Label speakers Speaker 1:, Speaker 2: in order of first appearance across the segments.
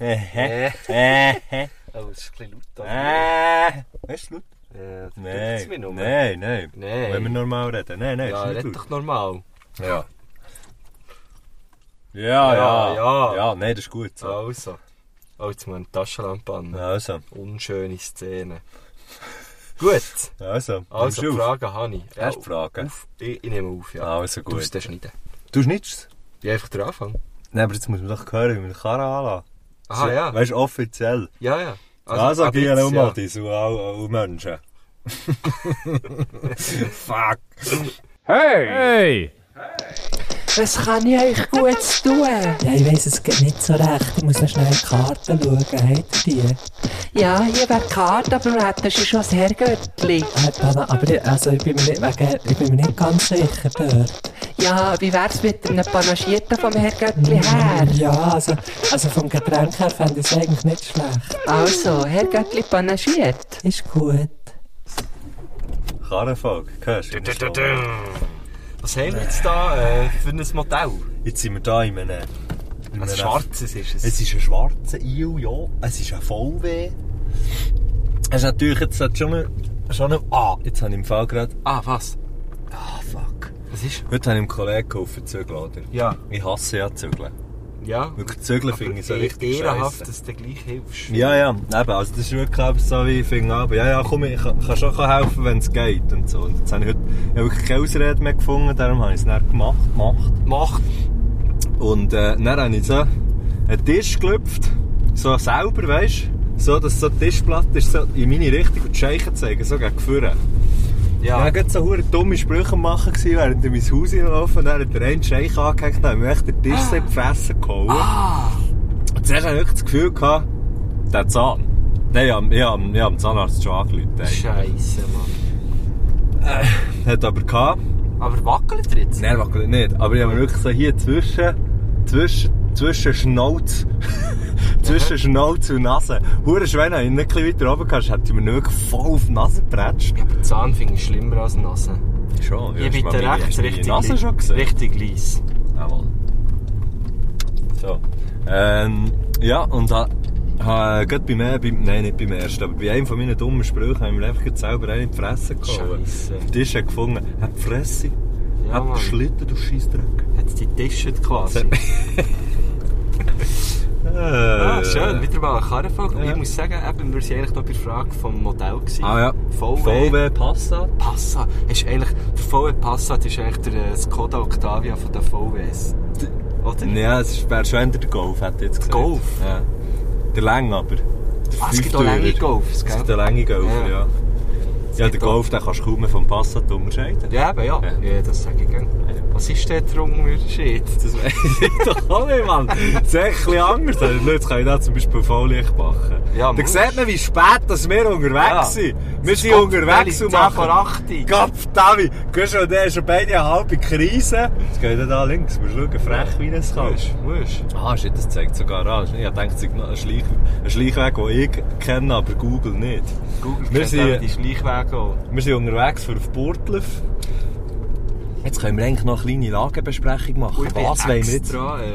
Speaker 1: Äh,
Speaker 2: Äh,
Speaker 1: Oh, es ist ein bisschen laut. da.
Speaker 2: äh. Weißt du, laut?
Speaker 1: Ja, das tut's mir
Speaker 2: Nein,
Speaker 1: nur.
Speaker 2: nein, nein.
Speaker 1: Nein.
Speaker 2: Wollen wir normal reden? Nein, nein,
Speaker 1: Ja,
Speaker 2: ist nicht
Speaker 1: red
Speaker 2: laut.
Speaker 1: doch normal.
Speaker 2: Ja. Ja, ja.
Speaker 1: Ja, ja.
Speaker 2: nein, das ist gut so.
Speaker 1: Also. Oh, jetzt mal eine Taschenlampe an.
Speaker 2: Also,
Speaker 1: Unschöne Szene. Gut.
Speaker 2: also.
Speaker 1: Also,
Speaker 2: nimmst du auf?
Speaker 1: Fragen habe ich.
Speaker 2: Hast du Fragen?
Speaker 1: Auf, ich, ich nehme auf, ja.
Speaker 2: Also
Speaker 1: du musst
Speaker 2: gut.
Speaker 1: den schneiden.
Speaker 2: Du schnittst es?
Speaker 1: Ja, einfach den Anfang.
Speaker 2: Nein, aber jetzt muss man doch hören, wie man den Karren anlässt.
Speaker 1: Aha,
Speaker 2: So,
Speaker 1: Ah, ja.
Speaker 2: Weißt du, offiziell.
Speaker 1: Ja, ja.
Speaker 2: Also,
Speaker 1: ab
Speaker 2: also Giel
Speaker 1: jetzt,
Speaker 2: und
Speaker 1: ja.
Speaker 2: Matis und alle, alle Menschen. Fuck.
Speaker 3: Was kann ich euch Gutes tun?
Speaker 4: Ja, ich weiss, es geht nicht so recht. Ich muss noch schnell in die Karten schauen. Habt ihr die?
Speaker 3: Ja, hier wäre die Karte, aber das ist schon das Herrgöttli.
Speaker 4: Ah, Dana, aber ich, also, ich, bin mir nicht, wegen, ich bin mir nicht ganz sicher dort.
Speaker 3: Ja, wie wär's mit einem Panagierten vom Herrgöttli her?
Speaker 4: Ja, also, also vom Getränk her fände ich es eigentlich nicht schlecht.
Speaker 3: Also, Herrgöttli panagiert.
Speaker 4: Ist gut.
Speaker 2: Karrenfolge, hörst du?
Speaker 1: Was haben wir jetzt da äh, für ein Modell?
Speaker 2: Jetzt sind wir da in einem... in
Speaker 1: Ein
Speaker 2: einem-
Speaker 1: schwarzes ist es.
Speaker 2: Es ist ein schwarzer Eel, ja. Es ist ein VW. Es ist natürlich jetzt hat schon mal... Schon mal... Ah, jetzt habe ich im Fall gerade...
Speaker 1: Ah, was?
Speaker 2: Ah, fuck.
Speaker 1: Was ist?
Speaker 2: Heute habe ich einem Kollegen geholfen, Zügeln, oder?
Speaker 1: Ja.
Speaker 2: Ich hasse ja Zügeln.
Speaker 1: Ja.
Speaker 2: Wirklich, Zügeln finde ich so
Speaker 1: e-
Speaker 2: richtig
Speaker 1: Ehrenhaft,
Speaker 2: scheiße.
Speaker 1: dass du dir gleich hilfst.
Speaker 2: Ja, ja, eben, also das ist wirklich etwas so wie ich finde, aber ja, ja, komm, ich kann, kann schon helfen, wenn es geht und so. Und jetzt habe ich heute ich habe wirklich keine Ausrede mehr gefunden, darum habe ich es dann gemacht. gemacht.
Speaker 1: Macht.
Speaker 2: Und äh, dann habe ich so einen Tisch gelüpft, so selber, weißt du, so, dass so die Tischplatte ist, so in meine Richtung und die Scheichen zeigen, so gegen vorne. Ja.
Speaker 1: Ja.
Speaker 2: Ich war so hure dumme Sprüche am machen, gewesen, während ich in mein Haus hineinlaufe. Und dann hat der eine Scheich angehängt und hat mir echt den Tisch so in die Fresse gehauen. Und zuerst hatte ich wirklich das Gefühl, gehabt, der Zahn. Nein, ich habe, ich habe, ich habe den Zahnarzt schon angerufen. eigentlich.
Speaker 1: Scheiße, Mann.
Speaker 2: Hat aber gehabt.
Speaker 1: Aber wackelt er jetzt?
Speaker 2: Nein, wackelt nicht. Aber ich habe mir wirklich so hier zwischen, zwischen, zwischen Schnauz, zwischen Schnauz und Nase. Hure Schwein, wenn ich nicht ein bisschen weiter oben gehst, hätte ich mir wirklich voll auf die Nase gepratscht.
Speaker 1: Ja, aber Zahn finde ich schlimmer als Nase.
Speaker 2: Schon,
Speaker 1: Hier bitte
Speaker 2: meine-
Speaker 1: rechts,
Speaker 2: hast du meine
Speaker 1: richtig
Speaker 2: Nase
Speaker 1: li-
Speaker 2: schon gesehen.
Speaker 1: Richtig leis.
Speaker 2: Jawohl. So. Ähm, ja, und ha, ha, gerade bei mir, beim, nein, nicht beim ersten, aber bei einem von meinen dummen Sprüchen haben wir einfach gerade selber einen in die Fresse gehauen.
Speaker 1: Scheiße.
Speaker 2: Auf den Tisch hat gefunden, hat die Fresse,
Speaker 1: Ja,
Speaker 2: hat
Speaker 1: Mann.
Speaker 2: geschlitten, du Scheissdreck.
Speaker 1: Hat die Tische quasi.
Speaker 2: Äh,
Speaker 1: Ah, schön, wieder mal eine Karrenfolge. Und
Speaker 2: Ja.
Speaker 1: Ich muss sagen, eben, wir waren eigentlich noch bei der Frage vom Modell. Gewesen.
Speaker 2: Ah ja,
Speaker 1: VW.
Speaker 2: VW Passat.
Speaker 1: Passat. Ist eigentlich, der VW Passat ist eigentlich der äh, Skoda Octavia von der VWs. Oder?
Speaker 2: Ja, es wäre schon eher der Golf, hätte ich jetzt gesagt.
Speaker 1: Golf?
Speaker 2: Ja. Der Länge aber. Der
Speaker 1: Ah, es gibt auch
Speaker 2: Fünftürer.
Speaker 1: lange Golfs,
Speaker 2: Es gibt
Speaker 1: gell?
Speaker 2: auch lange Golfer,
Speaker 1: Ja.
Speaker 2: ja. Ja, der
Speaker 1: gibt auch-
Speaker 2: Golf den kannst du kaum mehr vom Passat unterscheiden.
Speaker 1: Ja, eben, ja.
Speaker 2: Ja.
Speaker 1: ja. das sage ich gerne. Was ist denn der Unterschied?
Speaker 2: Das weiß ich doch auch nicht, Mann. Das ist echt ein bisschen anders. Also, Jetzt kann ich da zum Beispiel Volllicht machen.
Speaker 1: Ja,
Speaker 2: Dann
Speaker 1: musst.
Speaker 2: sieht man, wie spät dass wir unterwegs
Speaker 1: Ja.
Speaker 2: sind. Wir sind unterwegs und machen...
Speaker 1: Achtung.
Speaker 2: Gott, Davi, gehst du, der ist schon beide eine halbe Krise. Jetzt geht er da links, musst schauen, frech wie es kannst.
Speaker 1: Musst, musst.
Speaker 2: Ah, shit, das zeigt sogar an. Ich denke, es ist ein, Schleich, ein Schleichweg, den ich kenne, aber Google nicht.
Speaker 1: Google
Speaker 2: Wir
Speaker 1: kennt
Speaker 2: sind-
Speaker 1: auch die Schleichwege auch.
Speaker 2: Wir sind unterwegs für auf Burtlev. Jetzt können wir eigentlich noch eine kleine Lagebesprechung machen.
Speaker 1: Und ich bin
Speaker 2: Was wollen wir jetzt?
Speaker 1: extra, äh,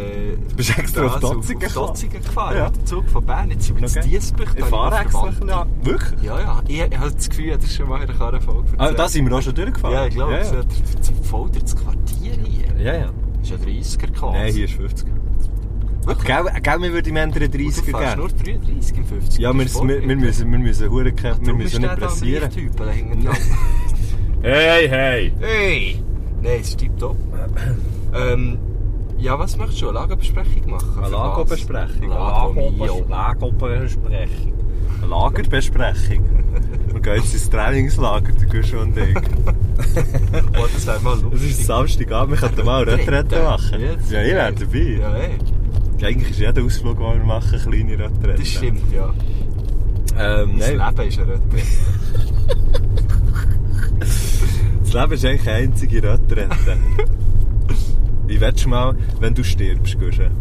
Speaker 2: bist extra auf
Speaker 1: Straße-
Speaker 2: Dotzigen
Speaker 1: auf
Speaker 2: gefahren?
Speaker 1: Dotzigen gefahren.
Speaker 2: Ja.
Speaker 1: Der Zug von Bern, jetzt sind wir
Speaker 2: Okay.
Speaker 1: in Diesbach. da
Speaker 2: Ich
Speaker 1: habe
Speaker 2: fahre
Speaker 1: noch
Speaker 2: extra.
Speaker 1: Verwandte.
Speaker 2: Ja, wirklich?
Speaker 1: Ja, ja, ich, ich habe das Gefühl, das ist schon mal eine Karrenfolge
Speaker 2: Ah, da sind wir auch schon durchgefahren.
Speaker 1: Ja, ich glaube,
Speaker 2: Ja,
Speaker 1: es
Speaker 2: ja.
Speaker 1: ist zum Folter das Quartier hier.
Speaker 2: ja, ja.
Speaker 1: Das ist ja 30er quasi.
Speaker 2: Nein, hier ist 50.
Speaker 1: Wirklich?
Speaker 2: Gell, gell mir würde im Ende
Speaker 1: Und du
Speaker 2: 30
Speaker 1: fährst
Speaker 2: geben.
Speaker 1: nur 33 im 50
Speaker 2: Ja, wir, wir, wir müssen, wir müssen, hure ke- wir müssen nicht pressieren.
Speaker 1: Typ, da hinten dran.
Speaker 2: Hey, hey!
Speaker 1: hey! Nein, es ist tipptopp. ähm, ja, was möchtest du? Eine Lagerbesprechung machen?
Speaker 2: Eine
Speaker 1: Für was?
Speaker 2: Lagerbesprechung.
Speaker 1: Lago Mio.
Speaker 2: Lagerbesprechung. Eine Lagerbesprechung. Wir gehen jetzt ins Trainingslager, du gehst schon und ich.
Speaker 1: Oh, das wäre mal
Speaker 2: Es
Speaker 1: lustig.
Speaker 2: ist Samstagabend, wir könnten mal eine Retrette machen.
Speaker 1: Ja, das
Speaker 2: Ja, ich wäre dabei.
Speaker 1: Ja, ey.
Speaker 2: Eigentlich ist jeder Ausflug, den wir machen, eine kleine Retrette.
Speaker 1: Das stimmt, ja.
Speaker 2: Ähm,
Speaker 1: Das
Speaker 2: nein,
Speaker 1: Leben ist ein Rötter.
Speaker 2: Das Leben ist eigentlich eine einzige Retrette. wie willst du mal, wenn du stirbst, Gusche?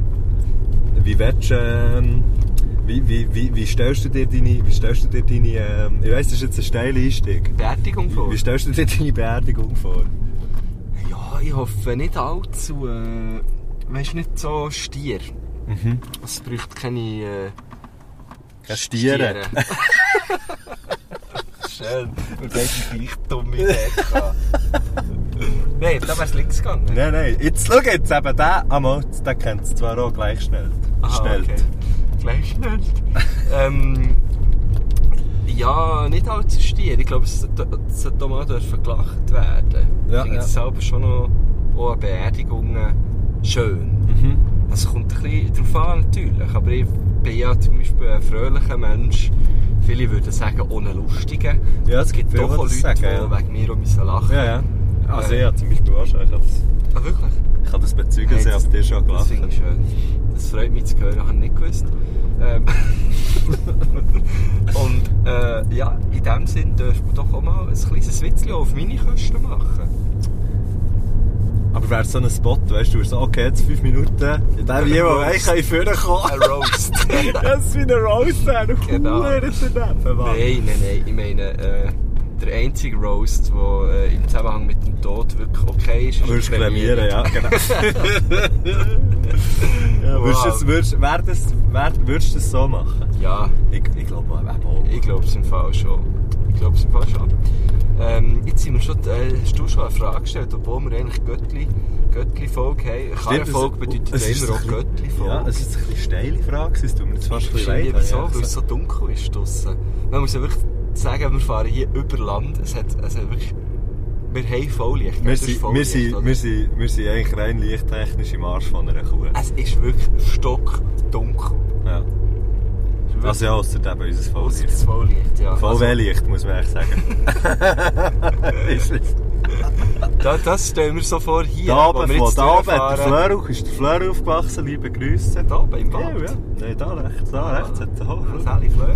Speaker 2: Wie willst du, ähm, wie, wie, wie, wie stellst du dir deine, wie stellst du dir deine, ähm, ich weiss, das ist jetzt ein steiler Einstieg.
Speaker 1: Beerdigung vor.
Speaker 2: Wie stellst du dir deine Beerdigung vor?
Speaker 1: Ja, ich hoffe nicht allzu. Äh, weißt nicht so stier.
Speaker 2: Mhm.
Speaker 1: Es braucht keine
Speaker 2: Keine
Speaker 1: äh,
Speaker 2: Stiere.
Speaker 1: Schön. Und dann ist die gleich dumme Idee. gehabt. Nein, da wär's links gegangen.
Speaker 2: Nein, nein. Jetzt schau jetzt eben den am Holz, den kennt es zwar auch gleich schnell.
Speaker 1: Aha,
Speaker 2: schnell.
Speaker 1: okay. Gleich schnell. ähm, ja, nicht allzu stier. Ich glaube, es sollte auch mal dürfen gelacht werden.
Speaker 2: Ja,
Speaker 1: ich finde
Speaker 2: ja.
Speaker 1: es selber schon noch auch an Beerdigungen schön. Also,
Speaker 2: Mhm.
Speaker 1: Es kommt ein bisschen darauf an, natürlich. Aber ich bin ja zum Beispiel ein fröhlicher Mensch. Viele würden sagen, ohne Lustiger.
Speaker 2: Ja,
Speaker 1: es gibt
Speaker 2: viele,
Speaker 1: doch auch
Speaker 2: die
Speaker 1: Leute,
Speaker 2: das
Speaker 1: die
Speaker 2: sagen, ja.
Speaker 1: wegen mir auch müssen lachen
Speaker 2: Ja, ja. Also
Speaker 1: Äh.
Speaker 2: ich habe zum Beispiel auch schon, ich kann das,
Speaker 1: Ah, wirklich?
Speaker 2: ich kann das bezeugen,
Speaker 1: Nein,
Speaker 2: ich
Speaker 1: das-
Speaker 2: habe dir schon
Speaker 1: Das finde ich
Speaker 2: gelacht.
Speaker 1: schön. Das freut mich zu hören, habe ich nicht gewusst. Ähm, und äh, ja, in dem Sinn dürfte man doch auch mal ein kleines Witzchen auf meine Kosten machen.
Speaker 2: Aber wäre so ein Spot, weißt du, wo du so, okay, jetzt fünf Minuten, in dem jemand weiss, kann ich vorkommen.
Speaker 1: Ein Roast.
Speaker 2: Das ist wie eine Rose, eine
Speaker 1: Genau.
Speaker 2: Hure daneben. Mann.
Speaker 1: nein, nein, nein. Ich meine, äh, der einzige Roast, der äh, im Zusammenhang mit dem Tod wirklich okay ist, ist
Speaker 2: Würdest
Speaker 1: die Premiere.
Speaker 2: kremieren, ja, genau. ja, würdest du das, würdest, wär das, wär, würdest du das so machen?
Speaker 1: Ja,
Speaker 2: Ich, ich glaube, wir werden auch.
Speaker 1: ich glaube es im Fall schon. Ich glaube es im Fall schon. Ähm, jetzt sind wir schon, äh, hast du schon eine Frage gestellt, obwohl wir eigentlich Göttli, Göttli-Folge haben.
Speaker 2: Stimmt,
Speaker 1: Karrenfolge
Speaker 2: es-
Speaker 1: bedeutet
Speaker 2: es
Speaker 1: ja
Speaker 2: ist
Speaker 1: immer
Speaker 2: ein
Speaker 1: auch
Speaker 2: bisschen-
Speaker 1: Göttli-Folge.
Speaker 2: Ja, es ist eine bisschen steile Frage, es tut mir jetzt fast ein bisschen leid.
Speaker 1: Wahrscheinlich
Speaker 2: habe ich
Speaker 1: so, weil
Speaker 2: gesagt.
Speaker 1: es so dunkel ist draussen. Man muss ja wirklich sagen, wir fahren hier über Land. Es hat, es hat wirklich... Wir haben Volllicht.
Speaker 2: wir,
Speaker 1: Es ist
Speaker 2: sind, wir,
Speaker 1: Volllicht,
Speaker 2: sind,
Speaker 1: oder?
Speaker 2: wir, sind, wir sind eigentlich rein lichttechnisch im Arsch von einer Kuh.
Speaker 1: Es ist wirklich stockdunkel.
Speaker 2: Ja. Also ja, ausser dem unser
Speaker 1: Ausser
Speaker 2: Volllicht.
Speaker 1: das Volllicht, ja.
Speaker 2: Vollwehlicht, muss man eigentlich sagen. ist es.
Speaker 1: Also, da, das stellen wir so vor, hier,
Speaker 2: Da
Speaker 1: wo
Speaker 2: oben,
Speaker 1: wir
Speaker 2: von
Speaker 1: jetzt
Speaker 2: da oben hat der
Speaker 1: durchfahren.
Speaker 2: Fleur, ist der Fleur aufgewachsen, liebe Grüße.
Speaker 1: Da oben im
Speaker 2: Ja,
Speaker 1: Wald.
Speaker 2: ja. Nein, da rechts, da rechts hat der
Speaker 1: Ah,
Speaker 2: Hochflur.
Speaker 1: Sally Fleur.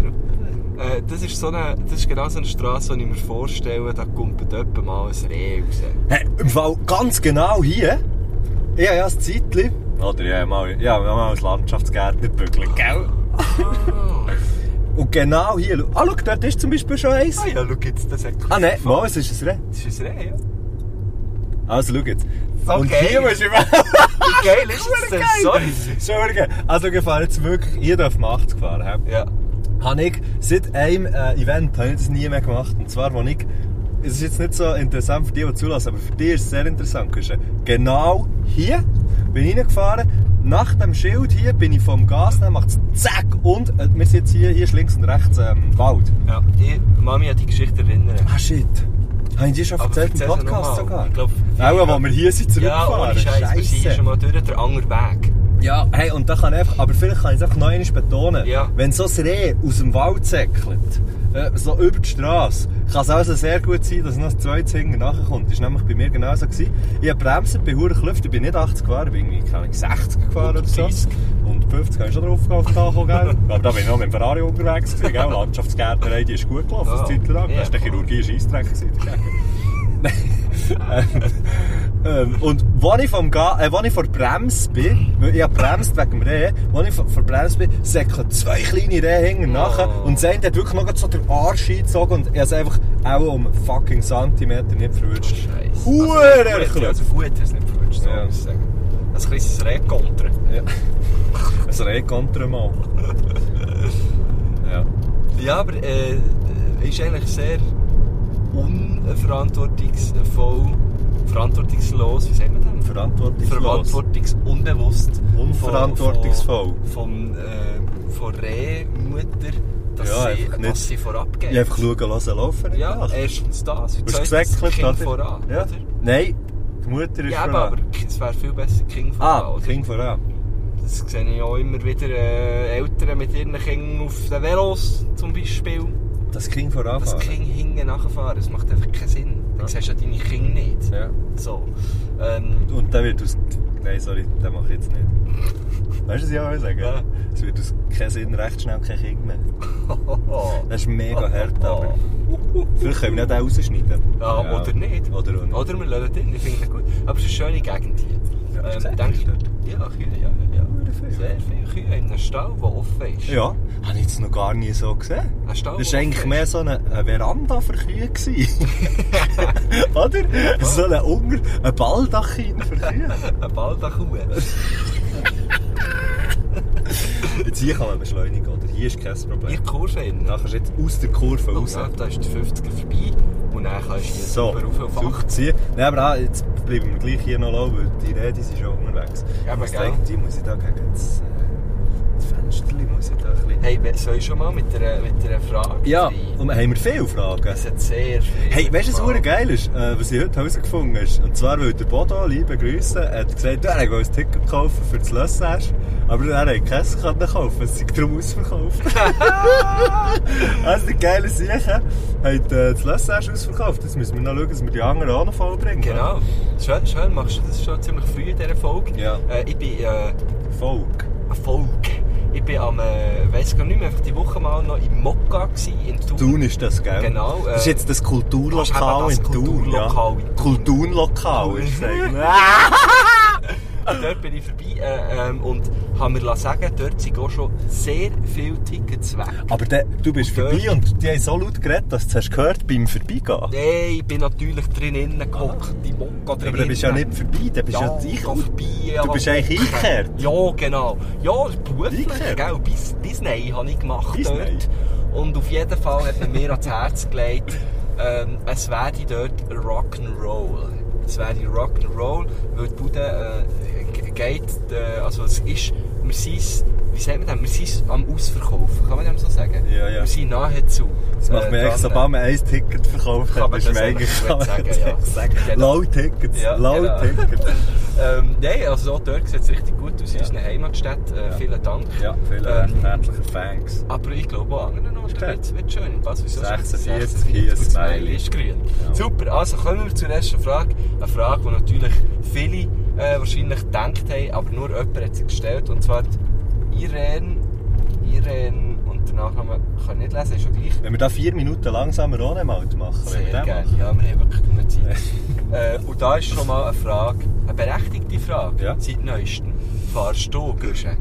Speaker 1: Äh, das, ist so eine, das ist genau so eine Straße, die ich mir vorstelle, da kommt jemand mal ein Reh raus.
Speaker 2: Hey, im Fall ganz genau hier. Ich habe ja ein Zeitchen. Oder ja, mal, ja, ich habe mal als Landschaftsgärtner bügeln, gell? Und genau hier, schau- ah, schau, dort ist zum Beispiel schon eins.
Speaker 1: Ah ja, schau jetzt, das hat
Speaker 2: Ah, nein, mal, es ist ein Reh.
Speaker 1: Das ist ein Reh, ja.
Speaker 2: Also, schau jetzt. Und
Speaker 1: Okay.
Speaker 2: hier musst du
Speaker 1: Wie geil ist das denn? Sorry.
Speaker 2: Sorry. Also, wir fahren jetzt wirklich, ihr dürft mit 80 fahren. hä?
Speaker 1: Ja.
Speaker 2: habe ich seit einem äh, Event habe ich das nie mehr gemacht. Und zwar, wo ich. Es ist jetzt nicht so interessant für die, die zulassen, aber für die ist es sehr interessant. Christian. Genau hier bin ich reingefahren. Nach dem Schild hier bin ich vom Gas genommen, macht zack und äh, wir sind jetzt hier, hier ist links und rechts ähm, Wald.
Speaker 1: ja. Ich, Mami hat die Geschichte erinnert.
Speaker 2: Ah shit. Habe ich dir schon
Speaker 1: Aber
Speaker 2: erzählt im
Speaker 1: erzähl sie noch
Speaker 2: Podcast
Speaker 1: mal.
Speaker 2: sogar?
Speaker 1: Ich glaub,
Speaker 2: Auch, wo wir hier sind
Speaker 1: Ja,
Speaker 2: zurückgefahren.
Speaker 1: ohne Scheiß. Wir sind hier
Speaker 2: Scheisse.
Speaker 1: schon mal durch den anderen Weg.
Speaker 2: Ja, hey, und da kann ich einfach, aber vielleicht kann ich es einfach noch einmal betonen.
Speaker 1: Ja.
Speaker 2: Wenn so ein Reh aus dem Wald säckelt, äh, so über die Straße, kann es also sehr gut sein, dass noch ein zweites hinten nachkommt. Das war nämlich bei mir genauso. Gewesen. Ich habe bremsen bei Huren Klüft, ich bin nicht 80 gefahren, ich bin irgendwie keine Ahnung, 60 gefahren oder so.
Speaker 1: 130.
Speaker 2: Und 50 habe ich schon drauf gehabt, gell? Aber da bin ich noch mit dem Ferrari unterwegs, gewesen, gell? Landschaftsgärtnerei, die ist gut gelaufen,
Speaker 1: Ah,
Speaker 2: das Zeit lang.
Speaker 1: ja,
Speaker 2: Das war der
Speaker 1: voll.
Speaker 2: Chirurgie, ist Eisdreck gewesen, dagegen. Ähm, und als ich, vom Ga äh, als ich vor der Bremse bin, weil ich habe gebremst wegen dem Reh, als ich vor vor der Bremse bin, säckeln zwei kleine Rehe hinten nachher
Speaker 1: Oh.
Speaker 2: und sehen, hat wirklich noch gerade so den Arsch eingezogen und ich habe es einfach auch um fucking Zentimeter nicht verwünscht.
Speaker 1: Oh, Scheiße.
Speaker 2: Huere
Speaker 1: Also,
Speaker 2: Erklärung.
Speaker 1: also gut, hast du nicht verwünscht, so
Speaker 2: Ja.
Speaker 1: muss ich sagen. Ein kleines Reh kontern.
Speaker 2: Ja. Ein Reh kontra mal. ja.
Speaker 1: Ja, aber äh, ist eigentlich sehr unverantwortungsvoll, verantwortungslos, wie sagt man denn?
Speaker 2: Verantwortungslos.
Speaker 1: Verantwortungsunbewusst.
Speaker 2: Unverantwortungsvoll.
Speaker 1: Von, von, äh, von Rehmutter, dass,
Speaker 2: Ja,
Speaker 1: sie,
Speaker 2: einfach nicht-
Speaker 1: dass sie vorab
Speaker 2: Ich
Speaker 1: geht.
Speaker 2: habe einfach schauen lassen, laufen.
Speaker 1: ja,
Speaker 2: Hast
Speaker 1: erstens das. Und
Speaker 2: du
Speaker 1: zweitens das
Speaker 2: gesäckelt,
Speaker 1: Kind
Speaker 2: oder?
Speaker 1: voran,
Speaker 2: ja.
Speaker 1: oder?
Speaker 2: Nein, die Mutter ist
Speaker 1: Ja, eben, aber
Speaker 2: voran.
Speaker 1: es wäre viel besser King von
Speaker 2: Ah,
Speaker 1: oder?
Speaker 2: Kind voran.
Speaker 1: Das sehe ich auch immer wieder äh, Eltern mit ihren Kindern auf den Velos zum Beispiel.
Speaker 2: Das Kind voran.
Speaker 1: Das
Speaker 2: fahren.
Speaker 1: Kind hinten nachfahren, das macht einfach keinen Sinn. Dann
Speaker 2: Ja.
Speaker 1: siehst du ja deine Kinder nicht.
Speaker 2: Ja.
Speaker 1: So. Ähm,
Speaker 2: Und der wird aus. Nein, sorry, den mache ich jetzt nicht. Weißt du, was ich auch sagen
Speaker 1: Ja.
Speaker 2: will? Es wird aus keinem Sinn recht schnell kein Kind mehr.
Speaker 1: oh,
Speaker 2: Das ist mega hart, aber. Vielleicht können wir nicht rausschneiden.
Speaker 1: Ja, oder nicht. Oh,
Speaker 2: Oder auch nicht.
Speaker 1: Oder wir lassen ihn, ich finde ihn gut. Aber es ist eine schöne Gegend hier.
Speaker 2: Ja, hast du gesagt,
Speaker 1: denke
Speaker 2: ist
Speaker 1: ich-
Speaker 2: dort?
Speaker 1: ja, Kühe, ja, ja.
Speaker 2: Sehr viel.
Speaker 1: Sehr viele Kühe in einem Stall, der offen ist.
Speaker 2: Ja, habe ich jetzt noch gar nie so gesehen.
Speaker 1: Ein Stall,
Speaker 2: Das
Speaker 1: der
Speaker 2: war eigentlich
Speaker 1: offen
Speaker 2: mehr so eine, eine Veranda für Kühe. gewesen. Oder? So eine Unger, ein Baldachin für Kühe.
Speaker 1: Eine Baldachue.
Speaker 2: Jetzt hier kann man beschleunigen, oder? Hier ist kein
Speaker 1: In
Speaker 2: Problem.
Speaker 1: der Kurve innen.
Speaker 2: Dann kannst du jetzt aus der Kurve raus.
Speaker 1: Außer Oh, da ist der 50er vorbei und dann kannst du hier
Speaker 2: So,
Speaker 1: super rauf auf 8.
Speaker 2: aufziehen. Nein, aber auch, jetzt bleiben wir gleich hier noch laufen, weil die Rede sind schon unterwegs.
Speaker 1: Ja, aber
Speaker 2: ich
Speaker 1: gell.
Speaker 2: denke, die muss ich da gegen das, äh, das Fenster muss ich da ein bisschen...
Speaker 1: Hey, we- soll ich schon mal mit einer, mit einer Frage
Speaker 2: Ja,
Speaker 1: rein?
Speaker 2: und haben wir viele Fragen?
Speaker 1: Es hat sehr viel.
Speaker 2: Hey, weißt du, was
Speaker 1: Spaß.
Speaker 2: verdammt geil ist, äh, was ich heute herausgefunden habe? Und zwar, weil der Bodo, liebe Grüße, hat gesagt, er wollte ein Ticket kaufen für das Lössash, aber er hat keins können kaufen, es sei darum ausverkauft. also, die geile Sache hat äh, das Lössash ausverkauft. Jetzt müssen wir noch schauen, dass wir die anderen auch noch vollbringen.
Speaker 1: Genau. Schön, schön, machst du das schon ziemlich früh in dieser Folge.
Speaker 2: Ja.
Speaker 1: Äh, ich bin äh,
Speaker 2: Volk.
Speaker 1: Erfolg. Ich bin am, äh, weiss gar nicht mehr, einfach die Woche mal noch in Mokka gewesen, in Thun.
Speaker 2: Thun ist das, gell?
Speaker 1: Genau, äh,
Speaker 2: das ist jetzt das Kulturlokal
Speaker 1: das
Speaker 2: in Thun. Ja.
Speaker 1: Kulturlokal in Thun. Mhm.
Speaker 2: Kulturlokal
Speaker 1: Thun.
Speaker 2: ist es eigentlich.
Speaker 1: Und dort bin ich vorbei äh, ähm, und habe mir lassen sagen, dort sind auch schon sehr viele Tickets weg.
Speaker 2: Aber der, du bist
Speaker 1: Und
Speaker 2: vorbei und die haben so laut geredet, dass du es hast gehört beim Vorbeigehen.
Speaker 1: Nein, ich bin natürlich drin innen gehockt, in Mokka drin.
Speaker 2: Aber dann bist du ja
Speaker 1: innen.
Speaker 2: nicht vorbei, dann bist
Speaker 1: ja,
Speaker 2: ja, ja dich
Speaker 1: ich vorbei.
Speaker 2: Du bist
Speaker 1: aber-
Speaker 2: eigentlich eingekehrt.
Speaker 1: Ja, genau. Ja, beruflich,
Speaker 2: Eingekehrt.
Speaker 1: gell. Bis Disney habe ich gemacht
Speaker 2: Disney?
Speaker 1: dort. Und auf jeden Fall hat man mir ans Herz gelegt, ähm, es werde dort Rock'n'Roll. Es werde Rock'n'Roll, weil die Bude äh, g- geht, äh, also es ist, wir sind, wie sagt man das, wir sind am Ausverkaufen, kann man dem so sagen?
Speaker 2: Ja, ja.
Speaker 1: Wir sind nahezu. äh,
Speaker 2: Das macht mir echt, sobald man ein Ticket verkauft
Speaker 1: Kann
Speaker 2: hat,
Speaker 1: man
Speaker 2: ist
Speaker 1: das
Speaker 2: mir eigentlich
Speaker 1: eigentlich gut sagen, ja. Genau.
Speaker 2: Low Tickets,
Speaker 1: Ja,
Speaker 2: low
Speaker 1: genau.
Speaker 2: Tickets.
Speaker 1: Ähm, nein, also auch dort sieht es richtig gut aus
Speaker 2: Ja.
Speaker 1: in unserer Heimatstadt. Äh,
Speaker 2: Ja.
Speaker 1: Vielen Dank.
Speaker 2: Ja, vielen
Speaker 1: Ähm,
Speaker 2: herzlichen Thanks.
Speaker 1: Aber ich glaube, an anderen Orten
Speaker 2: Stimmt.
Speaker 1: wird es- wird es schön. Was, wieso
Speaker 2: 46, hier ein
Speaker 1: und das
Speaker 2: Smiley.
Speaker 1: ist grün.
Speaker 2: Ja.
Speaker 1: Super, also kommen wir zur ersten Frage. Eine Frage, die natürlich viele äh, wahrscheinlich gedacht haben, aber nur jemand hat sie gestellt. Und zwar die Irene. Irene und den Nachnamen kann ich nicht lesen, ist ja gleich.
Speaker 2: Wenn wir da vier Minuten langsamer ohne Maut machen, wenn wir
Speaker 1: Sehr
Speaker 2: das
Speaker 1: gerne.
Speaker 2: machen.
Speaker 1: Ja, wir haben wirklich genug Zeit. äh, und da ist schon mal eine Frage, eine berechtigte Frage.
Speaker 2: Ja. Ah.
Speaker 1: Seit neuestem. Fahrst du Guschen?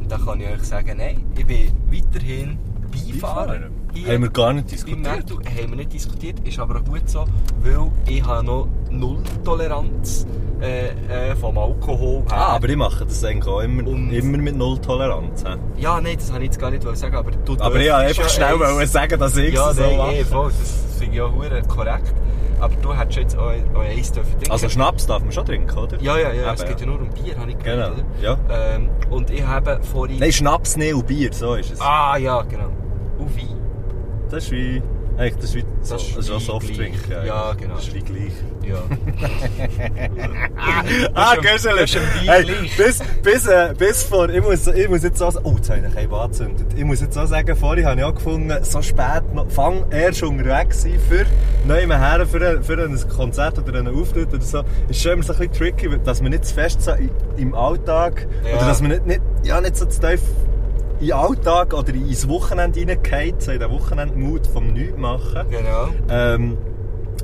Speaker 1: Und da kann ich euch sagen, nein, ich bin weiterhin Beifahrer.
Speaker 2: Beifahrer. Haben wir gar nicht
Speaker 1: Beim
Speaker 2: diskutiert.
Speaker 1: Mertu haben wir nicht diskutiert, ist aber auch gut so, weil ich habe noch null Toleranz äh, äh, vom Alkohol her.
Speaker 2: Ah, aber ich mache das eigentlich auch immer,
Speaker 1: Und-
Speaker 2: immer mit Null Toleranz. hä?
Speaker 1: ja, nein, das wollte ich jetzt gar nicht sagen, aber du
Speaker 2: Aber ich
Speaker 1: dürftest
Speaker 2: wollte einfach
Speaker 1: ja
Speaker 2: schnell
Speaker 1: eins-
Speaker 2: wollen sagen, dass ich
Speaker 1: Ja,
Speaker 2: es so
Speaker 1: nein,
Speaker 2: mache.
Speaker 1: eh, voll, das finde ich ja hure korrekt. Aber du hättest jetzt auch, auch eins dürfen trinken.
Speaker 2: Also Schnaps darf man schon trinken, oder?
Speaker 1: Ja, ja, ja,
Speaker 2: Eben,
Speaker 1: es geht ja nur um Bier, habe ich
Speaker 2: Genau,
Speaker 1: gehört, oder?
Speaker 2: ja.
Speaker 1: Ähm, und ich habe vorhin...
Speaker 2: Nein, Schnaps nicht und Bier, so ist es.
Speaker 1: Ah, ja, genau. Und Wein.
Speaker 2: Das ist wie. Eigentlich, das ist wie. so-
Speaker 1: ist
Speaker 2: Das ist
Speaker 1: wie
Speaker 2: auch Softdrink.
Speaker 1: gleich.
Speaker 2: eigentlich.
Speaker 1: Ja, genau.
Speaker 2: Das ist wie gleich.
Speaker 1: Ja.
Speaker 2: Ah,
Speaker 1: Das ist ein-
Speaker 2: Göschel!
Speaker 1: das ist ein Bier
Speaker 2: Hey,
Speaker 1: gleich.
Speaker 2: bis, bis, äh, bis vor. Ich muss, ich muss jetzt auch sagen. Oh, jetzt habe ich einen angezündet. Ich muss jetzt auch sagen, vorhin habe ich auch gefunden, so spät noch. Fang erst um unterwegs sein für neue her, für, ein- für ein Konzert oder einen Auftritt oder so. Ist schon immer so ein bisschen tricky, dass man nicht zu fest so i- im Alltag.
Speaker 1: Ja.
Speaker 2: Oder dass man nicht, nicht, ja, nicht so zu tief in den Alltag oder ins Wochenende reingeht, so in den Wochenendmut vom Nichtmachen.
Speaker 1: Genau.
Speaker 2: Ähm,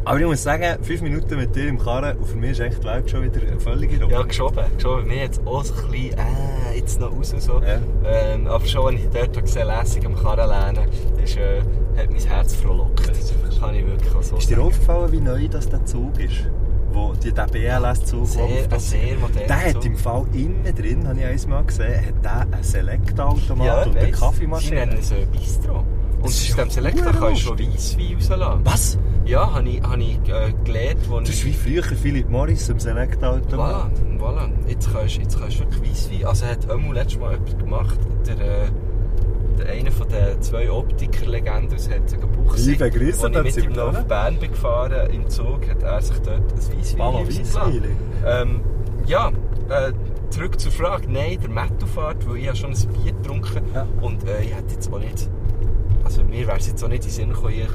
Speaker 2: aber ich muss sagen, fünf Minuten mit dir im Karren, und für mich ist echt die Welt schon wieder eine völlige Runde.
Speaker 1: Ja, geschoben. geschoben. Mir jetzt auch so ein bisschen, äh, jetzt noch raus und so.
Speaker 2: Ja.
Speaker 1: Ähm, aber schon, als ich dort gesehen habe, lässig am Karren lernen, ist, äh, hat mein Herz frohlockt. Das kann ich wirklich auch so
Speaker 2: Ist dir
Speaker 1: sagen.
Speaker 2: aufgefallen, wie neu das der Zug ist? Wo die, der BLS-Zug
Speaker 1: Sehr, ein sehr moderner
Speaker 2: Der hat
Speaker 1: Zug.
Speaker 2: im Fall innen drin, habe ich eins mal gesehen, hat der einen Select-Automat
Speaker 1: ja,
Speaker 2: und eine
Speaker 1: weiss. Sie
Speaker 2: Kaffeemaschine.
Speaker 1: nennen es äh, Bistro. Und
Speaker 2: Das ist
Speaker 1: aus dem
Speaker 2: ja
Speaker 1: Selektor
Speaker 2: verdammt
Speaker 1: kannst du schon Weisswein rauslassen.
Speaker 2: Was?
Speaker 1: Ja, habe ich, hab ich äh, gelernt, wo
Speaker 2: Das ist
Speaker 1: ich...
Speaker 2: wie früher Philip Morris im Select-Automat.
Speaker 1: Voilà, voilà. Jetzt kannst du jetzt kannst du wirklich Weisswein... Also hat Ömu letztes Mal jemand gemacht, der... Äh, der eine von den zwei Optiker-Legenden aus Herzogenbuchsee.
Speaker 2: Liebe Grüße,
Speaker 1: Als ich
Speaker 2: dort
Speaker 1: mit
Speaker 2: sind
Speaker 1: ihm
Speaker 2: wir
Speaker 1: nach
Speaker 2: da.
Speaker 1: Bern bin gefahren im Zug, hat er sich dort ein Weisswein
Speaker 2: Mama,
Speaker 1: rausgelassen.
Speaker 2: Weisswein.
Speaker 1: Ähm, ja, äh, zurück zur Frage. Nein, der Matto fährt, weil ich habe schon ein Bier getrunken
Speaker 2: Ja.
Speaker 1: und äh, ich hätte jetzt auch nicht... Also mir wäre es jetzt auch nicht in den Sinn gekommen, hier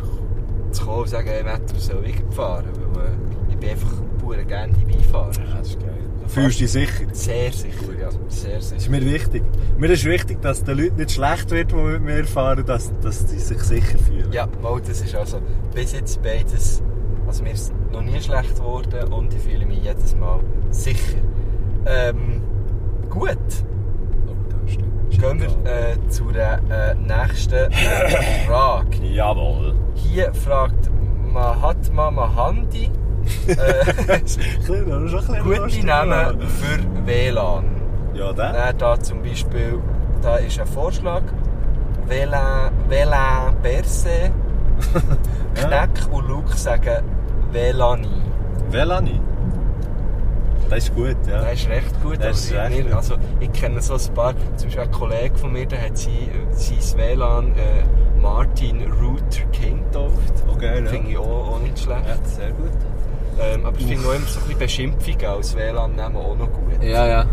Speaker 1: zu kommen und zu sagen, hey Matto, soll ich fahren? Weil äh, ich bin einfach pur gerne Beifahrer.
Speaker 2: Das ist geil. Fühlst du dich sicher?
Speaker 1: Sehr sicher, ja. Sehr
Speaker 2: Das ist
Speaker 1: sicher.
Speaker 2: mir wichtig. Mir ist wichtig, dass den Leuten nicht schlecht wird, die mit mir fahren, dass, dass sie sich sicher fühlen.
Speaker 1: Ja, mal, das ist also bis jetzt beides... Also mir ist noch nie schlecht geworden und ich fühle mich jedes Mal sicher. Ähm, gut. Gehen wir äh, zu der äh, nächsten Frage.
Speaker 2: Jawohl.
Speaker 1: Hier fragt Mahatma Mahandi äh,
Speaker 2: Kleiner, schon ein bisschen
Speaker 1: gute
Speaker 2: lustig,
Speaker 1: Namen
Speaker 2: aber-
Speaker 1: für WLAN.
Speaker 2: Ja, der?
Speaker 1: Dann Äh, da zum Beispiel, da ist ein Vorschlag. Vela, Vela Berse, Kneck und Luke sagen Velani.
Speaker 2: Velani. Der ist gut, ja.
Speaker 1: Der ist recht gut.
Speaker 2: Der ist
Speaker 1: aber ich-
Speaker 2: recht
Speaker 1: wir-
Speaker 2: gut.
Speaker 1: also, ich kenne so ein paar, zum Beispiel ein Kollege von mir, der hat sein, sein WLAN äh, Martin Ruther King getauft.
Speaker 2: Oh, geil, ja.
Speaker 1: Finde ich auch, auch nicht schlecht.
Speaker 2: Ja, sehr gut.
Speaker 1: Ähm, aber ich finde auch immer so ein bisschen Beschimpfung als WLAN nehmen auch noch gut.
Speaker 2: Ja, ja.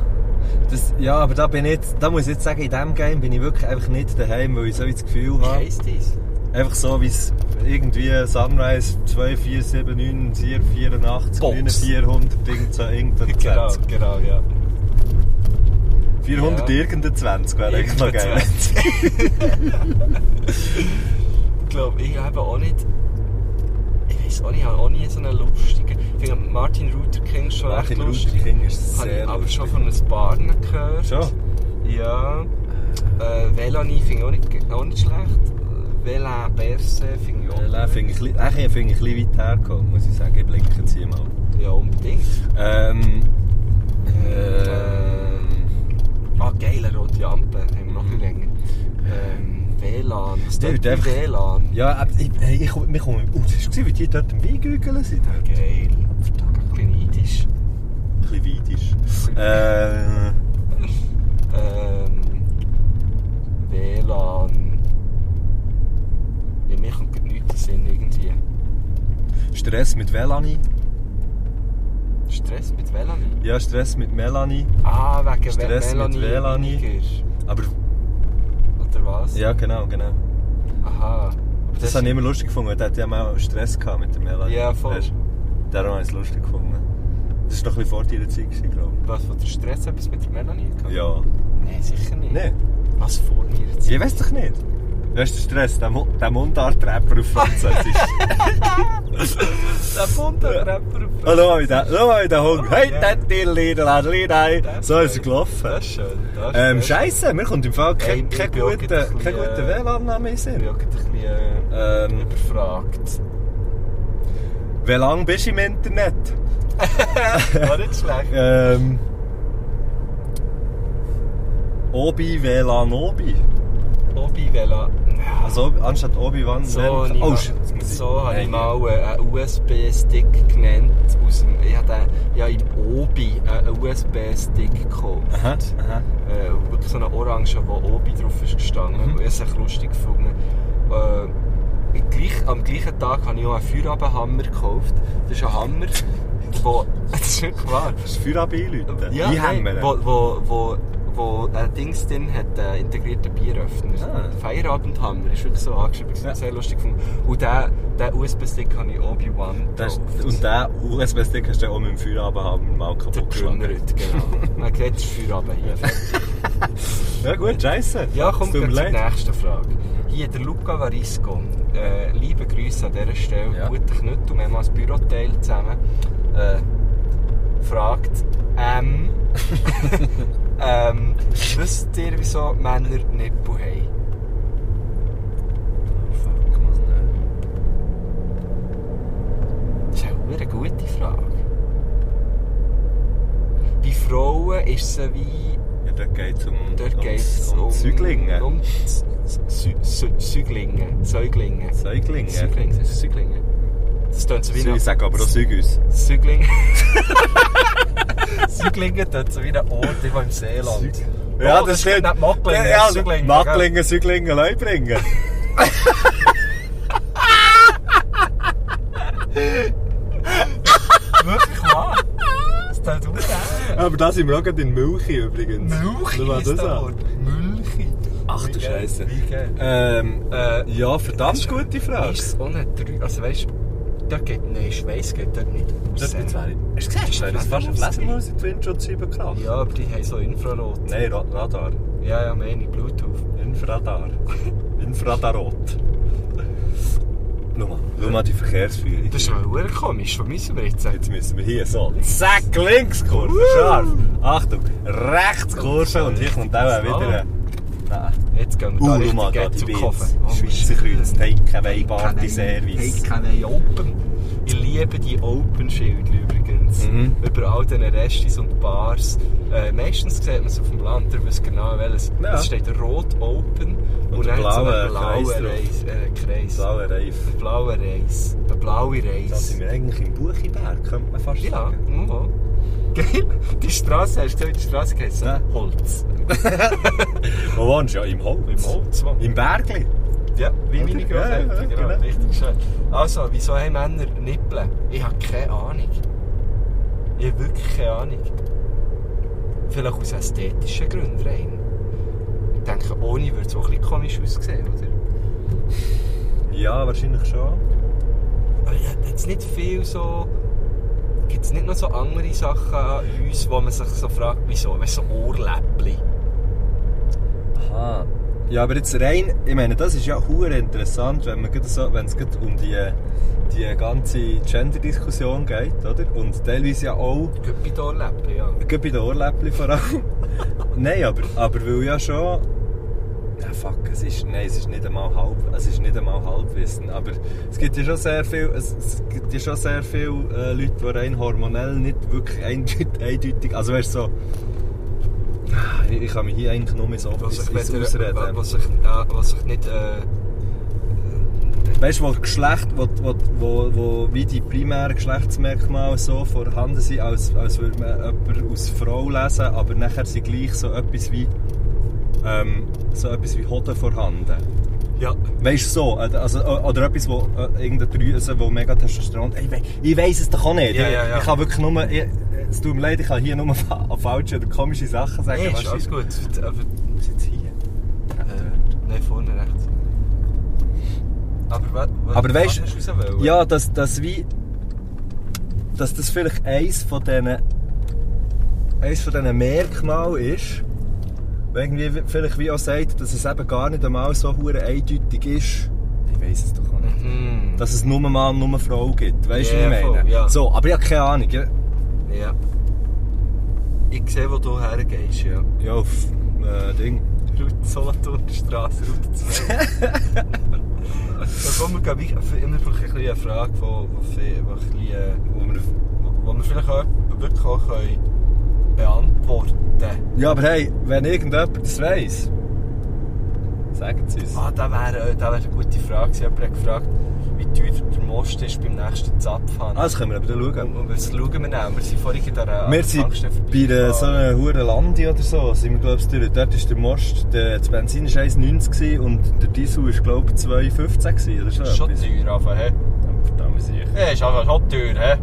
Speaker 2: Das, ja, aber da bin ich, jetzt- da muss ich jetzt sagen, in diesem Game bin ich wirklich einfach nicht daheim, weil ich so das Gefühl
Speaker 1: Wie
Speaker 2: habe,
Speaker 1: heisst das?
Speaker 2: einfach so wie es irgendwie Sunrise 2479 484
Speaker 1: Box.
Speaker 2: 9400 irgend so irgendein
Speaker 1: Genau,
Speaker 2: 20.
Speaker 1: genau, ja.
Speaker 2: 400
Speaker 1: Ja.
Speaker 2: irgendein 20 wäre eigentlich noch geil.
Speaker 1: 20. ich glaube, ich habe auch nicht. Ich weiß auch nicht, ich habe auch nie so einen lustigen. Ich finde Martin Luther King ist schon
Speaker 2: Martin
Speaker 1: recht lustig.
Speaker 2: Luther King ist
Speaker 1: Habe ich
Speaker 2: sehr
Speaker 1: aber schon
Speaker 2: lustig.
Speaker 1: von ein paar gehört.
Speaker 2: Schon?
Speaker 1: Ja. Äh, Velani finde ich auch nicht, auch nicht schlecht. Vela Berse finde ich auch
Speaker 2: Den finde ich, ein bisschen- den finde ich ein bisschen weit hergekommen, muss ich sagen. Ich blicke jetzt hier mal.
Speaker 1: Ja, unbedingt.
Speaker 2: Ähm, äh, ähm,
Speaker 1: Ah, geile rote Ampel, haben wir noch ein bisschen länger. Ähm, WLAN, was
Speaker 2: Dude,
Speaker 1: tut die
Speaker 2: Mhm. einfach-
Speaker 1: WLAN?
Speaker 2: ja, aber ich, hey, ich, komm- wir kommen... Oh, hast du gesehen, wie die dort am Weingügeln sind?
Speaker 1: Geil. Verdammt, ich bin neidisch.
Speaker 2: Ein bisschen weidisch. Äh,
Speaker 1: Ähm, WLAN. Ja, mir kommt gerade nichts in den Sinn irgendwie.
Speaker 2: Stress mit Melanie.
Speaker 1: Stress mit WLAN?
Speaker 2: Ja, Stress mit Melanie.
Speaker 1: Ah, wegen
Speaker 2: Stress mit
Speaker 1: Melanie
Speaker 2: Velani.
Speaker 1: weniger.
Speaker 2: Aber,
Speaker 1: Oder was?
Speaker 2: ja, genau, genau.
Speaker 1: Aha. Aber
Speaker 2: Das habe ich immer lustig gefunden. Der hat ja mal Stress gehabt mit der Melanie.
Speaker 1: Ja, voll.
Speaker 2: Weißt du? Darum habe ich es lustig gefunden. Das war noch ein bisschen vor deiner Zeit, gewesen, glaube
Speaker 1: Was, von der Stress etwas mit der Melanie?
Speaker 2: ich. Ja.
Speaker 1: Nein, sicher nicht.
Speaker 2: Nein.
Speaker 1: Was vor mir jetzt?
Speaker 2: Ich weiß doch nicht. Weißt du, Stress, der, Mu- der Mundartrapper auf Französisch.
Speaker 1: Der Bunderrapper.
Speaker 2: Oh, schau mal, wie der, schau mal, wie der Hund. Hey,
Speaker 1: Ja.
Speaker 2: dat Dilli, Ladli, nein. So ist er gelaufen.
Speaker 1: Das ist schön. Das ist
Speaker 2: Ähm,
Speaker 1: schön.
Speaker 2: Scheiße, mir kommt im Fall
Speaker 1: Hey,
Speaker 2: kein,
Speaker 1: ich
Speaker 2: kein
Speaker 1: bin auch
Speaker 2: guter,
Speaker 1: gerade ein
Speaker 2: kein
Speaker 1: bisschen,
Speaker 2: guter
Speaker 1: äh,
Speaker 2: WLAN-Name in
Speaker 1: Ich
Speaker 2: Sinn.
Speaker 1: bin auch gerade ein bisschen äh,
Speaker 2: Ähm,
Speaker 1: überfragt.
Speaker 2: wie lange bist du im Internet?
Speaker 1: War nicht schlecht.
Speaker 2: Ähm, Obi, WLAN, Obi.
Speaker 1: Obi Vela.
Speaker 2: Also Obi- anstatt Obi-Wan,
Speaker 1: So,
Speaker 2: WLAN.
Speaker 1: habe ich
Speaker 2: Oh,
Speaker 1: mal-
Speaker 2: shit, jetzt muss ich-
Speaker 1: so habe ich
Speaker 2: Nein.
Speaker 1: mal äh, einen USB-Stick genannt. Aus dem, ich habe den- ja, im Obi einen USB-Stick gekauft.
Speaker 2: Aha, aha.
Speaker 1: äh, wirklich so eine Orange, wo Obi drauf ist gestanden.
Speaker 2: Mhm.
Speaker 1: Mhm. Ich habe es lustig gefunden. Äh, ich- gleich, am gleichen Tag habe ich auch einen Feierabendhammer gekauft. Das ist ein Hammer, wo... Das ist wirklich wahr.
Speaker 2: Das ist Feierabend, Leute.
Speaker 1: Ja,
Speaker 2: ich
Speaker 1: nein,
Speaker 2: hämmere.
Speaker 1: wo, wo, wo, wo ein Dings drin hat, einen integrierten Bieröffner.
Speaker 2: Ah.
Speaker 1: Feierabendhammer, ist wirklich so angeschrieben. Ich
Speaker 2: Ja.
Speaker 1: habe sehr lustig gefunden. Und diesen den USB-Stick habe ich Obi-Wan
Speaker 2: Das,
Speaker 1: gekauft.
Speaker 2: und der USB-Stick hast du ja auch mit dem Feierabend haben mal
Speaker 1: Der
Speaker 2: kaputt geschlagen.
Speaker 1: Grünrüt, genau. Man sieht, es ist Feierabend hier.
Speaker 2: Ja gut, scheiße.
Speaker 1: Ja, kommt
Speaker 2: Es tut mir
Speaker 1: gleich zur
Speaker 2: leid.
Speaker 1: nächsten Frage. Hier, der Luca Varisco. Äh, liebe Grüße an dieser Stelle.
Speaker 2: Ja.
Speaker 1: Guten Knüttel, wir haben mal ein Büroteil zusammen. Äh, fragt, ähm, ähm, wisst ihr, wieso Männer Nippel haben?
Speaker 2: Fuck, Mann.
Speaker 1: Das ist eine sehr gute Frage. Bei Frauen ist es wie...
Speaker 2: Ja, dort geht es um,
Speaker 1: Dort
Speaker 2: um,
Speaker 1: geht es
Speaker 2: um Säuglinge.
Speaker 1: Um S- Sü- Sü- Säuglinge. Säuglinge.
Speaker 2: Säuglinge.
Speaker 1: Säuglinge. Das ist Säuglinge. Das tönt so wie
Speaker 2: Ich sage aber auch Säugüs.
Speaker 1: Säuglinge. Säuglinge tönt so wie ein Ort irgendwo im Seeland. Oh, das ist nicht Macklingen,
Speaker 2: Ja,
Speaker 1: Säuglinge,
Speaker 2: Macklingen, Säuglinge, Leubringen.
Speaker 1: Wirklich wahr? Das tönt auch
Speaker 2: aber da sind wir auch gerade in Milchi übrigens. Schau mal
Speaker 1: Milchi
Speaker 2: das
Speaker 1: ist der
Speaker 2: an.
Speaker 1: Ort. Milchi.
Speaker 2: Ach
Speaker 1: Wie
Speaker 2: du
Speaker 1: geil,
Speaker 2: Scheiße.
Speaker 1: Wie geil.
Speaker 2: Ähm,
Speaker 1: Äh,
Speaker 2: ja, verdammt gute Frage.
Speaker 1: Ist es ohne drei... Also weißt du, dort geht... Nein, Schweiz geht dort nicht.
Speaker 2: Das ist zwei. Hast du
Speaker 1: Das
Speaker 2: gesehen?
Speaker 1: wäre
Speaker 2: Das ist fast ein
Speaker 1: Fledermaus
Speaker 2: Fledermaus in die Windschutz überkracht.
Speaker 1: Ja, aber die haben so Infrarot.
Speaker 2: Nein, Ra- Radar.
Speaker 1: Ja, ja, meine ich, Bluetooth.
Speaker 2: Infradar. Infradarot. Schau mal, schau mal die Verkehrsführung.
Speaker 1: Das ist aber verdammt komisch, von mir zu reden.
Speaker 2: Jetzt müssen wir hier so. Zack, Linkskurve, scharf. Achtung, Rechtskurve und hier kommt auch wieder ein. Nein.
Speaker 1: Jetzt gehen wir da
Speaker 2: Uh, schau mal, da
Speaker 1: richtig
Speaker 2: die
Speaker 1: zum
Speaker 2: Beats.
Speaker 1: Kofen.
Speaker 2: Schweizer Kreuz, Takeaway, Party Service.
Speaker 1: Oh, Takeaway Open. Ich liebe die Open-Schilder übrigens.
Speaker 2: Mhm.
Speaker 1: Über all diesen Restis und Bars. Äh, meistens sieht man es auf dem Land, ihr wisst genau welches.
Speaker 2: Ja.
Speaker 1: Es steht rot open und,
Speaker 2: der
Speaker 1: dann so
Speaker 2: blaue
Speaker 1: ein blauer
Speaker 2: Kreis drauf.
Speaker 1: Reis. Äh, Kreis.
Speaker 2: Blauer Reif.
Speaker 1: Ein blauer Reis. Ein blauer
Speaker 2: Da
Speaker 1: Reis.
Speaker 2: sind wir eigentlich im Buchiberg, könnte man fast
Speaker 1: Ja,
Speaker 2: sagen.
Speaker 1: ja. Geil. Die Straße, hast du gesehen, wie die Straße geheißen?
Speaker 2: Ja.
Speaker 1: Holz.
Speaker 2: Wo wohnst du? Ja, im Holz.
Speaker 1: Im Holz, wo?
Speaker 2: Im Bergli.
Speaker 1: Ja, wie
Speaker 2: Oder?
Speaker 1: meine
Speaker 2: Ja, ja,
Speaker 1: Großeltern. Genau,
Speaker 2: genau.
Speaker 1: richtig schön. Also, wieso haben Männer Nippel? Ich habe keine Ahnung. Ich habe wirklich keine Ahnung. Vielleicht aus ästhetischen Gründen rein. Ich denke, ohne würde es auch ein bisschen komisch aussehen, oder?
Speaker 2: Ja, wahrscheinlich schon.
Speaker 1: Aber ich hätte jetzt nicht viel so... Gibt es nicht noch so andere Sachen an uns, wo man sich so fragt, wieso? Weißt du, so Ohrläppchen.
Speaker 2: Aha. Ja, aber jetzt rein, ich meine, das ist ja hure interessant, wenn man gerade so, wenn es gerade um die, die ganze Gender-Diskussion geht, oder? Und teilweise ja auch
Speaker 1: Köppi-Ohrläppchen, ja.
Speaker 2: Gerade bei den Ohrläppchen vor allem. nein, aber, aber weil ja schon... Ja, fuck, es ist, nein, es ist nicht einmal halb, es ist nicht einmal Halbwissen, aber es gibt ja schon sehr viel, es, es gibt ja schon sehr viel äh, Leute, die rein hormonell nicht wirklich eindeut- eindeutig, also weißt du so, Ah, ich, ich kann mich hier eigentlich nur mit so etwas
Speaker 1: Was Also ich,
Speaker 2: ins
Speaker 1: weder-
Speaker 2: Ausreden.
Speaker 1: was ich, ja, was ich nicht... Äh,
Speaker 2: Weißt du, wo Geschlecht, wo, wo, wo, wo wie die primären Geschlechtsmerkmale so vorhanden sind, als, als würde man jemanden aus Frau lesen, aber nachher sind gleich so etwas wie ähm, so etwas wie Hoden vorhanden.
Speaker 1: ja,
Speaker 2: Weißt du so? äh, Also, äh, oder etwas, wo äh, irgendeine Drüse, wo mega Testosteron. Ich, we ich weiß es doch auch nicht.
Speaker 1: Ja, ja, ja.
Speaker 2: Ich kann wirklich nur. Ich, äh, es tut mir leid, ich kann hier nur fa falsche oder komische Sachen sagen.
Speaker 1: nee, ist
Speaker 2: weißt
Speaker 1: alles
Speaker 2: du?
Speaker 1: gut. Aber,
Speaker 2: Was jetzt hier?
Speaker 1: äh, nein, vorne rechts. Aber, wa, wa,
Speaker 2: Aber weisst-
Speaker 1: was hast du raus wollen?
Speaker 2: Ja, dass, dass wie. Dass das vielleicht eins von diesen. eins von diesen Merkmalen ist. wo irgendwie wie- vielleicht wie auch sagt, dass es eben gar nicht einmal so hure eindeutig ist. Ich weiß es doch auch nicht.
Speaker 1: Hm,
Speaker 2: Dass es nur Mann, nur Frau gibt. Weißt du,
Speaker 1: Ja,
Speaker 2: wie ich meine?
Speaker 1: voll, ja.
Speaker 2: So, aber ich habe keine Ahnung. Ja,
Speaker 1: ja. Ich sehe, wo du hergehst, ja.
Speaker 2: ja auf äh, Ding.
Speaker 1: Route Solothurnstrasse, Route 2. da kommen wir, glaube ich, immer vielleicht ein bisschen eine Frage, die wo, wo, viel- wo, ein bisschen, äh,
Speaker 2: Wo wir,
Speaker 1: wo- wo wir vielleicht auch wirklich auch können beantworten können.
Speaker 2: ja, aber hey, wenn irgendjemand das weiss, sagen Sie es.
Speaker 1: Ah, das wäre das wär eine gute Frage. Sie hat gefragt, wie teuer der Most ist beim nächsten Zapfhahn.
Speaker 2: Ah, das können wir aber dann schauen.
Speaker 1: und, und das schauen wir nehmen. Wir sind vorhin an der an der
Speaker 2: Wir sind
Speaker 1: Tankstelle
Speaker 2: bei der, so
Speaker 1: vorbeigefahren.
Speaker 2: einer hohen Lande oder so, sind wir glaube ich durch. Dort ist der Most, der, das Benzin war 1,90 gewesen und der Diesel war glaube ich 2,15 gewesen, oder so.
Speaker 1: Ist schon
Speaker 2: etwas.
Speaker 1: teuer, aber hä?
Speaker 2: Verdammt sicher.
Speaker 1: Ja, ist einfach schon teuer, hä?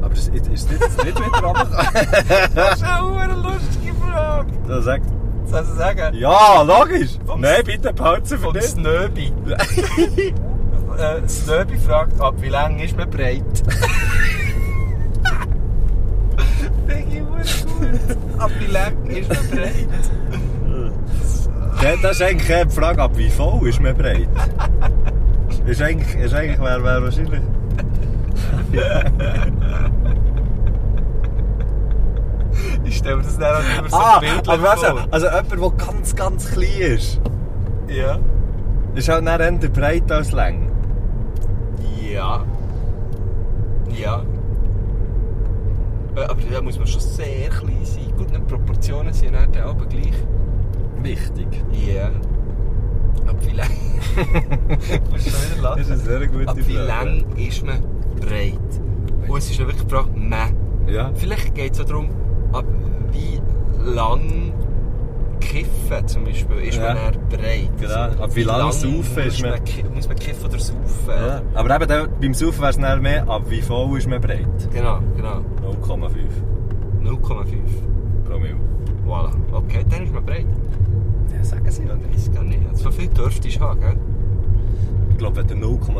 Speaker 2: Aber ist, ist das jetzt nicht mit Rabatt?
Speaker 1: Das ist eine lustige Frage.
Speaker 2: Da sagt
Speaker 1: Soll ich sagen?
Speaker 2: ja, logisch.
Speaker 1: Vom-
Speaker 2: Nein, bitte, Pause für
Speaker 1: Und
Speaker 2: dich.
Speaker 1: Snöbi. Äh, Snöbi fragt, ab wie lang ist man breit? Denke ich, verdammt gut. Ab wie lang ist man breit?
Speaker 2: Ja, Das ist eigentlich eher die Frage, ab wie voll ist man breit? ist eigentlich, ist eigentlich wäre wär wahrscheinlich...
Speaker 1: Ich stelle mir das dann auch immer so
Speaker 2: ah,
Speaker 1: bildlich
Speaker 2: aber weißt
Speaker 1: vor.
Speaker 2: du, also jemand, der ganz, ganz klein ist,
Speaker 1: Ja.
Speaker 2: ist halt dann eher breit als lang.
Speaker 1: Ja. Ja. Äh, Aber da muss man schon sehr klein sein. Gut, die Proportionen sind dann dann aber gleich.
Speaker 2: Wichtig.
Speaker 1: Ja. Aber wie lang... Du musst schon wieder
Speaker 2: Das ist eine
Speaker 1: lachen.
Speaker 2: sehr gute
Speaker 1: Aber wie lang ist man breit? Und es ist ja wirklich die Frage, meh.
Speaker 2: Ja.
Speaker 1: Vielleicht geht es auch darum, ab wie lang kiffen zum Beispiel ist
Speaker 2: Ja.
Speaker 1: man dann breit.
Speaker 2: Genau. Ab wie lang saufen ist
Speaker 1: muss
Speaker 2: man-
Speaker 1: man... ki- Muss man kiffen oder saufen?
Speaker 2: ja. Aber eben da, beim Saufen wäre es nicht mehr, ab wie voll ist man breit?
Speaker 1: Genau, genau.
Speaker 2: 0,5
Speaker 1: 0,5.
Speaker 2: Promille.
Speaker 1: Voilà. Okay, dann ist man breit.
Speaker 2: Ja, sagen sie
Speaker 1: Ja, weiß gar nicht. So viel dürfte ich haben, gell?
Speaker 2: Ich glaube, wenn du 0,5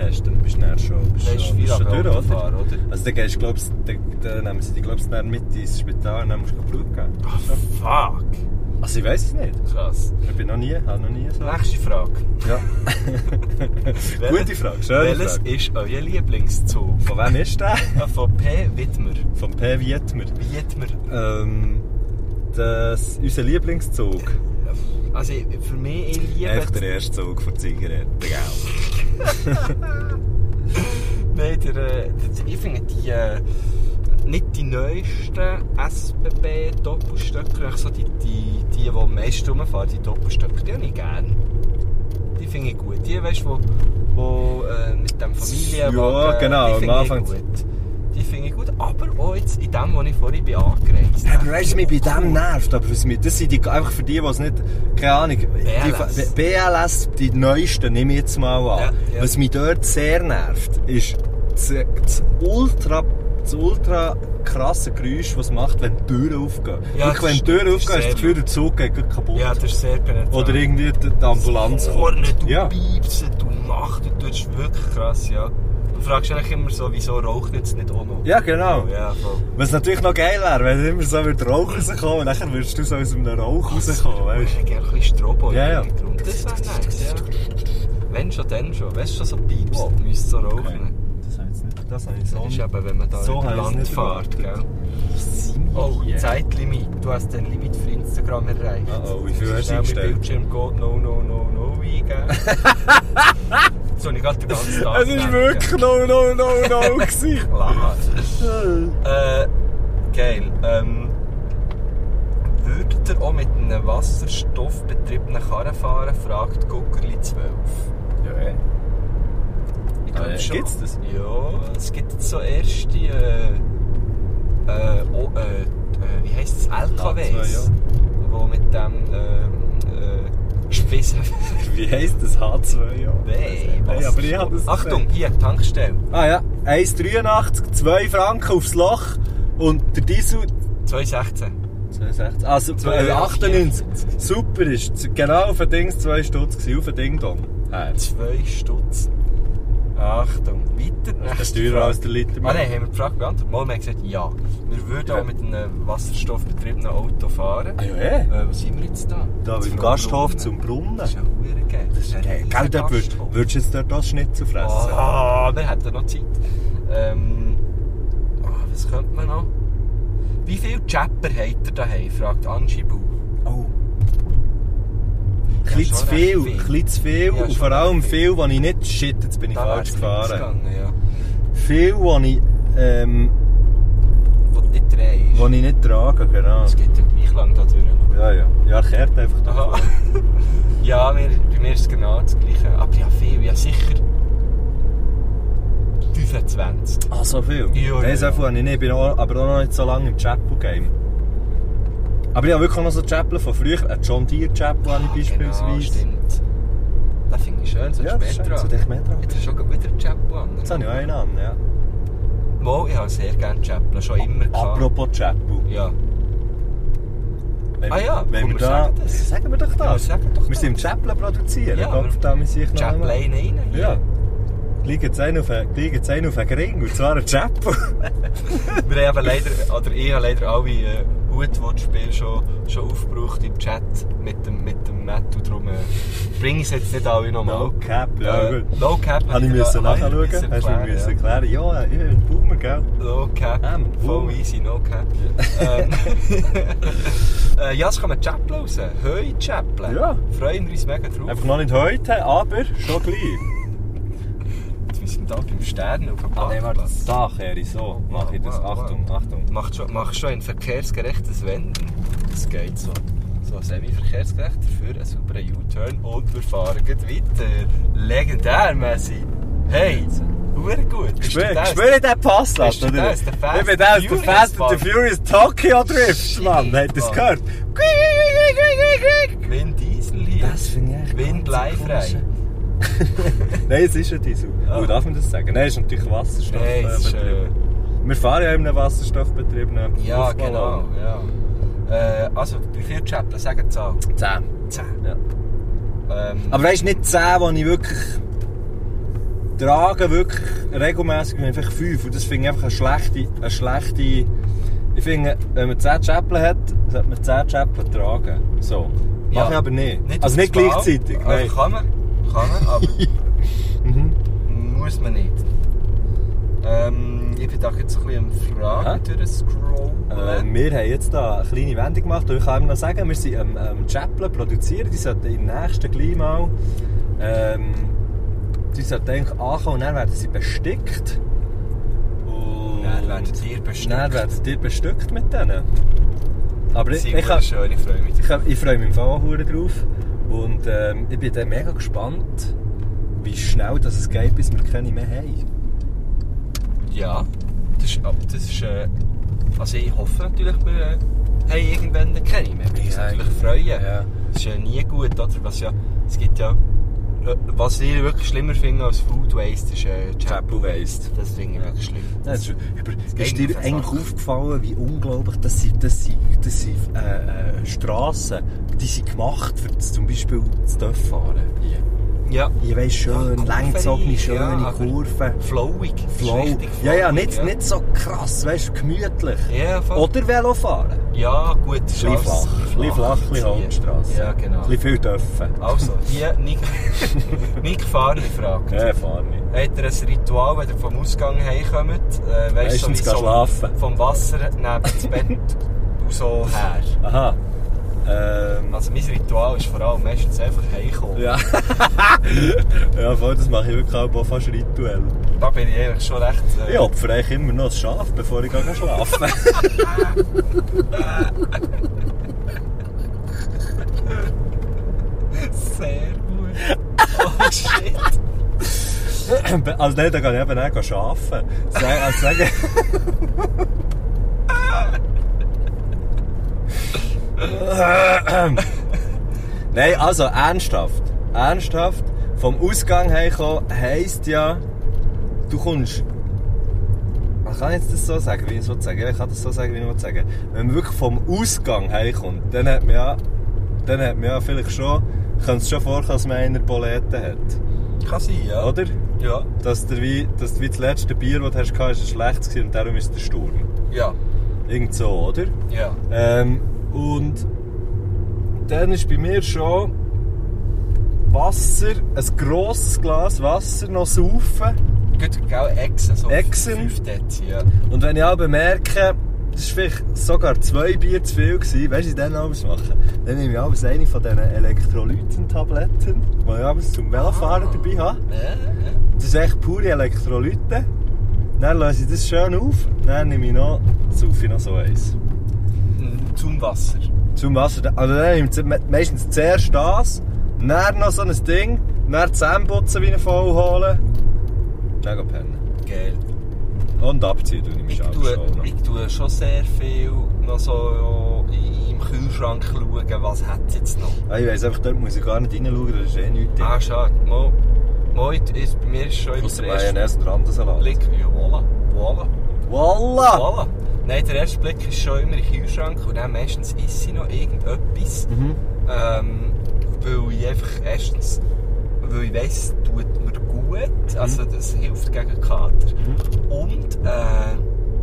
Speaker 2: hast, dann bist du dann schon, bist
Speaker 1: Dann ist
Speaker 2: schon,
Speaker 1: viel
Speaker 2: bist schon
Speaker 1: ab
Speaker 2: durch,
Speaker 1: Auto
Speaker 2: oder?
Speaker 1: fahren, oder?
Speaker 2: Also dann, gehst, du, glaubst, dann, dann nehmen sie dich glaubst, du, dann mit ins Spital und dann musst du Blut geben.
Speaker 1: Ah, Fuck.
Speaker 2: Also ich weiß es nicht.
Speaker 1: Krass.
Speaker 2: Ich bin noch nie, habe noch nie so...
Speaker 1: Nächste Frage.
Speaker 2: Ja. Gute Frage, schöne
Speaker 1: Welches
Speaker 2: Frage.
Speaker 1: ist euer Lieblingszug?
Speaker 2: Von wem ist der?
Speaker 1: Äh, Von P. Widmer.
Speaker 2: Vom P. Wiedmer.
Speaker 1: Widmer.
Speaker 2: Ähm, das, unser Lieblingszug.
Speaker 1: Also ich- für mich, ich
Speaker 2: Einfach
Speaker 1: liebe...
Speaker 2: der erste Zug von Zigaretten, gell?
Speaker 1: Nein, der, äh, der, ich finde die... äh, nicht die neuesten SBB-Doppelstöcke, eigentlich so die, die, die, die am meisten rumfahren, die Doppelstöcke, die habe ich gerne. Die finde ich gut. Die, weißt du, die, die äh, mit dem Familienwagen...
Speaker 2: Ja, genau,
Speaker 1: die
Speaker 2: am
Speaker 1: finde ich
Speaker 2: Anfang-
Speaker 1: gut. Die finde ich gut, aber auch jetzt in dem, wo ich vorhin bin angereist
Speaker 2: Ja, aber weißt du, mich bei dem nervt, aber was mich, das sind die, einfach für die, die es nicht, keine Ahnung,
Speaker 1: BLS.
Speaker 2: Die, BLS, die neuesten, nehme ich jetzt mal an.
Speaker 1: Ja, ja.
Speaker 2: Was mich dort sehr nervt, ist das, das ultra, das ultra krasse Geräusch, was es macht, wenn die Türen aufgehen.
Speaker 1: Ja,
Speaker 2: Wirklich, wenn die
Speaker 1: das
Speaker 2: Türen
Speaker 1: ist-
Speaker 2: aufgehen,
Speaker 1: das ist
Speaker 2: hast du das
Speaker 1: sehr
Speaker 2: Gefühl, der Zug geht gleich kaputt.
Speaker 1: Ja, das ist sehr penetrant.
Speaker 2: Oder irgendwie die, die Ambulanz
Speaker 1: Du Horne, du
Speaker 2: Ja.
Speaker 1: piepst, du machst, du tust wirklich krass, ja. Du fragst eigentlich immer so, wieso raucht jetzt nicht auch noch?
Speaker 2: Ja, genau.
Speaker 1: Ja, voll.
Speaker 2: Was natürlich noch geil wäre, wenn immer so mit Rauch rauskommen und dann würdest du so aus einem Rauch rauskommen, weißt
Speaker 1: Ich hätte gerne ein bisschen Strobo
Speaker 2: Ja, ja.
Speaker 1: drum. Das wäre nice, ja. Wenn schon, dann schon. Weißt du, schon so piepst,
Speaker 2: Wow.
Speaker 1: müsst so
Speaker 2: du? Okay.
Speaker 1: rauchen.
Speaker 2: Das habe ich jetzt nicht. Das habe ich so
Speaker 1: Das ist
Speaker 2: nicht.
Speaker 1: eben, wenn man da
Speaker 2: So
Speaker 1: über
Speaker 2: habe ich es
Speaker 1: Land
Speaker 2: nicht
Speaker 1: fährt, gell.
Speaker 2: erwartet. Sind wir
Speaker 1: Oh,
Speaker 2: hier?
Speaker 1: Zeitlimit. Du hast den Limit für Instagram erreicht.
Speaker 2: Oh, oh, wie viel
Speaker 1: Du musst
Speaker 2: hast du
Speaker 1: schnell
Speaker 2: eingestellt?
Speaker 1: mit Bildschirmcode no, no, no, no eingeben. das habe ich gerade den ganzen Tag
Speaker 2: Es ist
Speaker 1: gedacht,
Speaker 2: wirklich no, no, no, no gewesen.
Speaker 1: Klar. äh, geil. Ähm, würdet ihr auch mit einem wasserstoffbetriebenen Karren fahren, fragt Guckerli 12.
Speaker 2: Ja,
Speaker 1: Ich
Speaker 2: Ah, ja. Gibt's das?
Speaker 1: Ja, es gibt jetzt so erste. Äh, äh, oh, äh, äh, wie heisst das? LKWs.
Speaker 2: H2,
Speaker 1: Wo mit dem. Ähm, äh, Spissen.
Speaker 2: Wie heisst das H2? Ja.
Speaker 1: Nein,
Speaker 2: Hey, aber ich habe das
Speaker 1: Achtung,
Speaker 2: gesehen.
Speaker 1: hier, Tankstelle.
Speaker 2: Ah ja, 1,83, 2 Franken aufs Loch und der Diesel
Speaker 1: 216.
Speaker 2: 62. Also äh, 98.
Speaker 1: 98.
Speaker 2: Super ist. Z- Genau auf ein Ding 2 Stutz gewesen, auf ein Ding Dong. Herz.
Speaker 1: 2 Stutz. Achtung, weiter.
Speaker 2: Das ist
Speaker 1: nächste
Speaker 2: teurer
Speaker 1: Frage.
Speaker 2: als der Liter.
Speaker 1: Ah nein, haben wir die Frage beantwortet? Mal, wir haben gesagt, ja. Wir würden
Speaker 2: Ja.
Speaker 1: auch mit einem wasserstoffbetriebenen Auto fahren.
Speaker 2: Ah ja, eh.
Speaker 1: Äh, wo sind wir jetzt da?
Speaker 2: Da
Speaker 1: Zum
Speaker 2: beim Gasthof
Speaker 1: Brunnen.
Speaker 2: zum Brunnen.
Speaker 1: Das ist ja verdammt geil. Das
Speaker 2: Gell, da würdest du jetzt dort das Schnitzel fressen.
Speaker 1: Ah, wir hätten noch Zeit. Ähm, ah, was könnte man noch? Wie viele Chapper habt ihr daheim? fragt Angie Bu.
Speaker 2: Oh. Ein bisschen
Speaker 1: Ja,
Speaker 2: zu
Speaker 1: schon
Speaker 2: viel,
Speaker 1: recht
Speaker 2: ein bisschen zu viel
Speaker 1: Ja,
Speaker 2: und
Speaker 1: schon
Speaker 2: vor allem
Speaker 1: recht
Speaker 2: viel, wo ich nicht... Shit, jetzt bin ich falsch gefahren.
Speaker 1: Gegangen, ja.
Speaker 2: Viel, wo ich, ähm,
Speaker 1: Wo du nicht drehst.
Speaker 2: wo ich nicht trage, genau.
Speaker 1: Es geht ja gleich lang da drüben.
Speaker 2: Ja, ja. Ja, kehrt einfach
Speaker 1: Aha.
Speaker 2: durch.
Speaker 1: ja, mir, bei mir ist es genau das gleiche. Aber ja, viel, ja sicher. 25.
Speaker 2: Ah, so viel?
Speaker 1: Ja,
Speaker 2: Nein,
Speaker 1: ja,
Speaker 2: so
Speaker 1: ja.
Speaker 2: viel habe ich nicht. Ich bin auch, aber auch noch nicht so lange im Chapel-Game. Aber ich habe wirklich noch so Chapel von früher. Ein John Deere Chapel habe ich
Speaker 1: Genau,
Speaker 2: beispielsweise.
Speaker 1: stimmt. Das finde ich schön, so
Speaker 2: ja,
Speaker 1: ja,
Speaker 2: das ist schön.
Speaker 1: Metro.
Speaker 2: So dich mehr dran.
Speaker 1: Jetzt hast du schon wieder Chapo an.
Speaker 2: Jetzt habe ich auch einen an, ja.
Speaker 1: Mal, ich habe sehr gerne Chapo, schon immer gehabt.
Speaker 2: Apropos Chapel.
Speaker 1: Ja.
Speaker 2: Wenn,
Speaker 1: Ah ja,
Speaker 2: wenn
Speaker 1: komm,
Speaker 2: wir
Speaker 1: wir
Speaker 2: da,
Speaker 1: sagen das.
Speaker 2: Sagen wir doch
Speaker 1: Ja, wir
Speaker 2: das.
Speaker 1: sagen doch
Speaker 2: Ah, wir sind im Chapel produzieren.
Speaker 1: Ja,
Speaker 2: Kopf
Speaker 1: wir-
Speaker 2: da muss ich noch
Speaker 1: Chapo
Speaker 2: einmal-
Speaker 1: rein, rein. hier.
Speaker 2: Ja. Liegt jetzt einer auf, einen- liegt jetzt einer auf einen Ring, und zwar ein Chapel.
Speaker 1: Wir haben eben leider, oder ich habe leider alle äh, Hut, die das Spiel schon, schon aufgebraucht im Chat mit dem, mit dem Netto. Darum äh, bringe ich es jetzt nicht alle nochmal.
Speaker 2: No cap, ja,
Speaker 1: Äh,
Speaker 2: gut.
Speaker 1: No Cap.
Speaker 2: Habe ich müssen
Speaker 1: Ah,
Speaker 2: nachschauen,
Speaker 1: ich
Speaker 2: hast du
Speaker 1: musste
Speaker 2: mir
Speaker 1: erklären,
Speaker 2: müssen erklären. Ja, ich bin ein Boomer, gell?
Speaker 1: ja. No Cap.
Speaker 2: Ah, man,
Speaker 1: Voll
Speaker 2: wow.
Speaker 1: easy, No Cap. ähm, äh, ja, es kommen Chapel raus. Heu Chapel.
Speaker 2: Ja.
Speaker 1: Freuen wir uns mega drauf.
Speaker 2: Einfach noch nicht heute, aber schon gleich.
Speaker 1: Wir sind da beim Stern auf dem
Speaker 2: Ah,
Speaker 1: Parkplatz.
Speaker 2: da kehre ich so. Mach ich das.
Speaker 1: Wow, wow.
Speaker 2: Achtung, Achtung.
Speaker 1: Macht schon, macht schon ein verkehrsgerechtes Wenden. Das geht so. So semi-verkehrsgerecht, dafür einen super U-Turn und wir fahren gleich weiter. Legendär, Messi. Hey, sehr gut. Bist du
Speaker 2: Spür,
Speaker 1: das?
Speaker 2: spür ich den Pass
Speaker 1: Bist du
Speaker 2: oder?
Speaker 1: das? Der Fast
Speaker 2: Ich bin das, der
Speaker 1: Furious,
Speaker 2: Fast and the
Speaker 1: Mann.
Speaker 2: Furious Tokyo Drift,
Speaker 1: Shit, Ah.
Speaker 2: Mann. Habt ihr es
Speaker 1: Mann.
Speaker 2: gehört?
Speaker 1: Vin Diesel hier.
Speaker 2: finde ich echt
Speaker 1: Vin bleifrei.
Speaker 2: Nein, es ist ein Diesel.
Speaker 1: Ah.
Speaker 2: Oh, darf man das sagen? Nein, es ist natürlich Wasserstoff.
Speaker 1: Nein, es ist,
Speaker 2: äh,
Speaker 1: äh,
Speaker 2: Wir fahren ja in einem wasserstoffbetriebenen
Speaker 1: ja, genau.
Speaker 2: Luftballon.
Speaker 1: Ja. Äh, also, wie viele Chapel sagen die Zahl?
Speaker 2: 10.
Speaker 1: 10.
Speaker 2: Ja.
Speaker 1: Ähm,
Speaker 2: Aber weißt du, nicht 10, die ich wirklich trage, wirklich regelmässig, sondern vielleicht 5. Und das finde ich einfach eine schlechte, eine schlechte... Ich finde, wenn man 10 Chapeln hat, sollte man 10 Chapeln tragen. So. Mache
Speaker 1: Ja.
Speaker 2: ich aber nicht. also
Speaker 1: auf
Speaker 2: nicht
Speaker 1: die Wahl.
Speaker 2: gleichzeitig,
Speaker 1: Also
Speaker 2: nein.
Speaker 1: kann man, kann man, aber
Speaker 2: Mhm.
Speaker 1: muss man nicht. Ähm, ich bin da jetzt ein bisschen am Fragen
Speaker 2: Äh,
Speaker 1: durchscrollen.
Speaker 2: wir haben jetzt da eine kleine Wendung gemacht und ich kann ihm noch sagen, wir sind am ähm, Chapeln produzieren, die sollten im nächsten gleich mal ähm, die sollten eigentlich ankommen und dann werden sie bestickt und
Speaker 1: Dann werdet ihr
Speaker 2: Dann
Speaker 1: bestückt.
Speaker 2: werdet ihr bestückt mit denen. Aber ich, ich,
Speaker 1: Sehr
Speaker 2: hab-
Speaker 1: schön, ich freue mich.
Speaker 2: ich, hab- ich freue mich im Fall auch hure drauf. Und ähm, ich bin dann mega gespannt, wie schnell das es geht, bis wir keine mehr haben.
Speaker 1: Ja, das ist, das ist äh, also ich hoffe natürlich, wir äh, haben irgendwann den Kenny mehr. Wir uns
Speaker 2: Ja,
Speaker 1: natürlich freuen.
Speaker 2: ja.
Speaker 1: Das ist ja nie gut, oder? Was ja, es gibt ja, äh, was ich wirklich schlimmer finde als Food Waste, ist äh, Chapel Waste. Das finde ich wirklich schlimm.
Speaker 2: Ja, das ist, aber
Speaker 1: geht
Speaker 2: ist dir
Speaker 1: nicht auf den
Speaker 2: eigentlich
Speaker 1: Sack.
Speaker 2: aufgefallen, wie unglaublich das sind, das sind, das sind äh, äh, Strassen, die sind gemacht, für das, zum Beispiel zu dürfen fahren. Hier,
Speaker 1: Ja.
Speaker 2: hier weiss,
Speaker 1: Ja,
Speaker 2: schön,
Speaker 1: Kurven
Speaker 2: längzogene,
Speaker 1: rein,
Speaker 2: schöne
Speaker 1: ja, aber-
Speaker 2: Kurven.
Speaker 1: Flowig. Das ist
Speaker 2: Flow.
Speaker 1: richtig
Speaker 2: Ja, ja,
Speaker 1: flowig,
Speaker 2: nicht, nicht so krass, weißt du, gemütlich.
Speaker 1: Ja, voll.
Speaker 2: Oder Velofahren.
Speaker 1: Ja, gut, das ist
Speaker 2: Bisschen
Speaker 1: alles
Speaker 2: flach, bisschen flach, bisschen
Speaker 1: hier.
Speaker 2: Hauptstrasse.
Speaker 1: Ja, genau.
Speaker 2: Ein bisschen viel dürfen.
Speaker 1: Also, hier, Nick, Nick Fahrer fragt.
Speaker 2: Ja, fahr nicht.
Speaker 1: Habt ihr ein Ritual, wenn ihr vom Ausgang heimkommt? Äh, weißt du,
Speaker 2: Meistens
Speaker 1: wie
Speaker 2: gehst
Speaker 1: so
Speaker 2: schlafen.
Speaker 1: vom Wasser neben das Bett und so her.
Speaker 2: Aha. Ähm,
Speaker 1: Also mein Ritual ist vor allem meistens einfach heimkommen.
Speaker 2: ja. ja, voll, das mache ich wirklich auch fast rituell.
Speaker 1: Da bin ich eigentlich schon recht... Äh,
Speaker 2: Ich opfere eigentlich immer noch ein Schaf, bevor ich gehe schlafen kann.
Speaker 1: Sehr gut. Oh shit.
Speaker 2: also nein, dann gehe ich eben auch arbeiten. Sagen, also sagen... nein, also ernsthaft. Ernsthaft, vom Ausgang herkommen heisst ja, du kommst... Was kann ich jetzt das so sagen, wie ich es will sagen? Ja, Ich kann das so sagen, wie ich es will sagen. Wenn man wirklich vom Ausgang herkommt, dann hat man ja... Dann hat man ja vielleicht schon... Könnte es schon vorkommen, dass man eine Polette hat.
Speaker 1: Kann sein, ja.
Speaker 2: Oder?
Speaker 1: Ja.
Speaker 2: Dass, der, wie, dass du wie das letzte Bier, das du hast, gehabt, ist ein schlechtes gewesen und darum ist der Sturm.
Speaker 1: Ja.
Speaker 2: Irgend so, oder?
Speaker 1: Ja.
Speaker 2: Ähm, und dann ist bei mir schon Wasser, ein grosses Glas Wasser noch saufen.
Speaker 1: Gut, gell, Echsen. So
Speaker 2: Echsen?
Speaker 1: Fünf Dezi, ja.
Speaker 2: Und wenn ich aber merke, das war vielleicht sogar zwei Bier zu viel, gewesen, weißt du, was ich dann abends mache? Dann nehme ich abends eine von diesen Elektrolyten-Tabletten, die ich abends zum Velofahren
Speaker 1: Ah.
Speaker 2: dabei habe.
Speaker 1: Äh, äh.
Speaker 2: Das ist echt pure Elektrolyte. Dann löse ich das schön auf, dann nehme ich noch, saufe ich noch so eins.
Speaker 1: Mm, Zum Wasser.
Speaker 2: Zum Wasser, also dann nehme ich zu- me- meistens zuerst das, dann noch so ein Ding, dann zusammenputzen wie ein Voll holen, dann gehen pennen.
Speaker 1: Geil.
Speaker 2: Und abziehen tue ich
Speaker 1: Ich
Speaker 2: mich auch
Speaker 1: tue,
Speaker 2: schon noch.
Speaker 1: ich tue schon sehr viel noch so in- im Kühlschrank schauen, was hat es jetzt noch.
Speaker 2: Ah, Ich weiss einfach, dort muss ich gar nicht reinschauen, das ist eh nichts drin.
Speaker 1: Ah, schade. Mo, Mo ich- ist, bei mir ist schon immer
Speaker 2: Ausser
Speaker 1: der erste
Speaker 2: Mayonnaise und Randensalat.
Speaker 1: Blick. Ja, voilà. Voilà.
Speaker 2: Voila!
Speaker 1: voilà. Nein, der erste Blick ist schon immer im Kühlschrank und dann meistens isst ich noch irgendetwas.
Speaker 2: Mhm.
Speaker 1: Ähm, weil ich einfach erstens, weil ich weiss, es tut mir gut,
Speaker 2: Mhm.
Speaker 1: also das hilft gegen Kater. Und äh,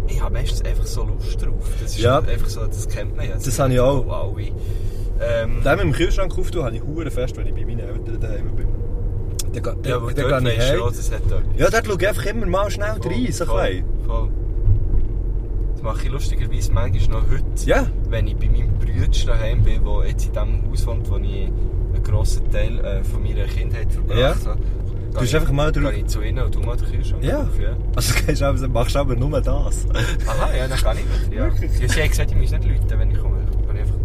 Speaker 1: ich habe meistens einfach so Lust drauf. Das ist
Speaker 2: Ja.
Speaker 1: einfach so, das kennt man ja.
Speaker 2: Das habe ich auch.
Speaker 1: Alle. Ähm,
Speaker 2: Den mit dem Kühlschrank auftun, habe ich hure fest, wenn ich bei meinen Eltern daheim bin. Dann, dann,
Speaker 1: ja, aber
Speaker 2: dann
Speaker 1: dort
Speaker 2: gehe ich
Speaker 1: weisst du
Speaker 2: heim.
Speaker 1: schon, das hat etwas.
Speaker 2: Ja, dort schaue ich einfach immer mal schnell rein, so
Speaker 1: Voll,
Speaker 2: klein.
Speaker 1: Voll. Das mache ich lustigerweise manchmal noch heute.
Speaker 2: Ja.
Speaker 1: Wenn ich bei meinem Bruder daheim bin, der jetzt in dem Haus wohnt, wo ich einen grossen Teil äh, von meiner Kindheit verbracht
Speaker 2: Ja.
Speaker 1: habe. Du
Speaker 2: bist einfach mal drüber-
Speaker 1: Gehe ich zu ihnen und du mal den Kühlschrank
Speaker 2: Ja.
Speaker 1: auf, ja.
Speaker 2: Also du gehst aber, machst aber nur das.
Speaker 1: Aha, ja, dann kann ich wieder, ja. ja sie hat gesagt, ich muss nicht läuten, wenn ich komme. Ich kann einfach...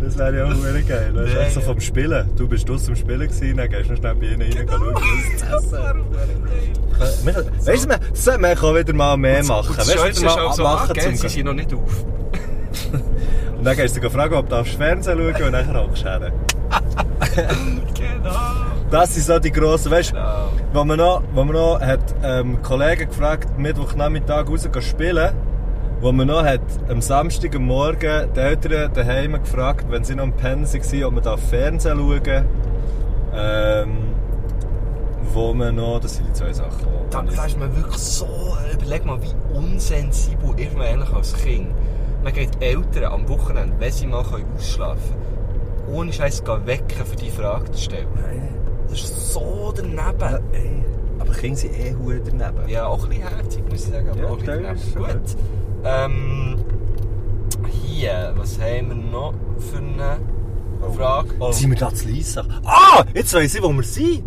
Speaker 2: Das wäre ja auch mega geil. Das ist
Speaker 1: Nein,
Speaker 2: echt so
Speaker 1: ja.
Speaker 2: vom Spielen. Du bist draussen am Spielen gewesen, dann gehst du noch schnell bei ihnen rein genau. schauen. Äh,
Speaker 1: Das wäre auch
Speaker 2: Wir- Weißt du, wir- das sollten wir eigentlich auch wieder mal mehr machen.
Speaker 1: Das
Speaker 2: Weißt du,
Speaker 1: Schönste
Speaker 2: wieder
Speaker 1: ist
Speaker 2: mal
Speaker 1: auch so, ah,
Speaker 2: machen
Speaker 1: gell, sie
Speaker 2: zum
Speaker 1: sind noch nicht auf.
Speaker 2: Und dann gehst du dich fragen, ob du aufs Fernsehen schauen und dann hockst du hin.
Speaker 1: Genau.
Speaker 2: Das sind so die grossen, weißt du,
Speaker 1: Genau.
Speaker 2: wo man noch, wo man noch hat, ähm, Kollegen gefragt, Mittwochnachmittag raus zu spielen, wo man noch hat, am Samstag am Morgen die Eltern daheim gefragt, wenn sie noch im Pennen waren, ob man da Fernsehen schauen darf. ähm, wo man noch, das sind die zwei Sachen. die
Speaker 1: Da,
Speaker 2: man
Speaker 1: da ist man wirklich so, äh, überleg mal, wie unsensibel ist man eigentlich als Kind. Man geht Eltern am Wochenende, wenn sie mal können ausschlafen können, ohne Scheiß gehen wecken, für die Frage zu stellen. Das ist so
Speaker 2: Ja,
Speaker 1: daneben.
Speaker 2: ey. Aber Kinder sind eh hure daneben.
Speaker 1: Ja, auch ein bisschen herzig, muss ich sagen, aber
Speaker 2: Ja,
Speaker 1: auch ein bisschen daneben.
Speaker 2: teilweise,
Speaker 1: Gut. Ähm, hier, was haben wir noch für eine Frage? Oh,
Speaker 2: Sind wir da zu Lisa? Ah, jetzt weiss ich, wo wir sind.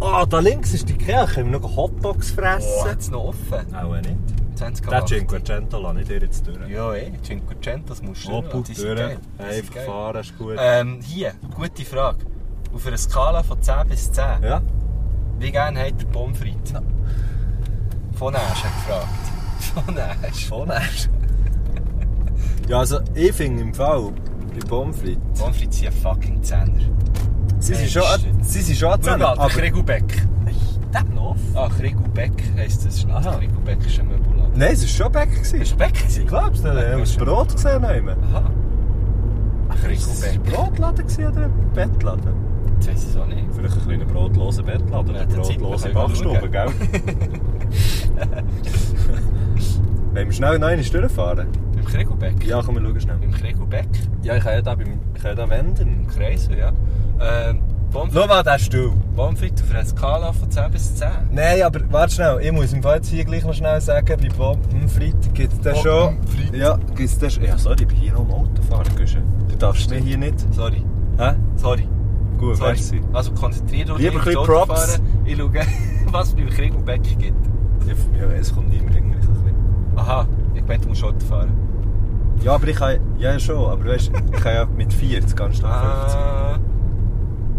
Speaker 2: Ah, da links ist die Kirche. Können wir noch Hotdogs
Speaker 1: Oh,
Speaker 2: fressen?
Speaker 1: jetzt noch offen.
Speaker 2: Auch nicht.
Speaker 1: 20
Speaker 2: Der Cinquecento lasse ich dir jetzt durch.
Speaker 1: Ja, eh, Cinquecento, das musst du
Speaker 2: Opel
Speaker 1: lassen, die sind
Speaker 2: durch.
Speaker 1: geil, die sind
Speaker 2: Einfach
Speaker 1: geil.
Speaker 2: fahren ist gut.
Speaker 1: Ähm, hier, gute Frage. Auf einer Skala von 10 bis 10,
Speaker 2: Ja.
Speaker 1: wie gerne hat der Pommes frites? Von Asch hat gefragt. Von Asch.
Speaker 2: Schon erst. Ja, also ich finde im Fall, bei Pommes frites,
Speaker 1: Pommes frites sind ein fucking Zehner.
Speaker 2: sie sind schon,
Speaker 1: Mensch.
Speaker 2: sie sind schon
Speaker 1: Schau
Speaker 2: zusammen,
Speaker 1: mal, der
Speaker 2: aber...
Speaker 1: Kriegelbeck.
Speaker 2: Der noch?
Speaker 1: Ah, Kriegelbeck heisst das, ist nicht
Speaker 2: Aha.
Speaker 1: Kriegelbeck, ist ein Möbelladen.
Speaker 2: Nein, es war schon Bäck.
Speaker 1: Ist
Speaker 2: gewesen.
Speaker 1: es Beck
Speaker 2: Ich
Speaker 1: gewesen?
Speaker 2: glaube es, da haben wir das Brot gesehen. Nehmen.
Speaker 1: Aha.
Speaker 2: Ist es ein
Speaker 1: Kriegelbeck.
Speaker 2: Brotladen gewesen oder ein Bettladen?
Speaker 1: Das weiss ich auch nicht.
Speaker 2: Vielleicht ein kleiner brotloser Bettladen
Speaker 1: Ja, der Zeit, wir können schauen.
Speaker 2: gell? Wollen wir schnell noch einmal durchfahren?
Speaker 1: Im Kriegelbeck?
Speaker 2: Ja, komm, wir schauen schnell.
Speaker 1: Im Kriegelbeck?
Speaker 2: Ja, ich kann ja da, beim, ich kann ja da wenden.
Speaker 1: Im Kreisel, ja. Ähm, Pommes
Speaker 2: Schau mal, der Stuhl.
Speaker 1: Pommes frites auf einer Skala von 10 bis 10.
Speaker 2: Nein, aber warte schnell, ich muss im Fall jetzt hier gleich noch schnell sagen, bei hm, Bombenfreitag gibt es da
Speaker 1: Bomben-
Speaker 2: schon...
Speaker 1: Freitag.
Speaker 2: Ja, gibt es da schon... hm, Ja, sorry, ich bin hier noch am Autofahren, Güsche. Du darfst mich hier nicht...
Speaker 1: Sorry.
Speaker 2: Hä?
Speaker 1: Sorry.
Speaker 2: Gut,
Speaker 1: Sorry.
Speaker 2: merci.
Speaker 1: Also konzentriert euch
Speaker 2: Lieber
Speaker 1: nicht
Speaker 2: ein
Speaker 1: aufs
Speaker 2: bisschen
Speaker 1: Autofahren. Ich schaue, was es beim Krieg und Becken gibt.
Speaker 2: Ja, von mir, es kommt niemand hinter mich ein bisschen.
Speaker 1: Aha, ich meine, du musst Auto fahren.
Speaker 2: Ja, aber ich kann... Ja, schon, aber weißt ich kann ja mit 40 ganz schnell 50.
Speaker 1: Ah,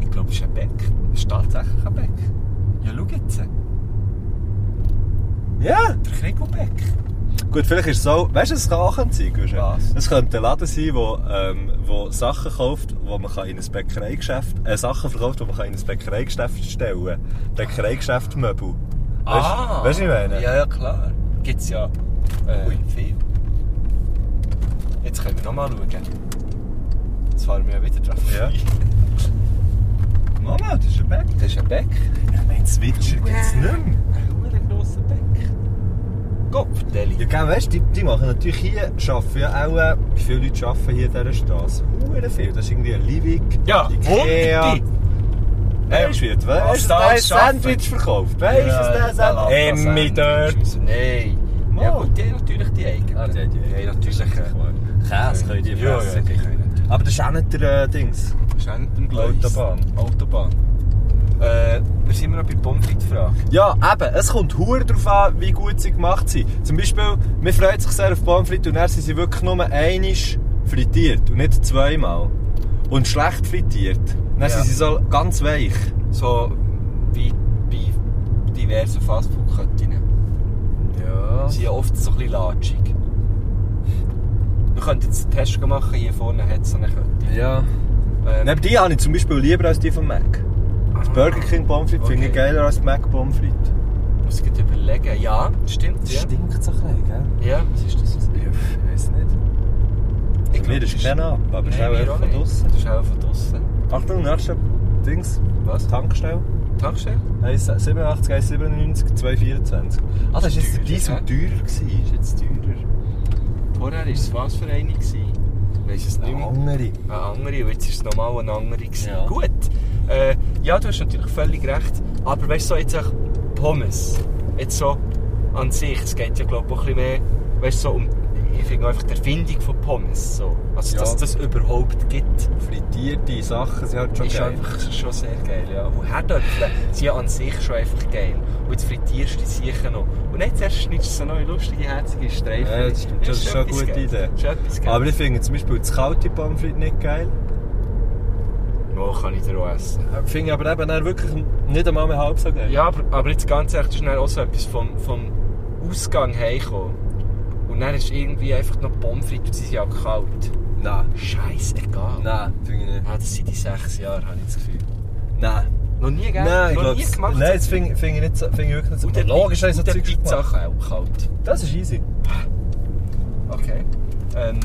Speaker 1: ich glaube, es ist ein Beck. Es ist tatsächlich ein Beck. Ja, schau jetzt. Der
Speaker 2: Ja!
Speaker 1: Krieg und Beck.
Speaker 2: Gut, vielleicht ist es so... Weißt du, es kann auch sein, Güsche.
Speaker 1: Was?
Speaker 2: Es könnte ein Laden sein, wo, ähm, wo Sachen kauft, wo man kann in ein Bäckereigeschäft... Äh, Sachen verkauft, die man kann in ein Bäckereigeschäft stellen kann. Bäckereigeschäft Möbel. Weißt- weißt du, was ich meine?
Speaker 1: Ah. Ja, ja, klar. Gibt es ja äh,
Speaker 2: Ui.
Speaker 1: viel. Jetzt können wir nochmal schauen. Jetzt fahren wir ja wieder drauf.
Speaker 2: Ja.
Speaker 1: vorbei.
Speaker 2: Mama, das ist ein Bäcker.
Speaker 1: Das ist ein Beck.
Speaker 2: Ja, mein Switcher gibt es nicht mehr.
Speaker 1: Ein verdammt grosser Beck. Kopfdeli.
Speaker 2: Ja, gell, weißt du, die, die machen natürlich hier, arbeiten ja auch, äh, wie viele Leute arbeiten hier in dieser Straße? Huren viel. Das ist irgendwie ein Livik,
Speaker 1: Ja,
Speaker 2: Ikea.
Speaker 1: Hunderte.
Speaker 2: Weißt du, wie-
Speaker 1: Was
Speaker 2: weißt du,
Speaker 1: da
Speaker 2: der
Speaker 1: alles arbeiten?
Speaker 2: Sandwich verkauft? Weißt du, was der Sandwich
Speaker 1: Nein.
Speaker 2: Mal.
Speaker 1: Ja gut, die haben natürlich die eigenen.
Speaker 2: Ah, die haben die eigenen.
Speaker 1: haben natürlich. äh,
Speaker 2: Käse können die
Speaker 1: Ja, ja,
Speaker 2: fressen.
Speaker 1: die können natürlich.
Speaker 2: Aber das ist auch nicht der äh, Dings.
Speaker 1: Schenken Gleis.
Speaker 2: Autobahn.
Speaker 1: Autobahn. Äh, wir sind immer noch bei der Pommes frites Frage.
Speaker 2: Ja, eben, es kommt hure darauf an, wie gut sie gemacht sind. Zum Beispiel, man freut sich sehr auf Pommes frites und dann sind sie wirklich nur einmal frittiert und nicht zweimal. Und schlecht frittiert. Dann
Speaker 1: Ja.
Speaker 2: sind sie so ganz weich.
Speaker 1: So wie bei diversen Fastfood-Köttinnen.
Speaker 2: Ja.
Speaker 1: Sie sind ja oft so ein bisschen latschig. Wir könnten jetzt einen Test machen, hier vorne hat es so eine Köttin.
Speaker 2: Ja.
Speaker 1: Ähm,
Speaker 2: Neben die habe ich zum Beispiel lieber als die von Mac. Die Burger King Pommes frites finde ich
Speaker 1: Okay.
Speaker 2: geiler als die Mac Pommes frites.
Speaker 1: ah, Muss ich gerade überlegen. Ja, stimmt. Ja.
Speaker 2: stinkt so klein, gell?
Speaker 1: ja, was ist das?
Speaker 2: Ich weiß nicht. Ich
Speaker 1: glaub,
Speaker 2: glaube, das
Speaker 1: das
Speaker 2: ist kein ab, aber es ist
Speaker 1: Nein,
Speaker 2: auch
Speaker 1: wir
Speaker 2: einfach von
Speaker 1: nicht.
Speaker 2: draussen.
Speaker 1: Das ist auch von draussen.
Speaker 2: Achtung, nächster Dings.
Speaker 1: Was?
Speaker 2: Tankstelle.
Speaker 1: Tankstelle?
Speaker 2: 87, 197, 224. Ah, das war jetzt der
Speaker 1: Teurer,
Speaker 2: Diesel
Speaker 1: hä?
Speaker 2: teurer. Gewesen.
Speaker 1: Ist jetzt teurer. Vorher war es was für eine? gewesen? Weiss es nicht
Speaker 2: Eine
Speaker 1: mehr.
Speaker 2: andere.
Speaker 1: Eine andere, und jetzt ist es nochmal eine andere. gewesen.
Speaker 2: Ja.
Speaker 1: Gut. Äh, ja, du hast natürlich völlig recht. Aber weißt du, so jetzt auch Pommes. Jetzt so an sich. Es geht ja, glaube ich, auch ein bisschen mehr weißt, du, so um ich finde einfach die Erfindung von Pommes. So. Also,
Speaker 2: Ja.
Speaker 1: dass das dus überhaupt gibt.
Speaker 2: Frittierte Sachen sind halt schon
Speaker 1: ist
Speaker 2: geil.
Speaker 1: einfach schon sehr geil, ja. Und Herdöpfel sind ja an sich schon einfach geil. Und jetzt frittierst du die sicher noch. Und jetzt erst schneidest du so neue lustige, herzige Streifen.
Speaker 2: Ja, das stimmt. Das ist schon eine
Speaker 1: etwas
Speaker 2: gute
Speaker 1: geil.
Speaker 2: Idee.
Speaker 1: Das ist etwas geil.
Speaker 2: Aber ich finde zum Beispiel das kalte Pommes frites nicht geil.
Speaker 1: Wo kann ich dir auch essen?
Speaker 2: Ich finde aber eben dann wirklich nicht einmal mehr halb so geil.
Speaker 1: Ja, aber, aber jetzt ganz ehrlich, das ist dann auch so etwas vom, vom Ausgang heimgekommen. Und dann ist irgendwie einfach noch Pommes frites und sie sind ja kalt.
Speaker 2: Nein.
Speaker 1: Scheißegal.
Speaker 2: Nein, finde ich nicht.
Speaker 1: Ah, das sind die sechs Jahre, habe ich das Gefühl.
Speaker 2: Nein.
Speaker 1: Noch nie, gell?
Speaker 2: Nein, ich
Speaker 1: noch
Speaker 2: glaube
Speaker 1: nie gemacht.
Speaker 2: Nein, das finde ich, finde ich, nicht so, finde ich wirklich nicht so.
Speaker 1: und der,
Speaker 2: Logisch haben sie
Speaker 1: und der
Speaker 2: so Zeug
Speaker 1: Pizza
Speaker 2: gemacht.
Speaker 1: auch kalt.
Speaker 2: Das ist easy.
Speaker 1: Okay. Ähm,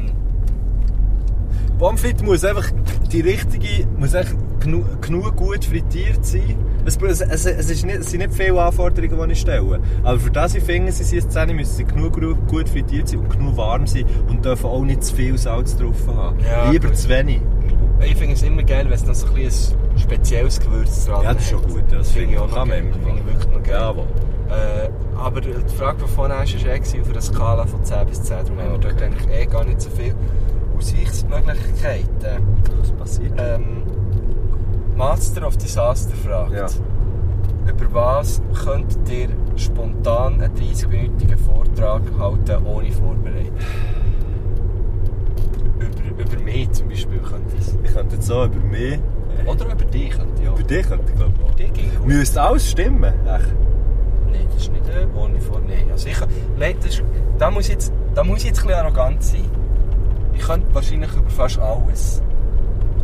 Speaker 2: Pommes frites muss einfach die richtige, muss echt genu genug gut frittiert sein. Es, es, es, es, ist nicht, es sind nicht viele Anforderungen, die ich stelle. Aber für das ich finde, sie sind jetzt 10, müssen sie genug gru- gut frittiert sein und genug warm sein und dürfen auch nicht zu viel Salz drauf haben.
Speaker 1: Ja,
Speaker 2: Lieber
Speaker 1: gut.
Speaker 2: zu wenig.
Speaker 1: Ich finde es immer geil, wenn es noch so ein, bisschen ein spezielles Gewürz dran
Speaker 2: Ja, das ist
Speaker 1: hat.
Speaker 2: schon gut, ja, das finde ich auch
Speaker 1: noch
Speaker 2: kann man
Speaker 1: geil.
Speaker 2: immer
Speaker 1: Finde ich
Speaker 2: machen.
Speaker 1: wirklich noch geil.
Speaker 2: Jawohl.
Speaker 1: Äh, aber die Frage von vorhin war ja eh auf einer Skala von 10 bis 10. Darum haben wir dort
Speaker 2: Okay.
Speaker 1: eigentlich eh gar nicht so viele Ausweichsmöglichkeiten.
Speaker 2: Äh, Was passiert?
Speaker 1: Ähm, Master of Disaster fragt.
Speaker 2: Ja.
Speaker 1: über was könnt ihr spontan einen 30-minütigen Vortrag halten, ohne Vorbereitung? Über, über mich zum Beispiel könnte ich es.
Speaker 2: Ich könnte jetzt so über mich,
Speaker 1: Oder über dich könnte ich auch.
Speaker 2: über dich könnte ich glaube ich auch.
Speaker 1: dich ging gut.
Speaker 2: Müsste alles stimmen, echt.
Speaker 1: Nein, das ist nicht äh, ohne vor. Nein, also ich, nein das ist, da, muss ich jetzt, da muss ich jetzt ein bisschen arrogant sein. Ich könnte wahrscheinlich über fast alles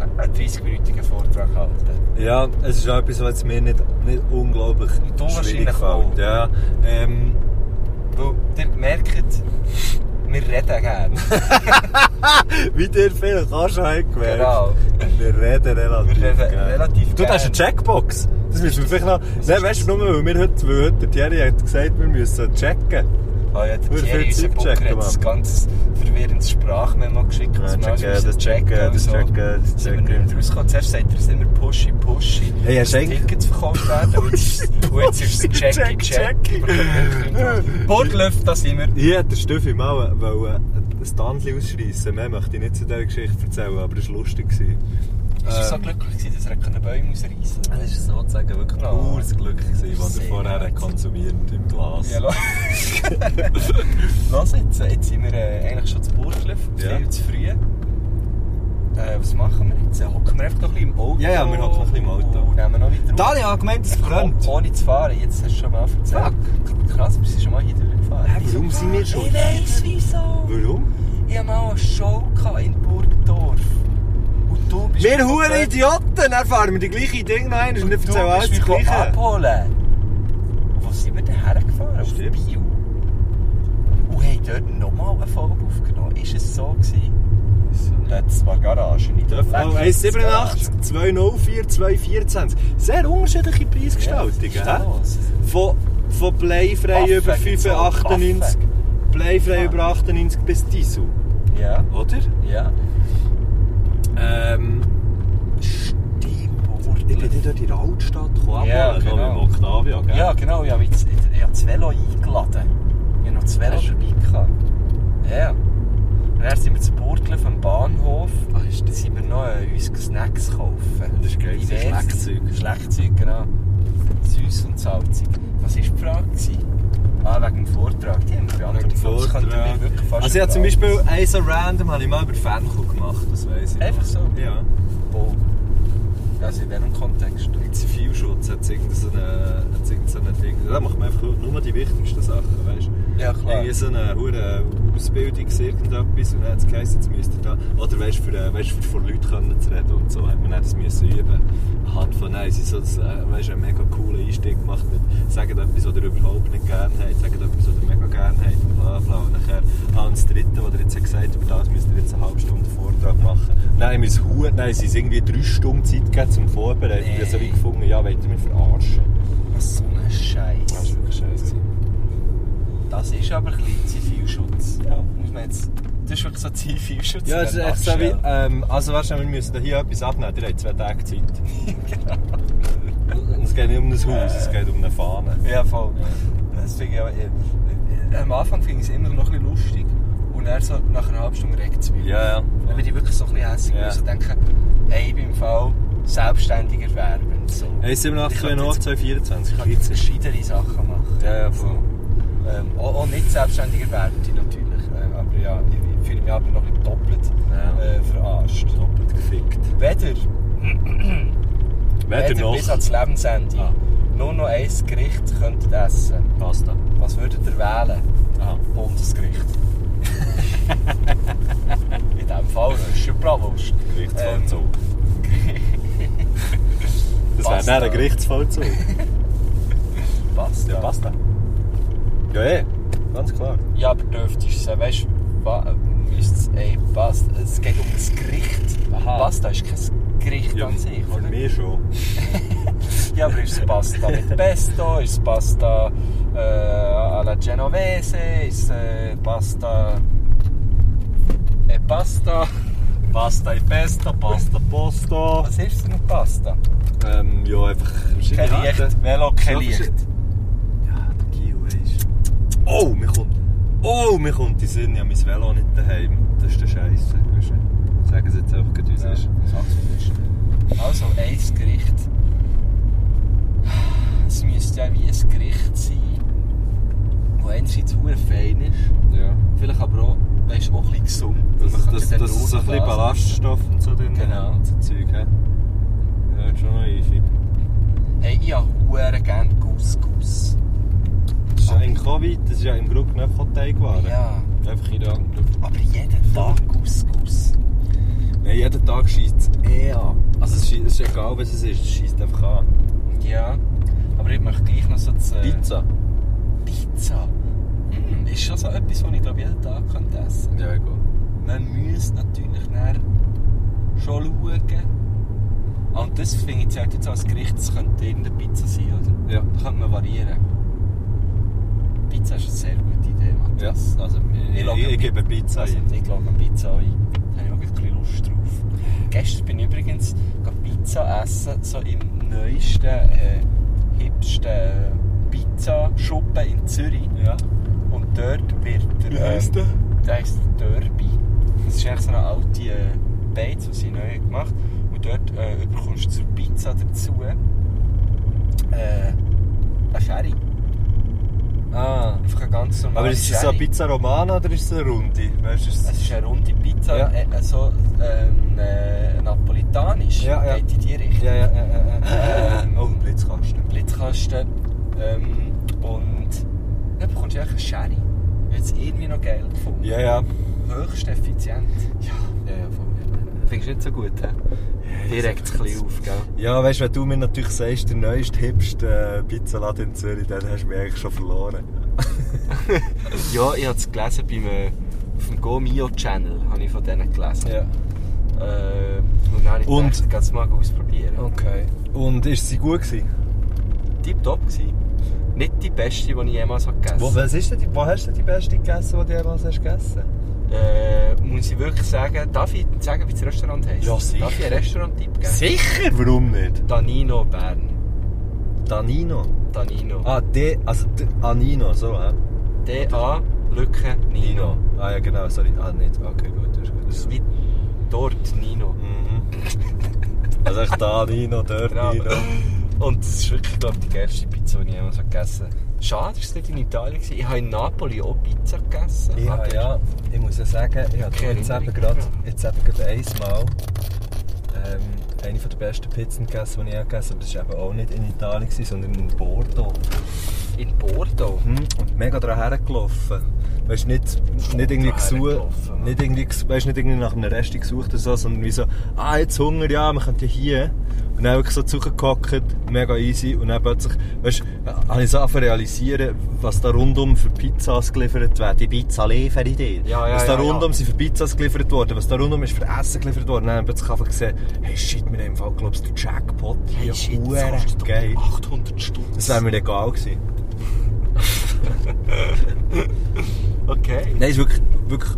Speaker 1: einen 30-minütigen Vortrag halten.
Speaker 2: Ja, es ist auch etwas, was mir nicht, nicht unglaublich
Speaker 1: Und du
Speaker 2: schwierig
Speaker 1: wahrscheinlich auch.
Speaker 2: fällt. Ja, ähm,
Speaker 1: Weil ihr merkt, wir reden gerne.
Speaker 2: wie dir vielleicht auch schon gemerkt.
Speaker 1: Genau.
Speaker 2: Wir reden relativ.
Speaker 1: Wir reden
Speaker 2: gerne.
Speaker 1: relativ
Speaker 2: Du, das ist eine
Speaker 1: gerne.
Speaker 2: Checkbox. Das müssen wir vielleicht noch... Nein,
Speaker 1: ist
Speaker 2: weißt du, nur weil wir heute... Weil heute der Thierry hat gesagt, wir müssen checken.
Speaker 1: Ah ja, der
Speaker 2: Würde
Speaker 1: Thierry,
Speaker 2: viel
Speaker 1: unser
Speaker 2: Zeit
Speaker 1: Booker,
Speaker 2: checken,
Speaker 1: hat ein
Speaker 2: Mann.
Speaker 1: ganz verwirrendes Sprachmemo geschickt. dass
Speaker 2: Ja,
Speaker 1: wir alles
Speaker 2: checken,
Speaker 1: müssen
Speaker 2: das checken,
Speaker 1: und
Speaker 2: das
Speaker 1: so.
Speaker 2: checken, das
Speaker 1: Sind wir
Speaker 2: checken.
Speaker 1: nicht mehr rausgekommen. Zuerst sagt er, es sind immer Dus Pushy, Pushy.
Speaker 2: Hey, hast
Speaker 1: dass
Speaker 2: du eigentlich-
Speaker 1: Tickets verkauft werden. Und jetzt und jetzt ist es Checky,
Speaker 2: Check,
Speaker 1: Checky.
Speaker 2: Checky.
Speaker 1: Bordlöff, da sind wir.
Speaker 2: Hier hat der Steffi mal äh, wollte ein Tandli ausschreissen. Mehr möchte ich nicht zu dieser Geschichte erzählen, aber es war lustig. gewesen.
Speaker 1: Ist er so
Speaker 2: Ähm.
Speaker 1: glücklich gewesen, dass er keine Bäume ausreißen
Speaker 2: Das
Speaker 1: konnte?
Speaker 2: war sozusagen wirklich
Speaker 1: Ja.
Speaker 2: pures Glück, gewesen, was er
Speaker 1: Sehr
Speaker 2: vorher
Speaker 1: nett.
Speaker 2: konsumiert hat im Glas.
Speaker 1: Ja, los. los jetzt. Jetzt sind wir äh, eigentlich schon zu Bordlöff.
Speaker 2: Ja.
Speaker 1: Viel zu früh. Äh, was machen wir jetzt? Hocken wir einfach noch ein bisschen im Auto?
Speaker 2: Ja, ja, wir hocken noch ein bisschen im Auto.
Speaker 1: Und nehmen noch nicht drauf.
Speaker 2: Daniel hat gemeint, es
Speaker 1: Oh, Ohne zu fahren, jetzt hast du schon mal erzählt. Krass, wir sind schon mal hier durchgefahren.
Speaker 2: Warum sind wir schon?
Speaker 1: Ich weiss wieso.
Speaker 2: Warum?
Speaker 1: Ich hatte mal eine Show gehabt in Burgdorf. Und du bist
Speaker 2: Wir hure Idioten, dann fahren wir die gleiche Dinge noch einmal und
Speaker 1: Du
Speaker 2: nicht erzählen alles
Speaker 1: bist
Speaker 2: das
Speaker 1: mich gekommen
Speaker 2: Gleiche.
Speaker 1: abholen. Und wo sind wir denn hergefahren? Auf
Speaker 2: Stimmt.
Speaker 1: Biel. Und haben dort nochmal eine Folge aufgenommen. Ist es so gewesen? Letztes Mal Garage, nicht
Speaker 2: Oh, 187, 204, 224. Sehr unterschiedliche Preisgestaltungen. hä? Von, von Bleifrei
Speaker 1: Affekt,
Speaker 2: über 5,
Speaker 1: so,
Speaker 2: 98, Bleifrei
Speaker 1: Ja.
Speaker 2: über 98 bis Diesel.
Speaker 1: Ja,
Speaker 2: Oder?
Speaker 1: ja.
Speaker 2: Ähm,
Speaker 1: Stimmt.
Speaker 2: ich bin dir dort in der Altstadt gekommen,
Speaker 1: Ja,
Speaker 2: abholen,
Speaker 1: genau.
Speaker 2: noch mit dem Octavia, gell?
Speaker 1: Ja, genau, ich habe, jetzt, ich habe das Velo eingeladen. Ich habe noch das Velo
Speaker 2: Hast du?
Speaker 1: dabei gehabt. Ja. Und dann sind wir zu Burglen vom Bahnhof.
Speaker 2: Ah, ist
Speaker 1: Dann
Speaker 2: das-
Speaker 1: sind wir noch äh, uns Snacks kaufen.
Speaker 2: Das ist geil, das ist
Speaker 1: Diverse-
Speaker 2: Schleckzeug.
Speaker 1: Schleckzeug, genau. Süß und salzig. Was war die Frage? gewesen? Ah, wegen dem Vortrag. Die haben wir beantwortet. Ich glaube, das könnten wir
Speaker 2: Vortrag.
Speaker 1: wirklich fast
Speaker 2: Also ich habe zum
Speaker 1: überall-
Speaker 2: Beispiel einen so random habe ich mal über Fanku gemacht, das weiss ich noch.
Speaker 1: Einfach so?
Speaker 2: Ja.
Speaker 1: Wo? Also in welchem Kontext?
Speaker 2: Im Zivilschutz hat es irgendein so eine- hat es irgendein so ein Ding. Da macht man einfach nur die wichtigsten Sachen, weißt du?
Speaker 1: Ja, klar.
Speaker 2: Irgendwie so eine hure Ausbildung, irgendetwas und dann hat es geheißen, jetzt müsst ihr da... Oder weißt du, für, äh, weißt, für vor Leuten können zu reden und so, hat man dann das müssen üben. Anhand von nein, sie so das, äh, weißt, einen mega coolen Einstieg gemacht mit «Sagt etwas, was ihr überhaupt nicht gerne habt», «Sagt etwas, was ihr mega gerne habt» und bla bla. Und nachher an das Dritte, was er jetzt gesagt hat, über das müsst ihr jetzt eine halbe Stunde Vortrag machen. Nein, wir haben uns- nein, sie haben irgendwie drei Stunden Zeit gegeben zum Vorbereiten. Ich habe so wie gefunden, ja, wollt ihr mich verarschen?
Speaker 1: Was so ein
Speaker 2: Das war
Speaker 1: Scheiß.
Speaker 2: wirklich scheiße.
Speaker 1: Das ist aber ein bisschen Zivilschutz.
Speaker 2: Ja.
Speaker 1: Muss man jetzt, das ist wirklich so Zivilschutz.
Speaker 2: Ja, es ist
Speaker 1: in einer
Speaker 2: echt so wie,
Speaker 1: Nutshell.
Speaker 2: ähm, also weißt du, wir müssen hier etwas abnehmen, ihr habt zwei Tage Zeit. genau. Es geht nicht um ein Haus, es geht um eine Fahne.
Speaker 1: Ja, voll. Das finde ich aber, äh, äh, am Anfang finde ich es immer noch ein bisschen lustig und dann so nach einer halben Stunde regt es mich.
Speaker 2: Ja, ja.
Speaker 1: Dann bin ich wirklich so ein bisschen hässlich, weil
Speaker 2: Ja.
Speaker 1: ich so denke, ey, ich bin im Fall selbstständig erwerbend. So.
Speaker 2: 1,87, 2,9, 2,24.
Speaker 1: Ich kann jetzt gescheidere Sachen machen.
Speaker 2: Ja, ja, voll.
Speaker 1: Ähm, auch, auch nicht selbstständig erwerbende natürlich. Ähm, aber ja, ich, ich fühle mich aber noch ein bisschen doppelt
Speaker 2: Ja.
Speaker 1: äh, verarscht.
Speaker 2: Doppelt gefickt.
Speaker 1: Weder
Speaker 2: Weder noch.
Speaker 1: bis ans Lebensende
Speaker 2: Ah.
Speaker 1: nur noch ein Gericht könntet essen.
Speaker 2: Pasta.
Speaker 1: Was würdet ihr wählen?
Speaker 2: Aha.
Speaker 1: Bundesgericht. In diesem Fall Röschenbratwurst. Ähm,
Speaker 2: Gerichtsvollzug. das wäre
Speaker 1: Pasta.
Speaker 2: dann ein Gerichtsvollzug.
Speaker 1: Passt. Ja,
Speaker 2: Pasta. Ja, eh. Ganz klar.
Speaker 1: ja aber dürftest du es, weißt du, müsste es ey, passt. Es geht um das Gericht.
Speaker 2: Aha.
Speaker 1: Pasta ist kein Gericht an sich,
Speaker 2: für
Speaker 1: oder?
Speaker 2: mich schon.
Speaker 1: Ja, aber ist es Pasta mit Pesto, ist es Pasta äh, alla Genovese, ist es äh, Pasta. E Pasta.
Speaker 2: Pasta e Pesta, Pasta Posto.
Speaker 1: Was ist denn mit Pasta?
Speaker 2: Ähm, ja, einfach
Speaker 1: Kein
Speaker 2: verschiedene
Speaker 1: Licht, Velo, kein Licht.
Speaker 2: Ja, der Gio ist... Oh, mir kommt... Oh, mir kommt in den Sinn, ich habe mein Velo nicht daheim. Das ist der Scheiße. weisst du. Sagen sie jetzt einfach gerade, wie es ist.
Speaker 1: Also, ein Gericht. Es müsste dann
Speaker 2: Dass es so ein bisschen
Speaker 1: durchblasen.
Speaker 2: Ballaststoff und so drin
Speaker 1: Genau.
Speaker 2: hat, so Zeug, hä? Ja, das ist schon noch easy.
Speaker 1: Hey, ich habe huere gerne Couscous.
Speaker 2: Das ist ja im Covid, das ist ja im Grunde genommen auch Teigwaren.
Speaker 1: Ja,
Speaker 2: Einfach in der anderen.
Speaker 1: aber jeden Tag Couscous.
Speaker 2: Nein, jeden Tag scheisst es eh an. Also es scheisst- es ist egal, was es ist, es scheisst einfach an.
Speaker 1: Ja, aber ich möchte gleich noch so das... äh,
Speaker 2: Pizza?
Speaker 1: Pizza. Hm, ist schon so etwas, was ich glaube jeden Tag könnte essen könnte.
Speaker 2: Ja, gut.
Speaker 1: Man muss natürlich dann schon schauen. Ah, Und das finde ich zählt jetzt als Gericht, das könnte irgendeine Pizza sein, oder?
Speaker 2: Ja.
Speaker 1: Da könnte man variieren. Pizza ist eine sehr gute Idee, Matthias. Also, ich,
Speaker 2: Ich,
Speaker 1: logge
Speaker 2: ich, gebe Pizza
Speaker 1: also,
Speaker 2: ein.
Speaker 1: ich logge eine Pizza ein. Da habe ich auch ein bisschen Lust drauf. Gestern bin ich übrigens gegangen Pizza essen, so im neuesten, äh, hipsten äh, Pizzaschuppen in Zürich.
Speaker 2: Ja.
Speaker 1: Und dort wird der... äh,
Speaker 2: Wie heisst der?
Speaker 1: Der heisst Derby. Das ist eigentlich so eine alte äh, Beiz, die sie neu gemacht haben. Und dort äh, bekommst du zur Pizza dazu äh, eine Sherry.
Speaker 2: Ah.
Speaker 1: Einfach eine ganz normale
Speaker 2: Aber ist es so
Speaker 1: Sherry.
Speaker 2: eine Pizza Romana oder ist es eine Runde? Weißt du, ist
Speaker 1: Es
Speaker 2: es...
Speaker 1: ist eine runde Pizza,
Speaker 2: Ja.
Speaker 1: äh, äh, so ähm, äh, napolitanisch.
Speaker 2: Ja, ja.
Speaker 1: Geht in die Richtung.
Speaker 2: Ja, ja, ja, ja, ja.
Speaker 1: Ähm.
Speaker 2: Oh, ein Blitzkasten.
Speaker 1: Blitzkasten. Ähm, und dann bekommst du eigentlich eine Sherry. Jetzt irgendwie noch Geld gefunden.
Speaker 2: Ja, ja.
Speaker 1: Höchst effizient. Ja, ja, ja voll. Findest du nicht so gut, hä? Direkt ein bisschen auf, gell?
Speaker 2: Ja, weißt du, wenn du mir natürlich sagst, der neueste, hipste äh, Pizzaladen in Zürich, dann hast du mich eigentlich schon verloren.
Speaker 1: Ja, ich habe es gelesen beim, äh, auf dem Go Mio Channel, habe ich von denen gelesen. Äh, und dann habe ich
Speaker 2: Und-
Speaker 1: gedacht, ich kann es mal ausprobieren.
Speaker 2: Okay. Und ist sie gut gewesen?
Speaker 1: Tipptopp gewesen. Nicht die beste, die ich jemals habe gegessen
Speaker 2: Wo, was ist denn die, wo hast du denn die beste gegessen, die du jemals hast gegessen?
Speaker 1: Äh, muss ich wirklich sagen, darf ich sagen, wie das Restaurant heisst?
Speaker 2: Ja, sicher.
Speaker 1: Darf ich einen Restaurant-Tipp geben?
Speaker 2: Sicher? Warum nicht?
Speaker 1: Danino Bern.
Speaker 2: Danino.
Speaker 1: Danino.
Speaker 2: Ah, D, also D, Anino, so, hä?
Speaker 1: D-A, Lücke, Nino.
Speaker 2: Ah ja, genau, sorry. Ah, nicht. Okay, gut, das ist gut.
Speaker 1: Das ist wie dort Nino.
Speaker 2: Mhm. Also echt da Nino, dort
Speaker 1: Genau.
Speaker 2: Nino.
Speaker 1: Und das ist wirklich, glaube ich, die geilste Pizza, die ich jemals habe gegessen habe. Schade, dass es nicht in Italien war. Ich habe in Napoli auch Pizza gegessen.
Speaker 2: Ich
Speaker 1: Aber
Speaker 2: habe ja, ich muss ja sagen, ich habe
Speaker 1: Keine
Speaker 2: jetzt eben
Speaker 1: Erinnerung
Speaker 2: gerade,
Speaker 1: daran.
Speaker 2: jetzt eben gerade einmal ähm, eine der besten Pizzen gegessen, die ich auch gegessen habe. Aber das war eben auch nicht in Italien, gewesen, sondern in Bordeaux.
Speaker 1: In Bordeaux.
Speaker 2: Hm, Und mega daran hergelaufen. Weißt du, nicht, nicht irgendwie
Speaker 1: Daran
Speaker 2: gesucht,
Speaker 1: hergelaufen,
Speaker 2: nicht irgendwie, ges- weißt, nicht irgendwie nach einem Rest gesucht oder so, sondern wie so, ah, jetzt Hunger, ja, wir könnten hier. Und dann wirklich so zugehockt, mega easy. Und dann plötzlich, weißt du, äh, habe ich so angefangen zu realisieren, was da rundum für Pizzas geliefert werden. Die Pizza liefern die.
Speaker 1: Ja, ja,
Speaker 2: was da
Speaker 1: ja, ja.
Speaker 2: rundum sind für Pizzas geliefert worden, was da rundum ist für Essen geliefert worden. Und dann habe ich plötzlich angefangen zu sehen, hey shit, wir haben im Fall, glaubst du, den Jackpot hier. Huere
Speaker 1: kostet
Speaker 2: geil.
Speaker 1: doch 800 Stunden.
Speaker 2: Das wäre mir egal gewesen.
Speaker 1: Okay.
Speaker 2: Nein, es war wirklich, wirklich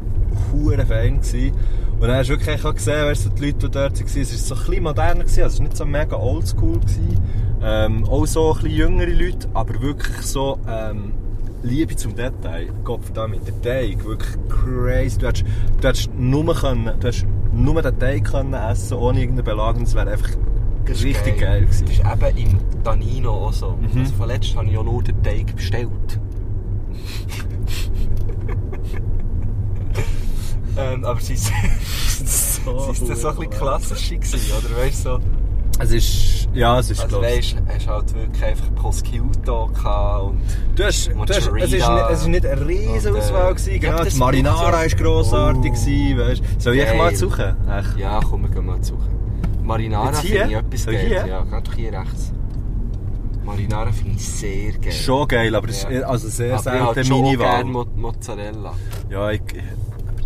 Speaker 2: hure fein. Gewesen. Und dann hast du wirklich auch gesehen, weißt du, die Leute, die dort waren, es war so ein bisschen moderner, gewesen, also es war nicht so mega oldschool. gewesen. Ähm, auch so ein bisschen jüngere Leute, aber wirklich so ähm, Liebe zum Detail. Gott verdammt, der Teig, wirklich crazy. Du hättest, du hättest, nur, können, du hättest nur den Teig können essen ohne irgendeinen Belag und es wäre einfach
Speaker 1: Das ist
Speaker 2: richtig geil,
Speaker 1: Das
Speaker 2: gewesen. Mhm.
Speaker 1: ist eben im Danino auch so. Also von letztem habe ich ja nur den Teig bestellt. ähm, aber sie ist so, sie ist so ein bisschen klassischer gewesen, oder? Weißt du, so,
Speaker 2: Es ist, ja, es ist
Speaker 1: also
Speaker 2: close.
Speaker 1: weißt, du, hast halt wirklich einfach Prosciutto gehabt und
Speaker 2: Du hast, du hast, es war
Speaker 1: Mozzarella.
Speaker 2: nicht, es ist nicht eine riesen
Speaker 1: Und, äh,
Speaker 2: Auswahl. gewesen,
Speaker 1: ja,
Speaker 2: genau,
Speaker 1: das
Speaker 2: die Marinara
Speaker 1: braucht's ja.
Speaker 2: war grossartig. gewesen, Weißt. Soll ich echt
Speaker 1: Geil.
Speaker 2: mal suchen? Echt?
Speaker 1: ja, komm, wir gehen mal suchen. Marinara
Speaker 2: Jetzt hier?
Speaker 1: finde ich etwas
Speaker 2: Soll
Speaker 1: geil.
Speaker 2: hier?
Speaker 1: Ja, geh doch hier rechts. Marinara finde ich sehr geil.
Speaker 2: Schon geil, aber es
Speaker 1: Ja.
Speaker 2: ist also sehr
Speaker 1: Aber ich
Speaker 2: selten
Speaker 1: halt schon
Speaker 2: meine
Speaker 1: auch gerne
Speaker 2: Wahl.
Speaker 1: Mo Mozzarella.
Speaker 2: Ja, ich,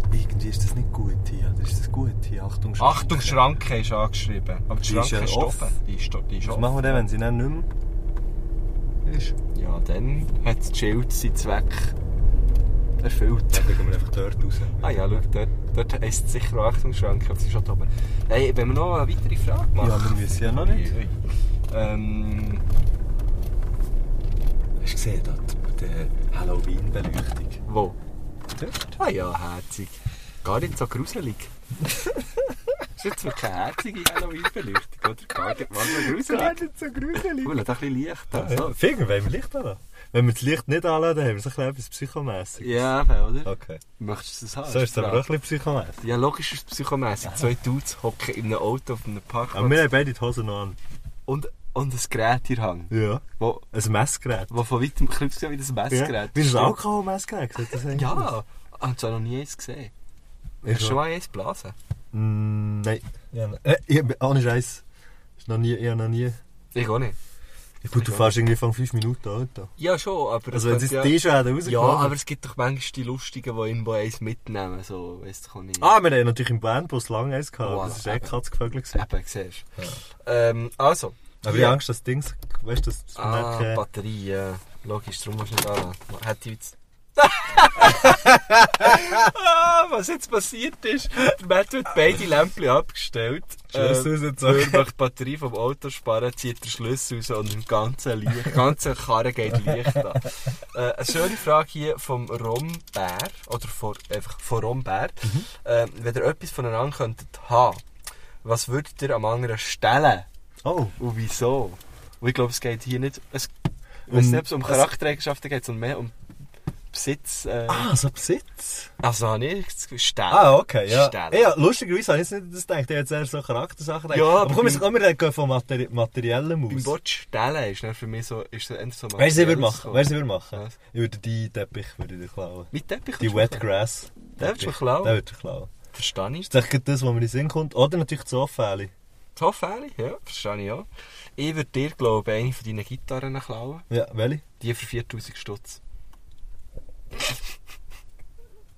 Speaker 2: aber irgendwie ist das nicht gut hier. Ist das gut hier? Achtung, Schranke.
Speaker 1: Achtung, Schranke ist angeschrieben. Aber die
Speaker 2: Die ist
Speaker 1: Schranke
Speaker 2: ja
Speaker 1: ist
Speaker 2: offen.
Speaker 1: offen. Die ist, die ist
Speaker 2: Was
Speaker 1: offen.
Speaker 2: machen wir denn, wenn sie dann nicht mehr ist?
Speaker 1: Ja, dann hat das Schild seinen Zweck erfüllt.
Speaker 2: Dann gehen wir einfach dort raus.
Speaker 1: Ah ja, schau, dort, dort heisst es sicher auch Achtung, Schranke, aber sie ist schon da oben. Hey, wenn wir noch eine weitere Frage machen.
Speaker 2: Ja, wir wissen ja noch nicht.
Speaker 1: Ui, ui. Ähm,
Speaker 2: Hast du gesehen, dort, die Halloween-Beleuchtung?
Speaker 1: wo?
Speaker 2: Dort?
Speaker 1: Ah ja, herzig. Gar nicht so gruselig. ist jetzt wirklich eine herzige Halloween-Beleuchtung, oder? Gar nicht mal so gruselig.
Speaker 5: nicht so gruselig.
Speaker 1: Oh, lass doch ein bisschen Licht an.
Speaker 2: Ja,
Speaker 1: So.
Speaker 2: Finger, wollen wir Licht anlassen? Wenn wir das Licht nicht anlassen, dann haben wir so ein bisschen etwas psychomässiges.
Speaker 1: Ja, Ah, eben, oder?
Speaker 2: Okay.
Speaker 1: Möchtest du das haben?
Speaker 2: So ist es
Speaker 1: die
Speaker 2: aber auch
Speaker 1: Frage.
Speaker 2: ein bisschen psychomässig.
Speaker 1: Ja, logisch ist es psychomässig. Zwei Dudes hocken in einem Auto auf einem Parkplatz
Speaker 2: Aber wir haben beide die Hosen noch an.
Speaker 1: und, und ein Gerät hier hängen,
Speaker 2: Ja.
Speaker 1: wo,
Speaker 2: Ein Also Messgerät.
Speaker 1: wo von weitem klippt wie das
Speaker 2: Ja.
Speaker 1: Messgerät.
Speaker 2: Wie ein
Speaker 1: Stimmt.
Speaker 2: Alkoholmessgerät, sagt das eigentlich?
Speaker 1: Ja, ich habe noch nie eins gesehen. Hast
Speaker 2: Ist
Speaker 1: du schon
Speaker 2: wahr.
Speaker 1: mal eins geblasen?
Speaker 2: Mm, nein. Ja, nein. Äh, ich, ohne Scheiß. Ist noch nie, ich habe noch nie.
Speaker 1: Ich auch nicht.
Speaker 2: Ich gut, du fährst irgendwie von 5 Minuten Auto.
Speaker 1: Ja, schon, aber...
Speaker 2: Also wenn
Speaker 1: es
Speaker 2: sie
Speaker 1: könnte
Speaker 2: die Schäden
Speaker 1: ja,
Speaker 2: rausgekommen
Speaker 1: ja, aber es gibt doch manchmal die Lustigen, die irgendwo eins mitnehmen, so, weißt du, kann ich...
Speaker 2: Ah, wir haben natürlich im Bandbus lange eins gehabt.
Speaker 1: Voilà,
Speaker 2: das ist echt
Speaker 1: eben.
Speaker 2: Katzgevögel. gewesen.
Speaker 1: Eben, siehst du. Ähm, also.
Speaker 2: Aber ich
Speaker 1: hier-
Speaker 2: habe Angst, dass das Ding, weißt du, dass
Speaker 1: Ah,
Speaker 2: merken-
Speaker 1: Batterie, ja. Logisch, darum musst du nicht anlassen. Hätte ich jetzt... ah, was jetzt passiert ist, der Matt hat beide Lämpchen abgestellt. Ähm,
Speaker 2: Schlüssel
Speaker 1: Würde
Speaker 2: rausgezogen.
Speaker 1: mich die Batterie vom Auto sparen, zieht der Schlüssel raus und im ganzen Licht, die ganze Karre geht Licht an. Äh, eine schöne Frage hier vom Rombär, oder vor, einfach von Rombär. Äh, wenn ihr etwas voneinander könntet haben, was würdet ihr am anderen stellen
Speaker 2: Oh,
Speaker 1: und wieso? Und ich glaube, es geht hier nicht, es,
Speaker 2: Um-
Speaker 1: um, nicht, um
Speaker 2: es-
Speaker 1: Charaktereigenschaften geht, sondern mehr um Besitz. Äh,
Speaker 2: ah, so Besitz.
Speaker 1: also habe ich das Gefühl, Stellen.
Speaker 2: Ah, okay, ja.
Speaker 1: Stellen.
Speaker 2: Ja, lustigerweise habe ich jetzt nicht das gedacht. Ich hätte jetzt eher so Charaktersachen gedacht.
Speaker 1: Ja,
Speaker 2: aber
Speaker 1: aber
Speaker 2: komm,
Speaker 1: beim-
Speaker 2: wir- komm, wir gehen von Materi Materiellem
Speaker 1: Beim
Speaker 2: aus.
Speaker 1: Wort Stellen ist dann für mich so, ist so eher so
Speaker 2: oh. Weißt du, was ich würde machen?
Speaker 1: materielles so.
Speaker 2: Weißt du, was ich würde machen?
Speaker 1: Was?
Speaker 2: Ich würde die Teppich würde ich dir klauen.
Speaker 1: Mit Teppich?
Speaker 2: Die
Speaker 1: kannst du
Speaker 2: Wet
Speaker 1: machen.
Speaker 2: Grass.
Speaker 1: Den würdest du
Speaker 2: Teppich.
Speaker 1: klauen?
Speaker 2: Den würde ich klauen.
Speaker 1: Verstehe ich.
Speaker 2: Das ist eigentlich gerade das, was mir in den Sinn kommt. Oder natürlich das Sofäli.
Speaker 1: So fähig, ja, verstehe ich auch. Ich würde dir, glaube ich, eine von deinen Gitarren klauen.
Speaker 2: Ja, welche?
Speaker 1: Die für 4000 Stutz.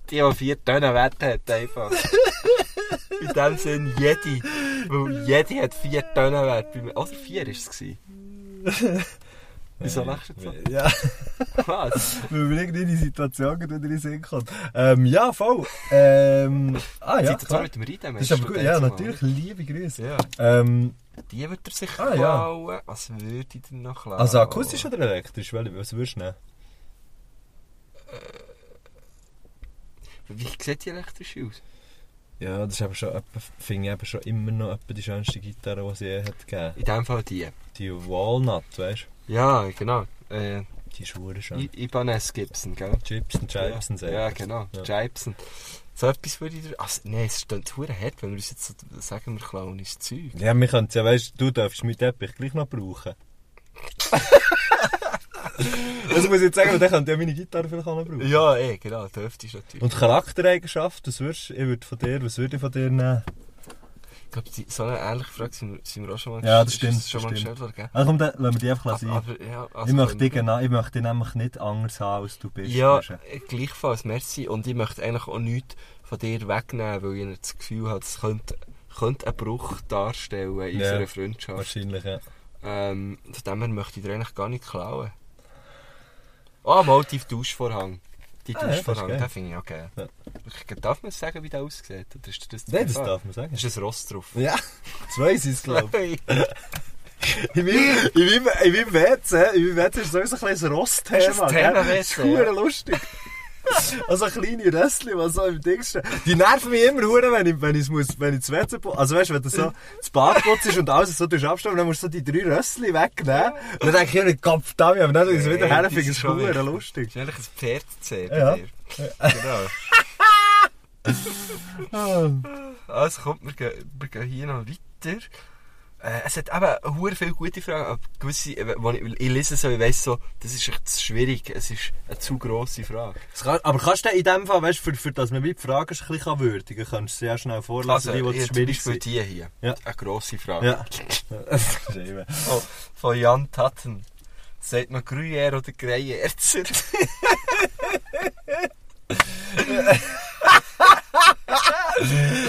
Speaker 1: die, die vier Tonnen Wert hat, einfach. In dem Sinn, jede. Weil jede hat vier Tonnen Wert. Bei mir. Oder vier war es. gewesen. Wieso lachst du jetzt so?
Speaker 2: Ja,
Speaker 1: Was?
Speaker 2: weil mir irgendwie die Situation gerade wieder in den Sinn kommt. Ähm, ja, voll. Ähm, ah, ja,
Speaker 1: Seid ihr da
Speaker 2: klar.
Speaker 1: mit dem Reiten?
Speaker 2: Das ist aber gut. Ja, natürlich. Liebe Grüße.
Speaker 1: Ja,
Speaker 2: Ähm,
Speaker 1: die würde er sich
Speaker 2: Ah, ja.
Speaker 1: klauen. Was würde ich denn noch klauen?
Speaker 2: also akustisch oder elektrisch? Welche, was würdest du nehmen?
Speaker 1: Wie sieht die elektrische aus?
Speaker 2: Ja, das ist eben schon, etwa- finde ich eben schon immer noch etwa die schönste Gitarre, die sie je hat gegeben.
Speaker 1: In dem Fall die.
Speaker 2: Die Walnut, weißt du?
Speaker 1: Ja, genau. Äh,
Speaker 2: Die ist verdammt schön.
Speaker 1: I Ibanez Gibson, gell?
Speaker 2: Chips und Chips und
Speaker 1: ja. ja, genau.
Speaker 2: Ja.
Speaker 1: Jibson. So etwas würde ich dir... Also, nein, es klingt verdammt hart, wenn wir uns jetzt so sagen, wir klauen uns Zeug.
Speaker 2: Ja, wir können ja, weißt du, du darfst meinen Teppich gleich noch brauchen. das muss ich jetzt sagen, weil dann könnte ja meine Gitarre vielleicht auch noch brauchen.
Speaker 1: Ja, eh, genau. Dürftest natürlich.
Speaker 2: Und Charaktereigenschaft, was würdest ich würde von dir, was würde ich von dir nehmen?
Speaker 1: Ich glaube, die- so eine ähnliche Frage sind wir, sind wir auch schon mal...
Speaker 2: Ja, das
Speaker 1: ist
Speaker 2: stimmt,
Speaker 1: schon
Speaker 2: das
Speaker 1: mal
Speaker 2: stimmt.
Speaker 1: gestellt worden, gell?
Speaker 2: Also komm, dann lassen wir die einfach sein.
Speaker 1: Aber, ja, also,
Speaker 2: ich, möchte dich, genau- ich möchte dich nämlich nicht anders haben, als du bist.
Speaker 1: Ja,
Speaker 2: Bursche.
Speaker 1: äh, gleichfalls, merci. Und ich möchte eigentlich auch nichts von dir wegnehmen, weil ich das Gefühl habe, es könnte, könnte einen Bruch darstellen in
Speaker 2: Ja.
Speaker 1: unserer Freundschaft.
Speaker 2: Wahrscheinlich, ja.
Speaker 1: Ähm, von dem her möchte ich dir eigentlich gar nicht klauen. Ah, oh, mal die Duschvorhang. Die
Speaker 2: Ah, ja,
Speaker 1: Duschvorhang,
Speaker 2: das ist geil.
Speaker 1: den finde ich auch geil.
Speaker 2: Ja.
Speaker 1: Ich- Darf man sagen, wie der aussieht? Oder ist dir das zu
Speaker 2: Nein, das
Speaker 1: privat?
Speaker 2: darf man sagen.
Speaker 1: Da ist ein Ross drauf.
Speaker 2: Ja, zwei sind es, glaube
Speaker 1: Hey.
Speaker 2: In meinem, in meinem, in meinem WC, in meinem WC ist sowieso ein kleines
Speaker 1: Das ist
Speaker 2: Rostthema.
Speaker 1: ein
Speaker 2: gell?
Speaker 1: Thema-WC,
Speaker 2: Das ist verdammt lustig. Also kleine Röstchen, die so im Ding stehen. Die nerven mich immer hure, wenn ich, wenn ich, muss, wenn ich das WC putze. Also weißt du, wenn du so das Bad putzt und alles so tust abstellen, dann musst du so die drei Röstchen wegnehmen. Und dann denke ich, ich Kopf da, aber dann ist es wieder
Speaker 1: Nein,
Speaker 2: her,
Speaker 1: das
Speaker 2: finde ich
Speaker 1: ist
Speaker 2: es
Speaker 1: schon
Speaker 2: verdammt
Speaker 1: wichtig.
Speaker 2: lustig.
Speaker 1: Das ist eigentlich ein Pferd zu sehen bei
Speaker 2: Ja.
Speaker 1: dir. Genau.
Speaker 2: Ah.
Speaker 1: Also kommt, wir gehen, wir gehen hier noch weiter. Äh, es hat eben hure viele gute Fragen, aber gewisse, äh, wo ich, ich lese so, ich weiss so, das ist echt zu schwierig, es ist eine zu grosse Frage.
Speaker 2: Das kann- Aber kannst du in dem Fall, weißt du, für, für dass man wie die Fragen ein bisschen kann würdigen kann, kannst du sehr schnell vorlesen, die, die
Speaker 1: ich-
Speaker 2: zu
Speaker 1: Also, zum
Speaker 2: schwierig
Speaker 1: Beispiel
Speaker 2: sind.
Speaker 1: die hier,
Speaker 2: Ja.
Speaker 1: eine grosse Frage.
Speaker 2: Ja. Das ist eben-
Speaker 1: Oh, von Jan Tatten. Sagt man Gruyère oder Greyerzer?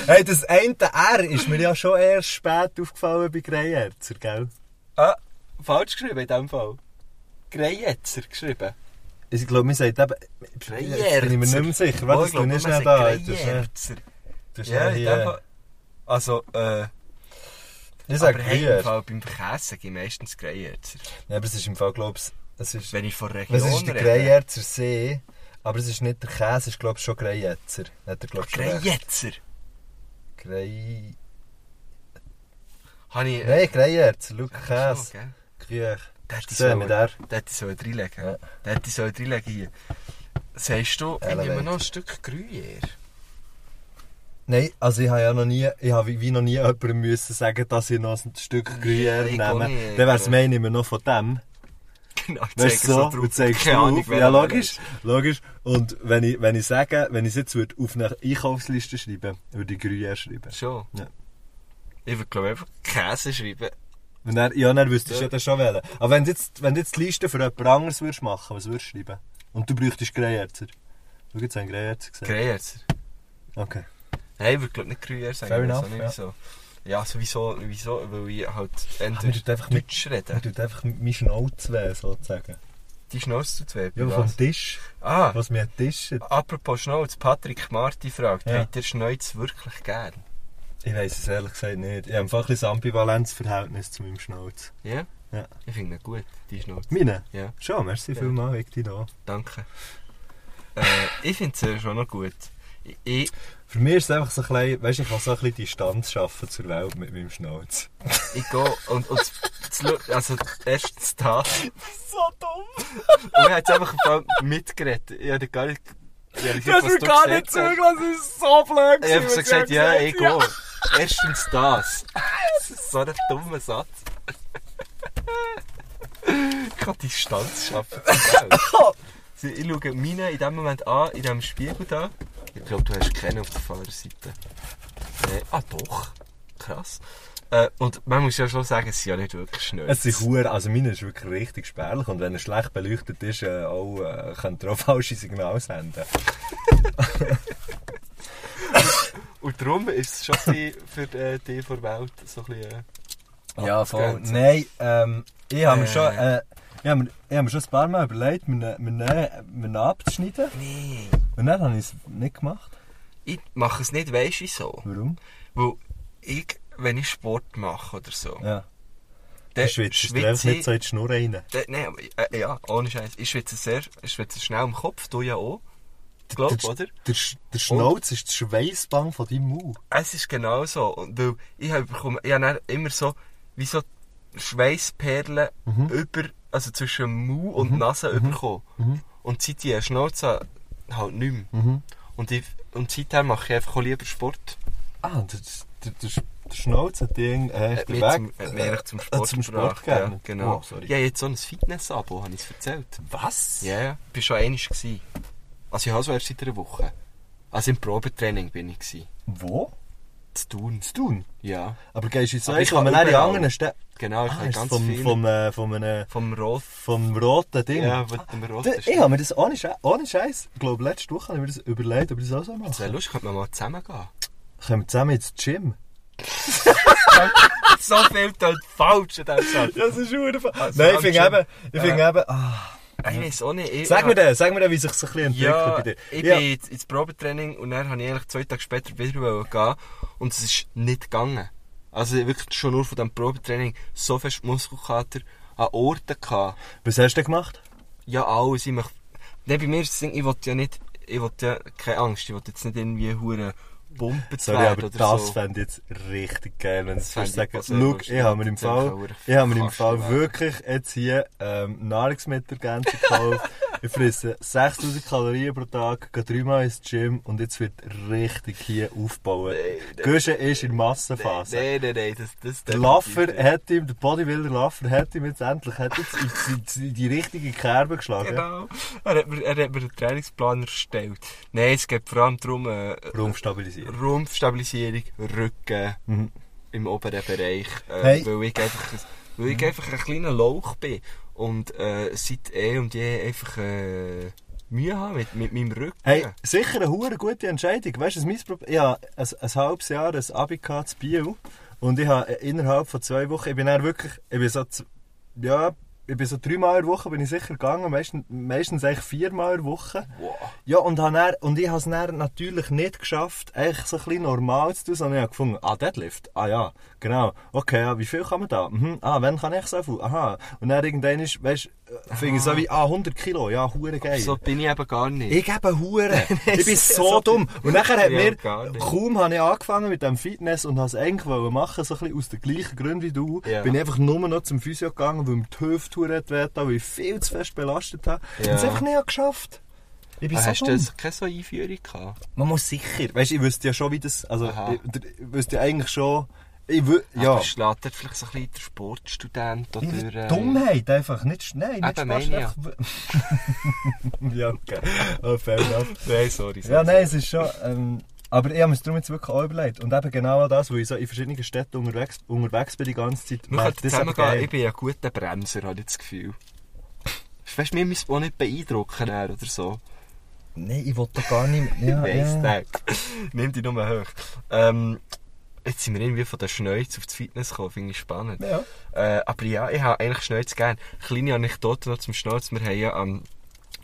Speaker 2: Hey, das eine R ist mir ja schon erst spät aufgefallen bei Greyerzer, gell?
Speaker 1: ah, falsch geschrieben in dem Fall. Greyerzer geschrieben.
Speaker 2: Ich glaube, man sagt eben... Jetzt Bin ich mir nicht mehr sicher. Warte, das
Speaker 1: Oh, glaub,
Speaker 2: tun wir
Speaker 1: man
Speaker 2: schnell da.
Speaker 1: sagt
Speaker 2: Du hast schnell-
Speaker 1: Greyerzer.
Speaker 2: du hast
Speaker 1: Ja,
Speaker 2: schnell
Speaker 1: in
Speaker 2: hier-
Speaker 1: dem Fall. Also, äh,
Speaker 2: Ich
Speaker 1: aber
Speaker 2: sage
Speaker 1: hey, im
Speaker 2: Greyerzer.
Speaker 1: Fall beim Käse sage ich meistens Greyerzer.
Speaker 2: Ja, aber es ist im Fall, glaube ich... Es ist...
Speaker 1: Wenn ich von Region
Speaker 2: Was ist der
Speaker 1: rede.
Speaker 2: Greyerzer See? Aber es ist nicht der Käse, es ist glaube ich schon Greijetzer. Hat er, glaub, ich, schon recht.
Speaker 1: Greijetzer.
Speaker 2: Grei...
Speaker 1: Habe ich...
Speaker 2: Nein, Greijetzer, schau,
Speaker 1: Ach so,
Speaker 2: Käse.
Speaker 1: gell.
Speaker 2: Grüech.
Speaker 1: Der hätte ich
Speaker 2: So, mit der.
Speaker 1: sollen- der hätte ich sollen reinlegen.
Speaker 2: Ja.
Speaker 1: Der hätte ich sollen reinlegen hier. Sagst du, ich
Speaker 2: Element.
Speaker 1: nehme noch ein Stück Gruyère.
Speaker 2: Nein, also ich habe ja noch nie, ich habe wie- wie noch nie jemandem müssen sagen, dass ich noch ein Stück Gruyère
Speaker 1: ich
Speaker 2: nehme.
Speaker 1: auch
Speaker 2: Dann
Speaker 1: nicht,
Speaker 2: wäre es
Speaker 1: aber-
Speaker 2: mein immer noch von dem.
Speaker 1: Genau,
Speaker 2: Weißt
Speaker 1: ich zeige
Speaker 2: du so,
Speaker 1: so drauf.
Speaker 2: du zeigst
Speaker 1: Keine Ahnung,
Speaker 2: drauf.
Speaker 1: wer
Speaker 2: Ja,
Speaker 1: das
Speaker 2: logisch,
Speaker 1: ist.
Speaker 2: logisch. Und wenn ich, wenn ich sage, wenn ich es jetzt würde auf eine Einkaufsliste schreiben, würde ich Gruyère schreiben.
Speaker 1: Schon.
Speaker 2: Ja.
Speaker 1: Ich würde glaube einfach Käse schreiben.
Speaker 2: Und dann, ja, dann wüsstest du
Speaker 1: Ja.
Speaker 2: ja. das schon wählen. Aber wenn du jetzt, wenn du jetzt die Liste für jemand anderes würdest machen, was würdest du schreiben? Und du bräuchtest Greyerzer. Schau, jetzt haben Greyerzer gesagt.
Speaker 1: Gruyère.
Speaker 2: Okay.
Speaker 1: Nein, ich würde glaube nicht Gruyère sagen.
Speaker 2: Fair
Speaker 1: ich weiß
Speaker 2: enough,
Speaker 1: auch nicht,
Speaker 2: ja.
Speaker 1: wieso. Ja, sowieso, wieso, weil ich halt
Speaker 2: wir
Speaker 1: entweder
Speaker 2: tun einfach mit-
Speaker 1: Deutsch
Speaker 2: Er
Speaker 1: rede.
Speaker 2: tut einfach mein Schnauz weh, sozusagen.
Speaker 1: Die Schnauze zu Zwerg.
Speaker 2: Ja, vom Tisch.
Speaker 1: Ah,
Speaker 2: Was mir tischt.
Speaker 1: apropos Schnauze. Patrick Marti fragt,
Speaker 2: Ja.
Speaker 1: habt ihr Schnauze wirklich gern?
Speaker 2: Ich weiß es ehrlich gesagt nicht. Ich habe einfach ein bisschen ein Ambivalenzverhältnis zu meinem Schnauz.
Speaker 1: Ja?
Speaker 2: Ja.
Speaker 1: Ich finde ihn gut, die Schnauze.
Speaker 2: Meine?
Speaker 1: Ja.
Speaker 2: Schon, merci
Speaker 1: Ja.
Speaker 2: vielmals, wegen dir da.
Speaker 1: Danke. Äh, ich finde es ja schon noch gut. Ich, ich,
Speaker 2: Für mich ist es einfach so ein bisschen, weißt, ich kann so ein bisschen Distanz schaffen zur Welt mit meinem Schnauz.
Speaker 1: ich gehe und, und das Lu- also erstens das.
Speaker 2: So dumm!
Speaker 1: Und ich habe jetzt einfach im Fall mitgeredet. Ich habe gar nicht... Ich habe
Speaker 2: Du hast mir gar nicht zugelassen, es ist so blöd.
Speaker 1: Ich
Speaker 2: gewesen,
Speaker 1: habe so
Speaker 2: was ich
Speaker 1: gesagt, ja, ich
Speaker 2: habe.
Speaker 1: gehe. Erstens das. Das ist so ein dummer Satz. Ich kann Distanz schaffen. zur Welt. Also, Ich schaue meine in dem Moment an, in diesem Spiegel da. Ich glaube, du hast keinen auf der Fahrerseite. Nee. Ah, doch. Krass. Äh, und man muss ja schon sagen, es sind ja nicht wirklich schnell.
Speaker 2: Es sind Huren, also meine ist wirklich richtig spärlich und wenn er schlecht beleuchtet ist, äh, auch, äh, könnte er auch falsche Signale senden.
Speaker 1: Und darum ist es schon ein bisschen für äh, die vor der Welt so ein bisschen... Äh,
Speaker 2: Ja, voll.
Speaker 1: Grenzen.
Speaker 2: Nein, ähm, ich habe mir
Speaker 1: Äh.
Speaker 2: schon, äh, ich habe mir, ich habe mir schon ein paar Mal überlegt, mir einen- mir einen mir einen abzuschneiden.
Speaker 1: nee.
Speaker 2: Und dann habe ich es nicht gemacht.
Speaker 1: Ich mache es nicht, weisst du, so.
Speaker 2: Warum?
Speaker 1: Weil ich, wenn ich Sport mache oder so,
Speaker 2: Ja.
Speaker 1: dann
Speaker 2: Du schwitzt du einfach nicht so in die Schnur rein.
Speaker 1: Dann- Nein, aber, äh, ja, ohne Scheiß. Ich schwitze sehr, ich schwitze schnell im Kopf, du ja auch. Ich glaube,
Speaker 2: Der-
Speaker 1: oder?
Speaker 2: Der, Sch- der Schnauz ist das Schweißband von deinem Mund.
Speaker 1: Es ist genau so. Und weil ich habe bekommen, ich habe dann immer so, wie so Schweißperlen
Speaker 2: Mhm.
Speaker 1: über, also zwischen dem Mund und Nase bekommen.
Speaker 2: Mhm.
Speaker 1: Und seit ich eine Schnauze habe, halt nicht mehr. Und, ich, und seither mache ich einfach auch lieber Sport.
Speaker 2: Ah, der, der, der, Sch- der Schnauz hat den äh,
Speaker 1: Hat
Speaker 2: den
Speaker 1: mich
Speaker 2: Weg
Speaker 1: zum, hat mich eigentlich zum
Speaker 2: äh,
Speaker 1: Sport,
Speaker 2: zum Sport
Speaker 1: gebracht, Ja,
Speaker 2: gegeben.
Speaker 1: genau.
Speaker 2: Oh, sorry.
Speaker 1: Ja, jetzt so ein Fitness-Abo, habe ich es erzählt.
Speaker 2: Was?
Speaker 1: Ja, ja. Ich war schon einig. gewesen. Also ich habe so erst seit einer Woche. Also im Probetraining bin ich. gewesen.
Speaker 2: Wo?
Speaker 1: Zu tun.
Speaker 2: Zu tun?
Speaker 1: Ja.
Speaker 2: Aber gehst du so,
Speaker 1: Aber
Speaker 2: ich
Speaker 1: ich
Speaker 2: kann
Speaker 1: kann
Speaker 2: mir dann die
Speaker 1: überall.
Speaker 2: anderen Städte...
Speaker 1: Genau, ich
Speaker 2: Ah,
Speaker 1: habe
Speaker 2: ist
Speaker 1: ganz
Speaker 2: vom,
Speaker 1: viel.
Speaker 2: vom, äh, vom, äh,
Speaker 1: vom Roth.
Speaker 2: vom roten Ding.
Speaker 1: Ja, mit dem Roth.
Speaker 2: Da- Ich habe mir das ohne Scheiß, ohne Scheiß ich glaube, letzte Woche habe ich mir das überlegt, ob ich das auch so
Speaker 1: Das wäre
Speaker 2: mache.
Speaker 1: lustig, könnte man mal zusammen gehen.
Speaker 2: Können wir zusammen ins Gym?
Speaker 1: so viel tut falsch in diesem Satz.
Speaker 2: Das ist schon
Speaker 1: Also,
Speaker 2: Nein,
Speaker 1: am
Speaker 2: ich finde
Speaker 1: Gym.
Speaker 2: eben, ich finde
Speaker 1: Äh,
Speaker 2: eben, ah.
Speaker 1: Ich weiß auch nicht. Ich,
Speaker 2: Sag mir
Speaker 1: ich-
Speaker 2: dann, sag mir dann, wie sich so ein bisschen entwickelt
Speaker 1: Ja,
Speaker 2: bei dir.
Speaker 1: ich
Speaker 2: Ja.
Speaker 1: bin ins- ins Probetraining und dann habe ich eigentlich zwei Tage später wieder wollen gehen und es ist nicht gegangen. Also wirklich schon nur von diesem Probetraining so fest Muskelkater an Orten gehabt.
Speaker 2: Was hast du denn gemacht?
Speaker 1: Ja, alles. Ich möchte, Nein, bei mir ist das Ding, ich will ja nicht, ich will ja keine Angst, ich will jetzt nicht irgendwie hure Pumpen zu
Speaker 2: Sorry, aber
Speaker 1: werden oder
Speaker 2: das
Speaker 1: so.
Speaker 2: fände ich jetzt richtig geil, wenn du es
Speaker 1: fände
Speaker 2: würdest
Speaker 1: ich
Speaker 2: sagen.
Speaker 1: auch sehr
Speaker 2: Look,
Speaker 1: lustig.
Speaker 2: ich habe mir im
Speaker 1: Dann kann
Speaker 2: Fall,
Speaker 1: man
Speaker 2: ich habe mir im
Speaker 1: Kasten
Speaker 2: Fall
Speaker 1: werden.
Speaker 2: wirklich jetzt hier ähm, Nahrungsmittelergänzung gekauft. ich frisse 6000 Kalorien pro Tag, gehe dreimal ins Gym und jetzt wird richtig hier aufbauen. Güsche ist in Massenphase.
Speaker 1: Äh, Nein, nein, nein, das, das
Speaker 2: Der Laffer hat ihm, der Bodybuilder Laffer hat ihm jetzt endlich hat jetzt in die, in die richtige Kerbe geschlagen.
Speaker 1: Genau. Er hat, mir, er hat mir einen Trainingsplan erstellt. Nein, es geht vor allem darum, äh,
Speaker 2: Rumpf stabilisieren.
Speaker 1: Rumpfstabilisierung, Rücken
Speaker 2: Mhm.
Speaker 1: im oberen Bereich. Äh,
Speaker 2: Hey. Mhm.
Speaker 1: Weil ich einfach, weil ich einfach ein kleiner Lauch bin und äh, seit eh und je einfach äh, Mühe habe mit, mit meinem Rücken.
Speaker 2: Hey, sicher eine hure gute Entscheidung. Weißt du, was mein Problem Ich hatte ein, ein halbes Jahr ein Abi gehabt in Biel und ich habe innerhalb von zwei Wochen, ich bin dann wirklich, ich bin so, z- ja, ich bin so dreimal in der Woche bin ich sicher gegangen, meistens, meistens eigentlich viermal in der Woche.
Speaker 1: Wow.
Speaker 2: Ja, und, habe dann, und ich habe es dann natürlich nicht geschafft, eigentlich so ein bisschen normal zu tun, sondern ich habe gefunden, ah, Deadlift, ah ja, ah, genau, okay, ja, wie viel kann man da? Mhm, ah, wann kann ich so viel? Aha. Und dann irgendwann ist, weißt finde ich so wie, ah, 100 Kilo, ja, hure geil.
Speaker 1: So bin ich eben gar nicht.
Speaker 2: Ich gebe Huren. ich bin so,
Speaker 1: so
Speaker 2: dumm. Und nachher hat
Speaker 1: Ja,
Speaker 2: mir,
Speaker 1: gar nicht.
Speaker 2: kaum habe ich angefangen mit dem Fitness und habe es eigentlich wollen machen, so ein bisschen aus den gleichen Gründen wie du,
Speaker 1: Ja.
Speaker 2: bin ich einfach nur noch zum Physio gegangen, weil mir die Hüfte verdammt wehtat, weil ich viel zu fest belastet habe.
Speaker 1: Ja.
Speaker 2: Und es einfach nicht geschafft. Ich bin
Speaker 1: Ah,
Speaker 2: so
Speaker 1: Hast du
Speaker 2: dumm.
Speaker 1: das keine so Einführung gehabt?
Speaker 2: Man muss sicher. Weißt du, ich wüsste ja schon, wie das. Also,
Speaker 1: Aha.
Speaker 2: ich, ich wüsste ja eigentlich schon. Ich wü- ja.
Speaker 1: Aber schlägt vielleicht so ein bisschen der Sportstudent oder... äh,
Speaker 2: Dummheit einfach, nicht schnell. Nicht
Speaker 1: Eben,
Speaker 2: Spaß,
Speaker 1: meine ich
Speaker 2: einfach- ja, okay. Oh, fair enough.
Speaker 1: Nein, sorry. sorry.
Speaker 2: Ja, nein, es ist schon. Ähm, aber ich habe mir es darum jetzt wirklich auch überlegt. Und eben genau das, weil ich so in verschiedenen Städten unterwegs, unterwegs bin die ganze Zeit.
Speaker 1: Wir
Speaker 2: merke
Speaker 1: könnten
Speaker 2: ich das
Speaker 1: zusammen
Speaker 2: eben
Speaker 1: gehen. Ich bin ja ein guter Bremser, habe ich das Gefühl. Weißt du, wir müssen auch nicht beeindrucken dann oder so.
Speaker 2: Nein, ich wollte gar nicht.
Speaker 1: Ich
Speaker 2: Ja,
Speaker 1: weiss
Speaker 2: ja.
Speaker 1: nicht. Nimm die Nummer hoch. Ähm, jetzt sind wir irgendwie von der Schneuz auf das Fitness gekommen, finde ich spannend.
Speaker 2: Ja.
Speaker 1: Äh, aber ja, ich habe eigentlich Schneuz gern. Kleine Anekdote noch zum Schneuz. Wir haben ja am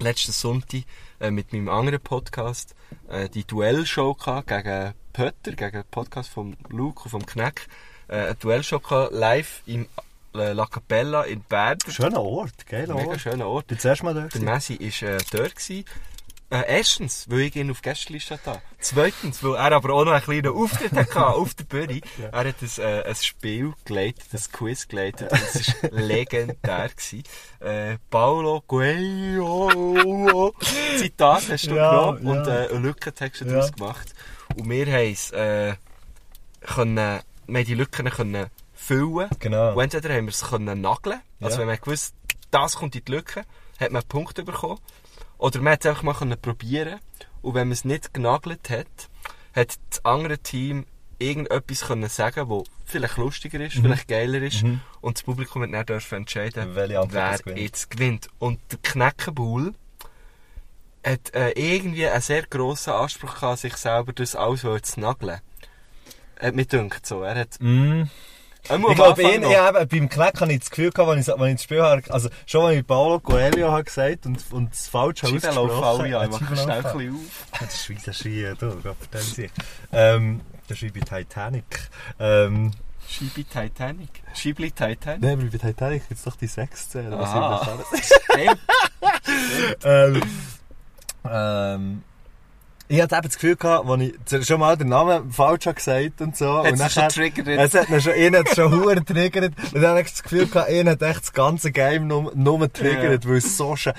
Speaker 1: letzten Sonntag äh, mit meinem anderen Podcast äh, die Duellshow gehabt gegen Pötter, gegen den Podcast von Luke und vom Kneck. Äh, eine Duellshow gehabt, live im äh, La Capella in Bern.
Speaker 2: Schöner Ort, geiler
Speaker 1: Mega
Speaker 2: Ort.
Speaker 1: schöner Ort.
Speaker 2: Du zuerst mal dort.
Speaker 1: Der Messi war äh, dort. Gewesen. Äh, erstens, weil ich ihn auf die Gästeliste hatte. Zweitens, weil er aber auch noch einen kleinen Auftritt hatte auf der Bühne. Er hat ein, äh, ein Spiel geleitet, ein Quiz geleitet. Und es war legendär. Gewesen. Äh, Paolo Coelho. Zitat hast du
Speaker 2: Ja,
Speaker 1: genommen und
Speaker 2: ja.
Speaker 1: äh, einen Lückentext
Speaker 2: Ja.
Speaker 1: daraus gemacht. Und wir haben es, äh, können, wir haben die Lücken können füllen
Speaker 2: Genau.
Speaker 1: und entweder haben wir es können nageln, also
Speaker 2: Ja.
Speaker 1: wenn man gewusst, das kommt in die Lücke, hat man einen Punkt bekommen. Oder man hat es einfach mal können probieren und wenn man es nicht genagelt hat, hat das andere Team irgendetwas können sagen, wo vielleicht lustiger ist,
Speaker 2: Mhm.
Speaker 1: vielleicht geiler ist und das Publikum hat dann dürfen entscheiden,
Speaker 2: Welche Antwort
Speaker 1: wer
Speaker 2: das gewinnt.
Speaker 1: jetzt gewinnt. Und der Kneckenbull hat äh, irgendwie einen sehr grossen Anspruch gehabt, sich selber das alles zu nageln. Hat mir gedacht, so. Er hat...
Speaker 2: Mm.
Speaker 1: Am
Speaker 2: Ich glaube,
Speaker 1: Anfang
Speaker 2: ihn,
Speaker 1: noch.
Speaker 2: ich eben, beim Kleck hatte ich das Gefühl, gehabt, als ich, als ich das Spiel habe, also schon als ich Paolo Coelho habe gesagt und, und das falsch ausgesprochen
Speaker 1: Scheibenlauf, ja,
Speaker 2: Äh,
Speaker 1: ich mache schnell ein
Speaker 2: Scheibenlauf-
Speaker 1: bisschen auf.
Speaker 2: Das ist wie der Ski, du, Gott vertell sich. Ähm, das ist wie bei Titanic. Ähm,
Speaker 1: Scheibe Titanic. Scheibli Titanic.
Speaker 2: Nein, aber bei Titanic gibt es doch die Sexszene. was
Speaker 1: Aha.
Speaker 2: ich nicht
Speaker 1: Hey,
Speaker 2: ähm, ähm, ich hatte eben das Gefühl, gehabt, als ich zu- schon mal den Namen falsch habe gesagt und so.
Speaker 1: Hat's
Speaker 2: und
Speaker 1: dich schon getriggert?
Speaker 2: Es hat ihn schon, ihn hat's schon hure getriggert. Und dann habe ich das Gefühl, gehabt, ihn hat echt das ganze Game nur, nur getriggert, weil es so schön...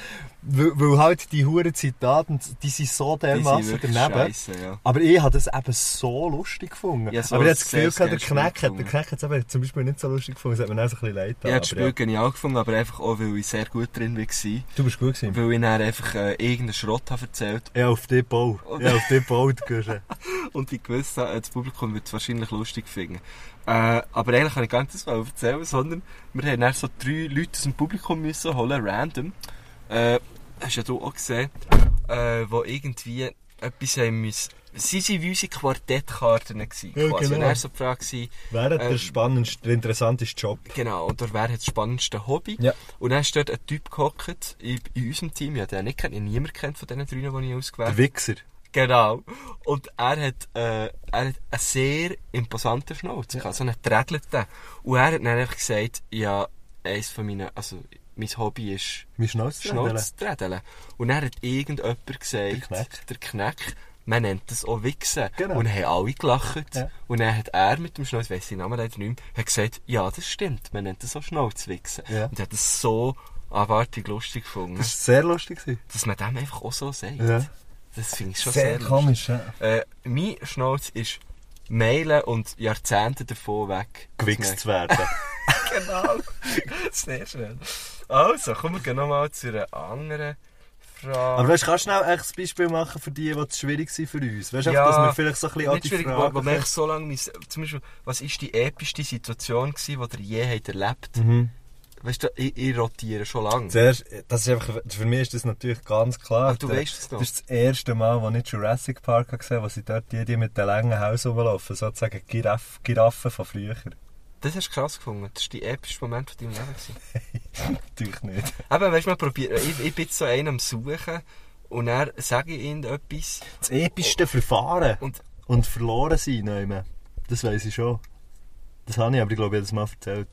Speaker 2: Weil, weil halt die hure Zitaten, die sind so
Speaker 1: die
Speaker 2: dermassen
Speaker 1: sind wirklich
Speaker 2: daneben.
Speaker 1: scheisse, ja.
Speaker 2: Aber ich habe das eben so lustig gefunden.
Speaker 1: Ja, so
Speaker 2: aber ich habe das
Speaker 1: sehr,
Speaker 2: Gefühl, gehabt, der
Speaker 1: sehr schön
Speaker 2: Knack hat, der
Speaker 1: gefunden.
Speaker 2: Knack hat es eben zum Beispiel nicht so lustig gefunden. Es hat mir dann so ein bisschen leid
Speaker 1: Ich
Speaker 2: getan.
Speaker 1: habe das
Speaker 2: Aber
Speaker 1: Spiel genial gefunden, aber einfach auch, weil ich sehr gut drin war.
Speaker 2: ja, du bist gut gewesen.
Speaker 1: Weil ich dann einfach äh, irgendeinen Schrott habe erzählt
Speaker 2: Ja, auf den Bau. Ja, auf den Bau, die Gusche.
Speaker 1: und ich gewusst habe, äh, das Publikum wird es wahrscheinlich lustig finden. Äh, aber eigentlich kann ich gar nicht das mal erzählen, sondern wir haben dann so drei Leute aus dem Publikum müssen holen, random. Äh, hast ja du auch gesehen, äh, wo irgendwie etwas haben müssen. Sie waren wie unsere Quartettkarten. Gewesen,
Speaker 2: Ja,
Speaker 1: quasi. Und
Speaker 2: genau.
Speaker 1: dann war so die Frage, gewesen,
Speaker 2: Wäre der
Speaker 1: Ähm.
Speaker 2: spannendste, der interessanteste Job.
Speaker 1: Genau, und da wäre das spannendste Hobby.
Speaker 2: Ja.
Speaker 1: Und dann ist dort ein Typ gehockt, in, in unserem Team, ja, den habe ich nicht kennt, ich niemand kennt von diesen drei, die ich ausgewählt
Speaker 2: Der
Speaker 1: habe.
Speaker 2: Wichser.
Speaker 1: Genau. Und er hat, äh, er hat einen sehr imposanten Schnauz, ja. so einen Trädleten. Und er hat dann einfach gesagt, ja, eins von meinen, also, mein Hobby ist
Speaker 2: Mein Schnauz
Speaker 1: Schnauz zu trädeln. Und dann hat irgendjemand gesagt,
Speaker 2: Der Kneck.
Speaker 1: der Kneck, man nennt das auch Wichsen.
Speaker 2: Genau.
Speaker 1: Und haben alle gelacht.
Speaker 2: Ja.
Speaker 1: Und dann hat er mit dem Schnauz, ich weiss den Namen leider nicht mehr, hat gesagt, ja, das stimmt, man nennt das auch Schnauzwichsen.
Speaker 2: Ja.
Speaker 1: Und er hat das so abartig lustig gefunden,
Speaker 2: Das war sehr lustig. gewesen.
Speaker 1: dass man dem einfach auch so sagt.
Speaker 2: Ja.
Speaker 1: Das finde ich schon sehr,
Speaker 2: Sehr
Speaker 1: lustig.
Speaker 2: komisch, ja.
Speaker 1: Äh, mein Schnauz ist Meilen und Jahrzehnte davon weg.
Speaker 2: Gewichst zu werden.
Speaker 1: Genau. Sehr schön. Also, kommen wir nochmal zu einer anderen Frage.
Speaker 2: Aber weißt, du, kannst du schnell echt ein Beispiel machen für die, die zu schwierig sind für uns? Weißt du,
Speaker 1: Ja,
Speaker 2: einfach, dass wir vielleicht so ein bisschen an
Speaker 1: nicht
Speaker 2: die
Speaker 1: schwierig,
Speaker 2: Fragen
Speaker 1: wo, wo man echt so lange mis- zum Beispiel, was ist die epischste Situation gewesen, die ihr je habt erlebt?
Speaker 2: Mhm.
Speaker 1: Weißt du, ich, ich rotiere schon lange.
Speaker 2: Zuerst, das ist einfach, für mich ist das natürlich ganz klar.
Speaker 1: Ach, du
Speaker 2: Der-
Speaker 1: weißt es noch.
Speaker 2: Das ist das erste Mal, als ich Jurassic Park habe gesehen habe, wo sie dort die, die mit den langen Haus rumlaufen. Sozusagen Giraff, Giraffen von früher.
Speaker 1: Das hast du krass gefunden. Das ist der epischste Moment von deinem Leben gewesen.
Speaker 2: Natürlich nicht.
Speaker 1: Eben, weißt du, man probiert, ich, ich bin jetzt so einen am Suchen und dann sage ich ihnen etwas
Speaker 2: Das epischste Verfahren.
Speaker 1: und
Speaker 2: Und verloren sein nehmen. Das weiß ich schon. Das habe ich aber, ich glaube, jedes Mal erzählt.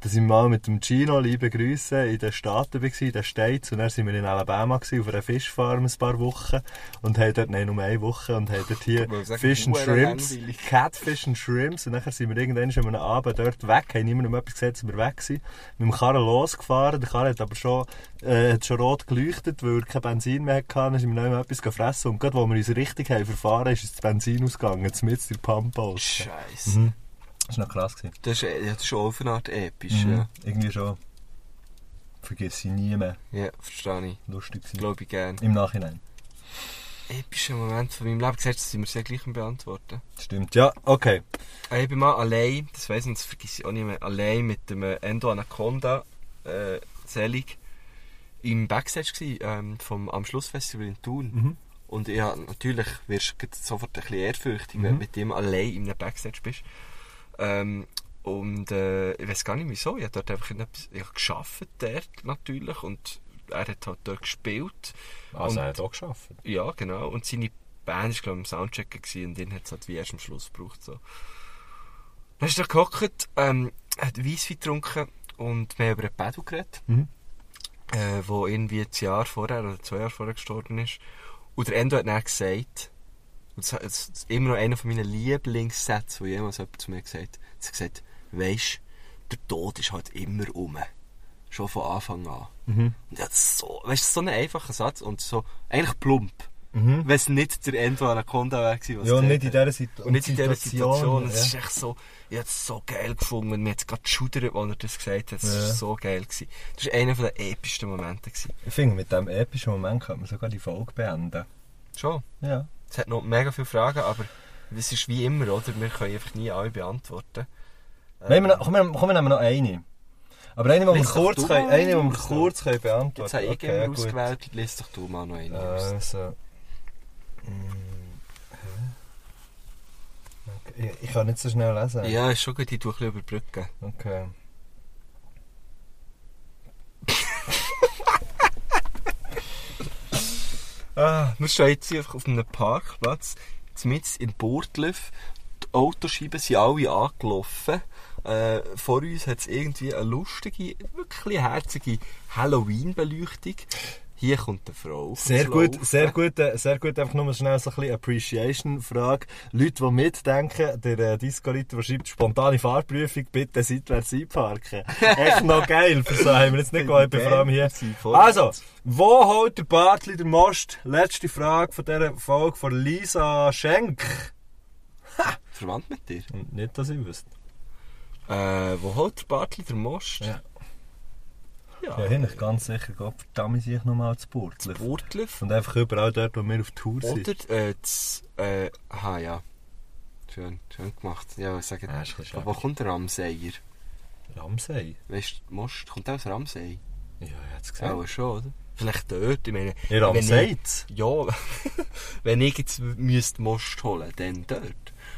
Speaker 2: dass ich mal mit dem Gino, liebe Grüße, in den Staaten war, in den States. Und dann sind wir in Alabama gewesen, auf einer Fischfarm ein paar Wochen. Und haben dort, nein, nur eine Woche, und haben dort hier
Speaker 1: Ich sag,
Speaker 2: Fish and
Speaker 1: huere
Speaker 2: Shrimps,
Speaker 1: langweilig.
Speaker 2: Catfish and Shrimps. Und dann sind wir irgendwann schon am Abend dort weg, haben niemandem etwas gesagt, dass wir weg sind. Mit dem Karren losgefahren. Der Karren hat aber schon, äh, hat schon rot geleuchtet, weil er kein Benzin mehr hatte. Dann sind wir noch immer etwas gefressen. Und gerade, wo wir uns richtig haben verfahren, ist uns das Benzin ausgegangen. Zumindest in der Mhm. Pampa. Das
Speaker 1: Scheiße.
Speaker 2: war noch krass. Gewesen. äh,
Speaker 1: Das, ist, äh, das ist schon auf eine Art
Speaker 2: Mhm.
Speaker 1: episch. Ja,
Speaker 2: Irgendwie schon. Vergiss ich nie mehr.
Speaker 1: ja verstehe ich.
Speaker 2: Lustig gewesen.
Speaker 1: Glaube ich gerne.
Speaker 2: Im Nachhinein.
Speaker 1: Epischer Moment von meinem Leben. Gesagt, das sind wir sehr gleich am Beantworten.
Speaker 2: Stimmt. Ja, okay.
Speaker 1: Ah, Ich bin mal allein, das weiss ich nicht, das vergesse ich auch nicht mehr, allein mit dem äh, Endo Anaconda äh, Selig im Backstage gsi, ähm, vom Am Schluss Festival in Thun.
Speaker 2: Mhm.
Speaker 1: Und ja, natürlich wirst du grad sofort ein bisschen ehrfürchtig, wenn du mit dem allein in einem Backstage bist. Ähm, und äh, ich weiß gar nicht wieso, ich habe dort einfach etwas, ich hab gearbeitet dort natürlich und er hat halt dort gespielt.
Speaker 2: Also,
Speaker 1: Und-
Speaker 2: er hat auch geschafft.
Speaker 1: Ja, genau. Und seine Band war, glaube ich, im Soundchecker gewesen, und den hat es halt wie erst am Schluss gebraucht. So. Dann ist er gehockt, ähm, hat Weisswein getrunken und wir haben über einen Pedal geredet,
Speaker 2: Mhm.
Speaker 1: äh, wo irgendwie ein Jahr vorher oder zwei Jahre vorher gestorben ist. Und der Endo hat dann gesagt, und das, das ist immer noch einer von meinen Lieblingssätze, wo jemals jemand zu mir gesagt hat, er hat gesagt, weisst, der Tod ist halt immer um. Schon von Anfang an.
Speaker 2: Mhm.
Speaker 1: Und er hat so, weißt du, so einen einfachen Satz und so, eigentlich plump.
Speaker 2: Mhm.
Speaker 1: Wenn es nicht der Endo Anaconda wäre, gewesen, was
Speaker 2: Ja, und
Speaker 1: der-
Speaker 2: nicht in dieser Sit-
Speaker 1: Und nicht in dieser Situation. Es
Speaker 2: ja.
Speaker 1: ist echt so, ich habe es so geil gefunden. Mir hat es gerade geschudert, als er das gesagt hat. Es war
Speaker 2: Ja.
Speaker 1: so geil. Gewesen. Das war einer der epischsten Momente. Gewesen.
Speaker 2: Ich finde, mit diesem epischen Moment könnte man sogar die Folge beenden.
Speaker 1: Schon.
Speaker 2: Ja.
Speaker 1: Es hat noch mega viele Fragen, aber es ist wie immer, oder? Wir können einfach nie alle beantworten. Ähm,
Speaker 2: Wollen wir noch, komm, wir- komm, wir nehmen noch eine. Aber eine, die wir
Speaker 1: Lies doch
Speaker 2: kurz,
Speaker 1: du
Speaker 2: können,
Speaker 1: mal
Speaker 2: eine, die wir
Speaker 1: aus,
Speaker 2: kurz können beantworten
Speaker 1: Jetzt habe ich eh
Speaker 2: Okay,
Speaker 1: immer
Speaker 2: ja, gut.
Speaker 1: ausgewählt. Lies doch du mal noch einen aus.
Speaker 2: Also. Mm, hä? Okay, ich- Ich kann nicht so schnell lesen.
Speaker 1: Ja, ist schon gut. Ich tue ein bisschen überbrücken.
Speaker 2: Okay.
Speaker 1: Ah, wir stehen jetzt hier einfach auf einem Parkplatz, mitten in Burtliff. Die Autoscheiben sind alle angelaufen. Äh, vor uns hat es irgendwie eine lustige, wirklich herzige Halloween-Beleuchtung. Hier kommt eine Frau.
Speaker 2: Sehr
Speaker 1: auflaufen.
Speaker 2: gut, sehr gut, äh, sehr gut. Einfach nur schnell so ein bisschen Appreciation-Frage. Leute, die mitdenken, der äh, Disco-Leiter, der schreibt, spontane Fahrprüfung, bitte seitwärts einparken. Echt noch geil. Für so haben wir jetzt nicht
Speaker 1: Finde ich
Speaker 2: geholfen, vor allem hier.
Speaker 1: geil. Sie vorwärts.
Speaker 2: Also, wo holt der Bartli den Most? Letzte Frage von dieser Folge von Lisa Schenk.
Speaker 1: Verwandt mit dir?
Speaker 2: Und Nicht, dass ich wüsste.
Speaker 1: Äh, wo holt der Bartli den Most?
Speaker 2: Ja.
Speaker 1: Ja,
Speaker 2: Ja, hier ich ganz sicher, Gott verdammt, ich noch mal zu Burtliff.
Speaker 1: Burtliff.
Speaker 2: Und einfach überall dort, wo wir auf Tour sind.
Speaker 1: Oder, äh, das, äh, aha, ja. Schön, schön gemacht. Ja, ich sage,
Speaker 2: Ja, ist ein bisschen
Speaker 1: wo kommt der Ramseier?
Speaker 2: Ramsey?
Speaker 1: Weißt du, Most kommt auch aus Ramsey.
Speaker 2: Ja, ich hätte es
Speaker 1: Ja.
Speaker 2: gesehen.
Speaker 1: Auch schon, oder? Vielleicht dort, ich meine.
Speaker 2: In
Speaker 1: wenn
Speaker 2: Ramsey?
Speaker 1: Ich, ja, wenn ich jetzt müsste Most holen, dann dort.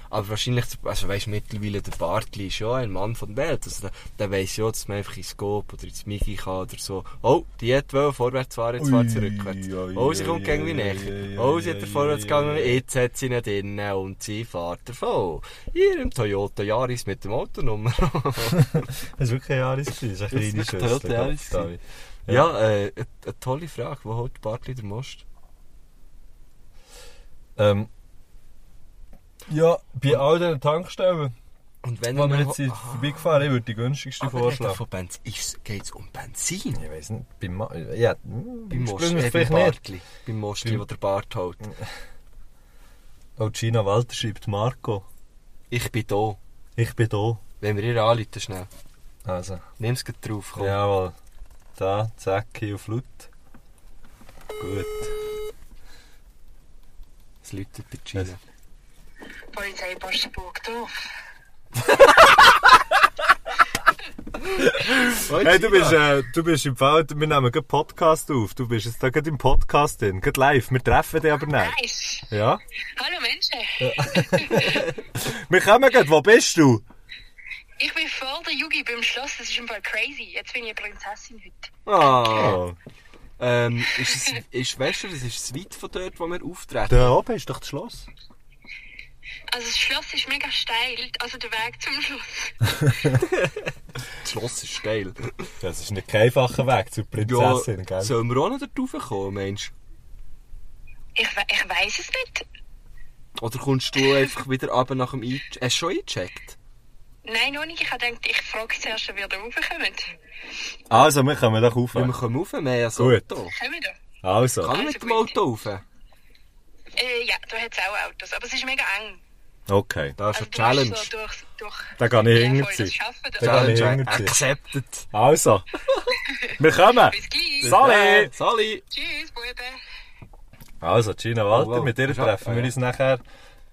Speaker 1: Aber wahrscheinlich, also weißt mittlerweile der Bartli ist ja ein Mann von der Welt. Also der, der weiss ja, dass man einfach ins Scope oder ins Migi kann oder so. Oh, die hat wollen vorwärts fahren, jetzt fährt sie
Speaker 2: Ui,
Speaker 1: rückwärts.
Speaker 2: ui,
Speaker 1: Oh, sie kommt
Speaker 2: ui,
Speaker 1: irgendwie
Speaker 2: ui, ui,
Speaker 1: näher. Oh, sie hat
Speaker 2: ui,
Speaker 1: den Vorwärtsgang,
Speaker 2: ui, ui.
Speaker 1: jetzt hat sie nicht drin und sie fährt davon. Hier im Toyota Yaris mit dem Autonummer.
Speaker 2: Das war wirklich ein Jahres. Das ist eine
Speaker 1: Das ist
Speaker 2: kleine
Speaker 1: wirklich
Speaker 2: Schüssel.
Speaker 1: total
Speaker 2: Gott,
Speaker 1: Jahres.
Speaker 2: David.
Speaker 1: ja, äh, eine, eine tolle Frage. Wo holt Bartli den Most?
Speaker 2: Ähm, ja, bei all diesen Tankstellen,
Speaker 1: Und wenn
Speaker 2: wo
Speaker 1: er
Speaker 2: wir
Speaker 1: noch-
Speaker 2: jetzt sind
Speaker 1: Aha.
Speaker 2: vorbeigefahren ich würde die günstigste
Speaker 1: Ah. Aber reden wir
Speaker 2: vorschlagen.
Speaker 1: von Benzin. Geht es um Benzin?
Speaker 2: Ich weiß nicht, beim Ma ja, hm,
Speaker 1: Beim
Speaker 2: beim
Speaker 1: Mostli,
Speaker 2: Sprung
Speaker 1: äh, beim
Speaker 2: vielleicht nicht.
Speaker 1: Bartli. Beim Mostli,
Speaker 2: Beim-
Speaker 1: wo der Bart hält.
Speaker 2: Auch Oh, Gina Walter schreibt Marco.
Speaker 1: Ich bin da.
Speaker 2: Ich bin da.
Speaker 1: Wenn wir ihr anrufen, schnell.
Speaker 2: Also,
Speaker 1: Nimm es gleich drauf, komm.
Speaker 2: jawohl. Da, Zäcki auf Laut. Gut.
Speaker 1: Es läutet der Gina.
Speaker 6: Polizeiposten Burgdorf.
Speaker 2: Hey, du bist, äh, du bist im Fall, wir nehmen gerade einen Podcast auf. Du bist jetzt da gerade im Podcast drin, gerade live. Wir treffen dich aber nicht.
Speaker 6: Nice.
Speaker 2: Ja?
Speaker 6: Hallo Menschen.
Speaker 2: Wir kommen gerade, wo bist du?
Speaker 6: Ich bin vor der Yugi beim Schloss. Das ist im Fall crazy. Jetzt bin ich eine Prinzessin heute.
Speaker 1: Ah,
Speaker 2: Oh.
Speaker 1: ähm, ist es, ist, weißt du, das ist es weit von dort, wo wir auftreten.
Speaker 2: Da oben ist doch das Schloss.
Speaker 6: Also das Schloss ist mega steil, also der Weg zum Schloss.
Speaker 1: Das Schloss ist steil.
Speaker 2: Das ist nicht kein einfacher Weg zur
Speaker 1: Ja,
Speaker 2: Prinzessin, gell?
Speaker 1: sollen wir auch noch da raufkommen, Mensch?
Speaker 6: Ich, we- ich weiß es nicht.
Speaker 1: Oder kommst du einfach wieder ab nach dem Einchecken? Hast du schon eingecheckt?
Speaker 6: Nein, noch nicht. Ich habe gedacht, ich frage zuerst, ob ihr da raufkommt.
Speaker 2: Also, wir kommen doch rauf.
Speaker 1: Ja, wir kommen rauf, wir haben ja ein
Speaker 2: Gut.
Speaker 1: Auto.
Speaker 6: Kommen wir da?
Speaker 2: Also.
Speaker 1: Kann ich mit dem Auto rauf?
Speaker 6: Äh, ja, da hat es auch Autos, aber es ist mega eng. Also,
Speaker 2: Okay.
Speaker 1: Das ist eine
Speaker 6: du
Speaker 1: Challenge.
Speaker 6: musst So durch, durch
Speaker 2: Da kann ich
Speaker 6: Ja, voll,
Speaker 2: hinterziehen.
Speaker 6: das schaffen wir.
Speaker 2: Da kann ich
Speaker 1: Challenge
Speaker 2: hinterziehen.
Speaker 1: accepted.
Speaker 2: Also. Wir kommen.
Speaker 6: Bis gleich.
Speaker 2: Sali!
Speaker 1: Sali!
Speaker 6: Tschüss, Buben.
Speaker 2: Also, Gina Walter,
Speaker 1: Oh, wow.
Speaker 2: mit dir
Speaker 1: Ist ab-
Speaker 2: treffen
Speaker 1: ah,
Speaker 2: wir
Speaker 1: ja.
Speaker 2: uns nachher.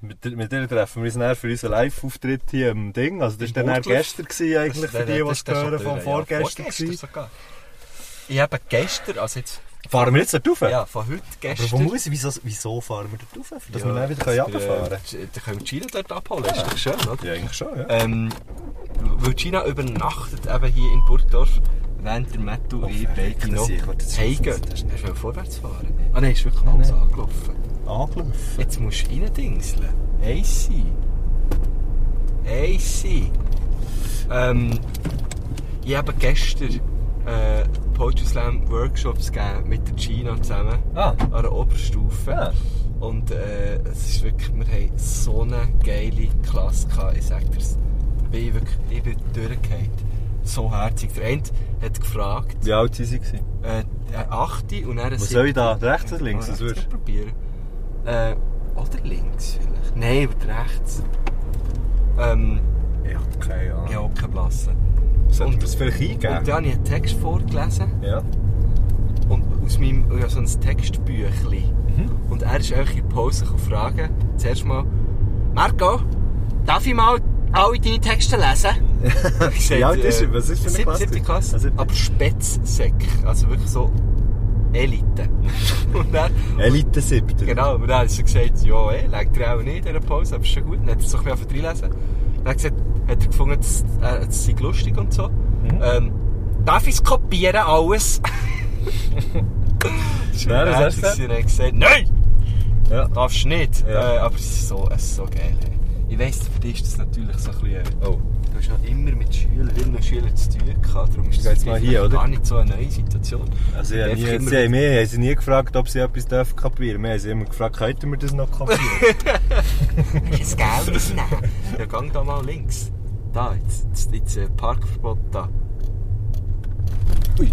Speaker 2: Mit, mit dir treffen wir uns nachher für unseren Live-Auftritt hier im Ding. Also, das war dann
Speaker 1: Burgdorf.
Speaker 2: gestern gewesen, eigentlich, für die, die es hören, von vorgestern. gewesen.
Speaker 1: sogar. Ich habe gestern, also jetzt,
Speaker 2: Fahren wir jetzt dort rauf?
Speaker 1: ja, von heute
Speaker 2: Aber
Speaker 1: gestern.
Speaker 2: wo muss ich? Wieso, wieso fahren wir dort rauf? Dass wir dann wieder können
Speaker 1: das-
Speaker 2: runterfahren können?
Speaker 1: äh, Dann können wir Gina dort abholen, ist doch schön, oder?
Speaker 2: Ja, eigentlich schon, ja.
Speaker 1: Ähm, weil Gina übernachtet eben hier in Burgdorf, während der Mattu und ich beide
Speaker 2: das
Speaker 1: noch
Speaker 2: ich wollte jetzt
Speaker 1: heimgehen.
Speaker 2: schon-
Speaker 1: Hast du wollen vorwärts fahren? Ah nein, ist wirklich alles angelaufen.
Speaker 2: Angelaufen.
Speaker 1: Jetzt musst du reindingseln. AC. AC. Ähm, ich habe gestern äh, Poetry Slam Workshops gegeben mit der Gina zusammen
Speaker 2: Ah.
Speaker 1: an der Oberstufe.
Speaker 2: Ja.
Speaker 1: Und äh, es ist wirklich, wir haben so eine geile Klasse gehabt. Ich sag dir's, da bin ich wirklich, ich bin durchgefallen. So herzig. Der eine hat gefragt,
Speaker 2: Wie alt sind sie? gewesen?
Speaker 1: äh, eine 8 und dann eine
Speaker 2: Was soll ich da?
Speaker 1: siebte.
Speaker 2: Rechts oder links?
Speaker 1: Ja,
Speaker 2: Das
Speaker 1: rechts
Speaker 2: würdest
Speaker 1: probieren. Äh, oder links vielleicht. Nein, aber rechts. Ähm,
Speaker 2: Ja, keine Ahnung.
Speaker 1: ich habe auch keinen Blassen.
Speaker 2: Sollten
Speaker 1: Und-
Speaker 2: wir das vielleicht eingeben?
Speaker 1: Und dann habe ich einen Text vorgelesen.
Speaker 2: ja.
Speaker 1: und aus meinem ja, so ein Textbüchli.
Speaker 2: Mhm.
Speaker 1: Und er ist eigentlich in der Pause gekommen fragen. Zuerst mal, Marco, darf ich mal alle deine Texte lesen? Ich
Speaker 2: Wie alt ist er? Was ist für eine
Speaker 1: sieb-
Speaker 2: Klasse?
Speaker 1: Siebte Klasse,
Speaker 2: Ah, siebte.
Speaker 1: aber Spätzsäck, also wirklich so Elite. und dann,
Speaker 2: Elite 7.
Speaker 1: genau, und dann hat er gesagt, ja, ey, legt er auch nicht in der Pause, aber ist schon gut. Dann hat er so ein bisschen angefangen zu reinlesen. Dann hat er gesagt, hat er gefunden, es äh, es sei lustig und so.
Speaker 2: Mhm.
Speaker 1: Ähm, darf ich es kopieren, alles?
Speaker 2: Schnell, was hast du gesagt?
Speaker 1: Sie haben gesagt, nein,
Speaker 2: Ja.
Speaker 1: darfst du nicht.
Speaker 2: Ja.
Speaker 1: Äh, aber es ist so, es ist so geil. Hey. Ich weiss, für dich ist das natürlich so ein bisschen...
Speaker 2: Oh.
Speaker 1: Du hast ja immer mit Schülerinnen und Schülern zu tun gehabt, darum ist
Speaker 2: Geht's
Speaker 1: das für
Speaker 2: mal
Speaker 1: dich
Speaker 2: hier,
Speaker 1: vielleicht
Speaker 2: oder?
Speaker 1: gar nicht so eine neue Situation.
Speaker 2: Also, ja,
Speaker 1: Darf
Speaker 2: nie,
Speaker 1: ich immer-
Speaker 2: sie haben mich haben sie nie gefragt, ob sie etwas dürfen kapieren dürfen. Wir haben sie immer gefragt, könnten wir das noch kapieren?
Speaker 7: Das Geld ist nein.
Speaker 1: Ja, gang da mal links. Da, jetzt, jetzt, jetzt äh, Parkverbot da. Ui.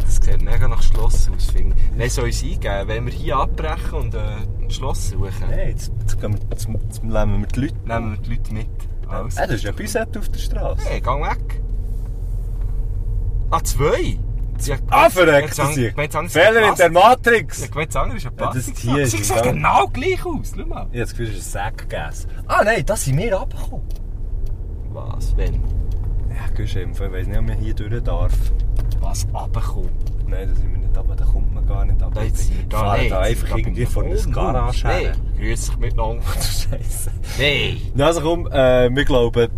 Speaker 1: Das sieht mega nach Schloss aus, finde ich. Nein, soll uns eingeben, wenn wir hier abbrechen und äh, ein Schloss suchen,
Speaker 2: Nein, jetzt, jetzt, gehen wir, jetzt, jetzt nehmen wir die Leute.
Speaker 1: nehmen wir die Leute mit.
Speaker 2: Äh, das ist ja Büsette auf der Straße.
Speaker 1: Hey, gang weg. Ah, zwei? Ja,
Speaker 2: Ah, verreckt
Speaker 1: Jetzt haben-
Speaker 2: sie.
Speaker 1: jetzt haben sie
Speaker 2: Fehler in
Speaker 1: gepasst.
Speaker 2: der Matrix!
Speaker 1: Ja,
Speaker 2: Ich
Speaker 1: ich meine, das andere ist ein
Speaker 2: das
Speaker 1: Plastik.
Speaker 2: hier ist
Speaker 1: Sie
Speaker 2: im
Speaker 1: sehen
Speaker 2: Gang.
Speaker 1: genau gleich aus, schau mal.
Speaker 2: habe das Gefühl, es ist ein Sackgas. Ah nein, das sind wir abgekommen.
Speaker 1: Was, wenn?
Speaker 2: Ja, gehst du einfach. Ich weiss nicht, ob man hier durch darf.
Speaker 1: Was runterkommt?
Speaker 2: Nein, da sind wir nicht runter, da kommt man gar nicht runter.
Speaker 1: Da jetzt sind wir da.
Speaker 2: fahren
Speaker 1: Nein,
Speaker 2: da
Speaker 1: jetzt
Speaker 2: einfach
Speaker 1: sind wir
Speaker 2: irgendwie
Speaker 1: da
Speaker 2: vor
Speaker 1: oben
Speaker 2: einer Garage
Speaker 1: raus.
Speaker 2: her.
Speaker 1: Nein, grüß dich miteinander.
Speaker 2: Scheiße.
Speaker 1: Nein,
Speaker 2: Na, Also komm, äh, wir glauben,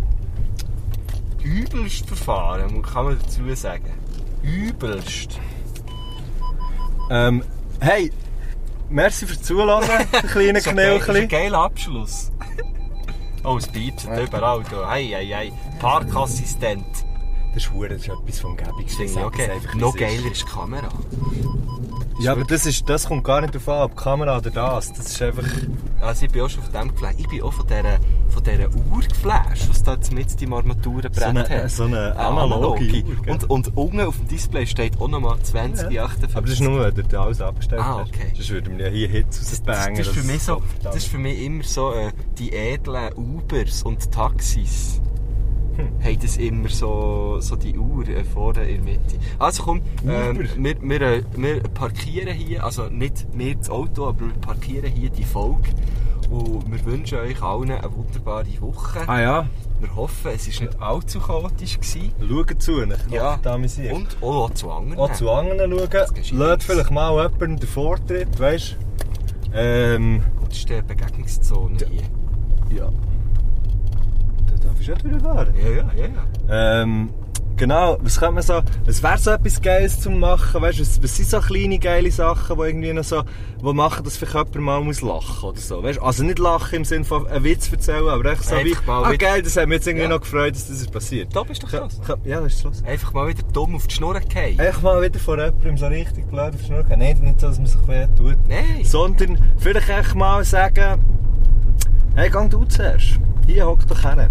Speaker 1: übelst verfahren, kann man dazu sagen. Übelst.
Speaker 2: Ähm, hey, merci fürs Zuhören, ihr kleinen
Speaker 1: Das ist ein geil- das ist ein
Speaker 2: Knöchli.
Speaker 1: geiler Abschluss. Oh, es piept überall. da. Hey, hey, hey. Parkassistent.
Speaker 2: Das ist verdammt, das ist etwas vom Gäbigsten.
Speaker 1: Finde ich auch
Speaker 2: Sag es
Speaker 1: geil.
Speaker 2: einfach, wie es
Speaker 1: Noch
Speaker 2: ist.
Speaker 1: geiler ist die Kamera.
Speaker 2: Ja, aber das, ist, das kommt gar nicht darauf an, ob Kamera oder das. Das ist einfach...
Speaker 1: Also ich bin auch schon von dem geflasht. Ich bin auch von dieser, von dieser Uhr geflasht, was da mit im Armaturenbrett
Speaker 2: So eine-
Speaker 1: hat.
Speaker 2: so eine analoge Uhr, gell?
Speaker 1: und, und unten auf dem Display steht auch nochmal 2058.
Speaker 2: Aber das ist nur, wenn du alles abgestellt
Speaker 1: Ah, okay.
Speaker 2: hast. Sonst würden wir ja hier Hits
Speaker 1: das,
Speaker 2: rausbangen.
Speaker 1: das, ist für mich so, das
Speaker 2: verdammt.
Speaker 1: ist für mich immer so, äh, die edlen Ubers und Taxis
Speaker 2: Hm.
Speaker 1: haben das immer so, so die Uhr äh, vorne in der Mitte. Also komm, ähm, wir, wir, äh, wir parkieren hier, also nicht wir das Auto, aber wir parkieren hier die Folge. Und wir wünschen euch allen eine wunderbare Woche.
Speaker 2: Ah ja,
Speaker 1: Wir hoffen, es war nicht allzu chaotisch. Gewesen.
Speaker 2: schaut zu, ich amüsiert.
Speaker 1: und auch zu anderen.
Speaker 2: Auch zu anderen
Speaker 1: ist
Speaker 2: schauen. Lädt
Speaker 1: nichts.
Speaker 2: vielleicht mal jemanden den Vortritt, weißt du? Ähm...
Speaker 1: Das ist die Begegnungszone hier.
Speaker 2: Ja. Da darf ich auch drüber fahren.
Speaker 1: Ja, ja, ja. ja.
Speaker 2: Ähm, Genau, was könnte man so, es wäre so etwas Geiles zum machen, weißt du, was, was sind so kleine geile Sachen, die irgendwie noch so, die machen, dass vielleicht jemand mal muss lachen oder so, weißt du, also nicht lachen im Sinne von einen Witz erzählen, aber echt so wie,
Speaker 1: Einfach mal
Speaker 2: ah
Speaker 1: wieder-
Speaker 2: geil, das hat mich jetzt irgendwie
Speaker 1: Ja.
Speaker 2: noch gefreut, dass das ist passiert.
Speaker 1: Top ist doch krass.
Speaker 2: Kö- Ja, das ist los.
Speaker 1: Einfach mal wieder dumm auf die Schnur fallen.
Speaker 2: Echt mal wieder vor jemandem so richtig blöd auf die Schnur gehen. Nein, nicht so, dass man sich weh tut.
Speaker 1: Nein.
Speaker 2: Sondern vielleicht echt mal sagen, hey, gang du zuerst, hier hock doch hin.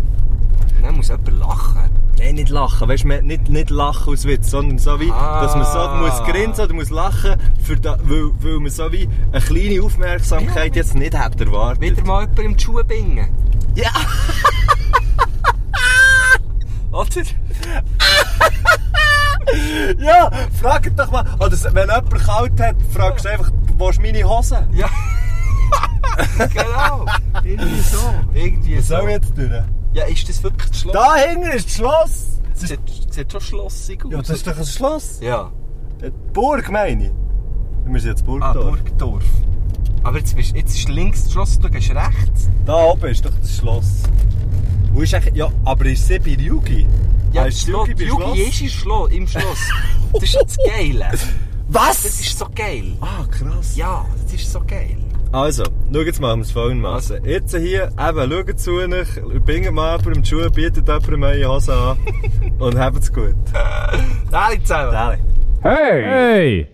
Speaker 1: Dann muss jemand lachen.
Speaker 2: Nein, nicht lachen, weißt du, nicht, nicht lachen aus Witz, sondern so wie,
Speaker 1: Ah.
Speaker 2: dass man so muss grinsen oder muss lachen, für da, weil, weil man so wie eine kleine Aufmerksamkeit jetzt nicht hat erwartet.
Speaker 1: Wieder mal jemand im Schuh bingen.
Speaker 2: Ja.
Speaker 1: Oder?
Speaker 2: Ja, frag doch mal, oder s- Oh, dus wenn jemand kalt hat, fragst du einfach, wo ist meine Hose?
Speaker 1: Ja. genau. Irgendwie so. Irgendwie
Speaker 2: Was
Speaker 1: so.
Speaker 2: soll ich jetzt tun?
Speaker 1: Ja, ist das wirklich das Schloss?
Speaker 2: Da hinten ist das Schloss! Das ist,
Speaker 1: Sieht, sieht schon schlossig aus.
Speaker 2: ja, das ist doch ein Schloss.
Speaker 1: Ja.
Speaker 2: Die Burg meine ich. Wir sind jetzt
Speaker 1: Ah,
Speaker 2: Burgdorf.
Speaker 1: Burgdorf. Aber jetzt, bist, jetzt ist links das Schloss, du gehst rechts.
Speaker 2: Da oben ist doch das Schloss. Wo ist eigentlich, ja, aber ist sie bei Yugi?
Speaker 1: Ja,
Speaker 2: Heißt
Speaker 1: das Schloss.
Speaker 2: Yugi bei
Speaker 1: Yugi ist im Schloss. Im Schloss. Das ist das Geile.
Speaker 2: Was?
Speaker 1: Das ist so geil.
Speaker 2: ah, krass.
Speaker 1: Ja, das ist so geil.
Speaker 2: Also, schau jetzt mal, um es folgendermaßen. Jetzt hier, eben, schaut zu euch, binget mal jemandem in die Schuhe, bietet jemandem eure Hose an und habt es gut.
Speaker 1: Alle zusammen.
Speaker 2: Dali.
Speaker 8: Hey!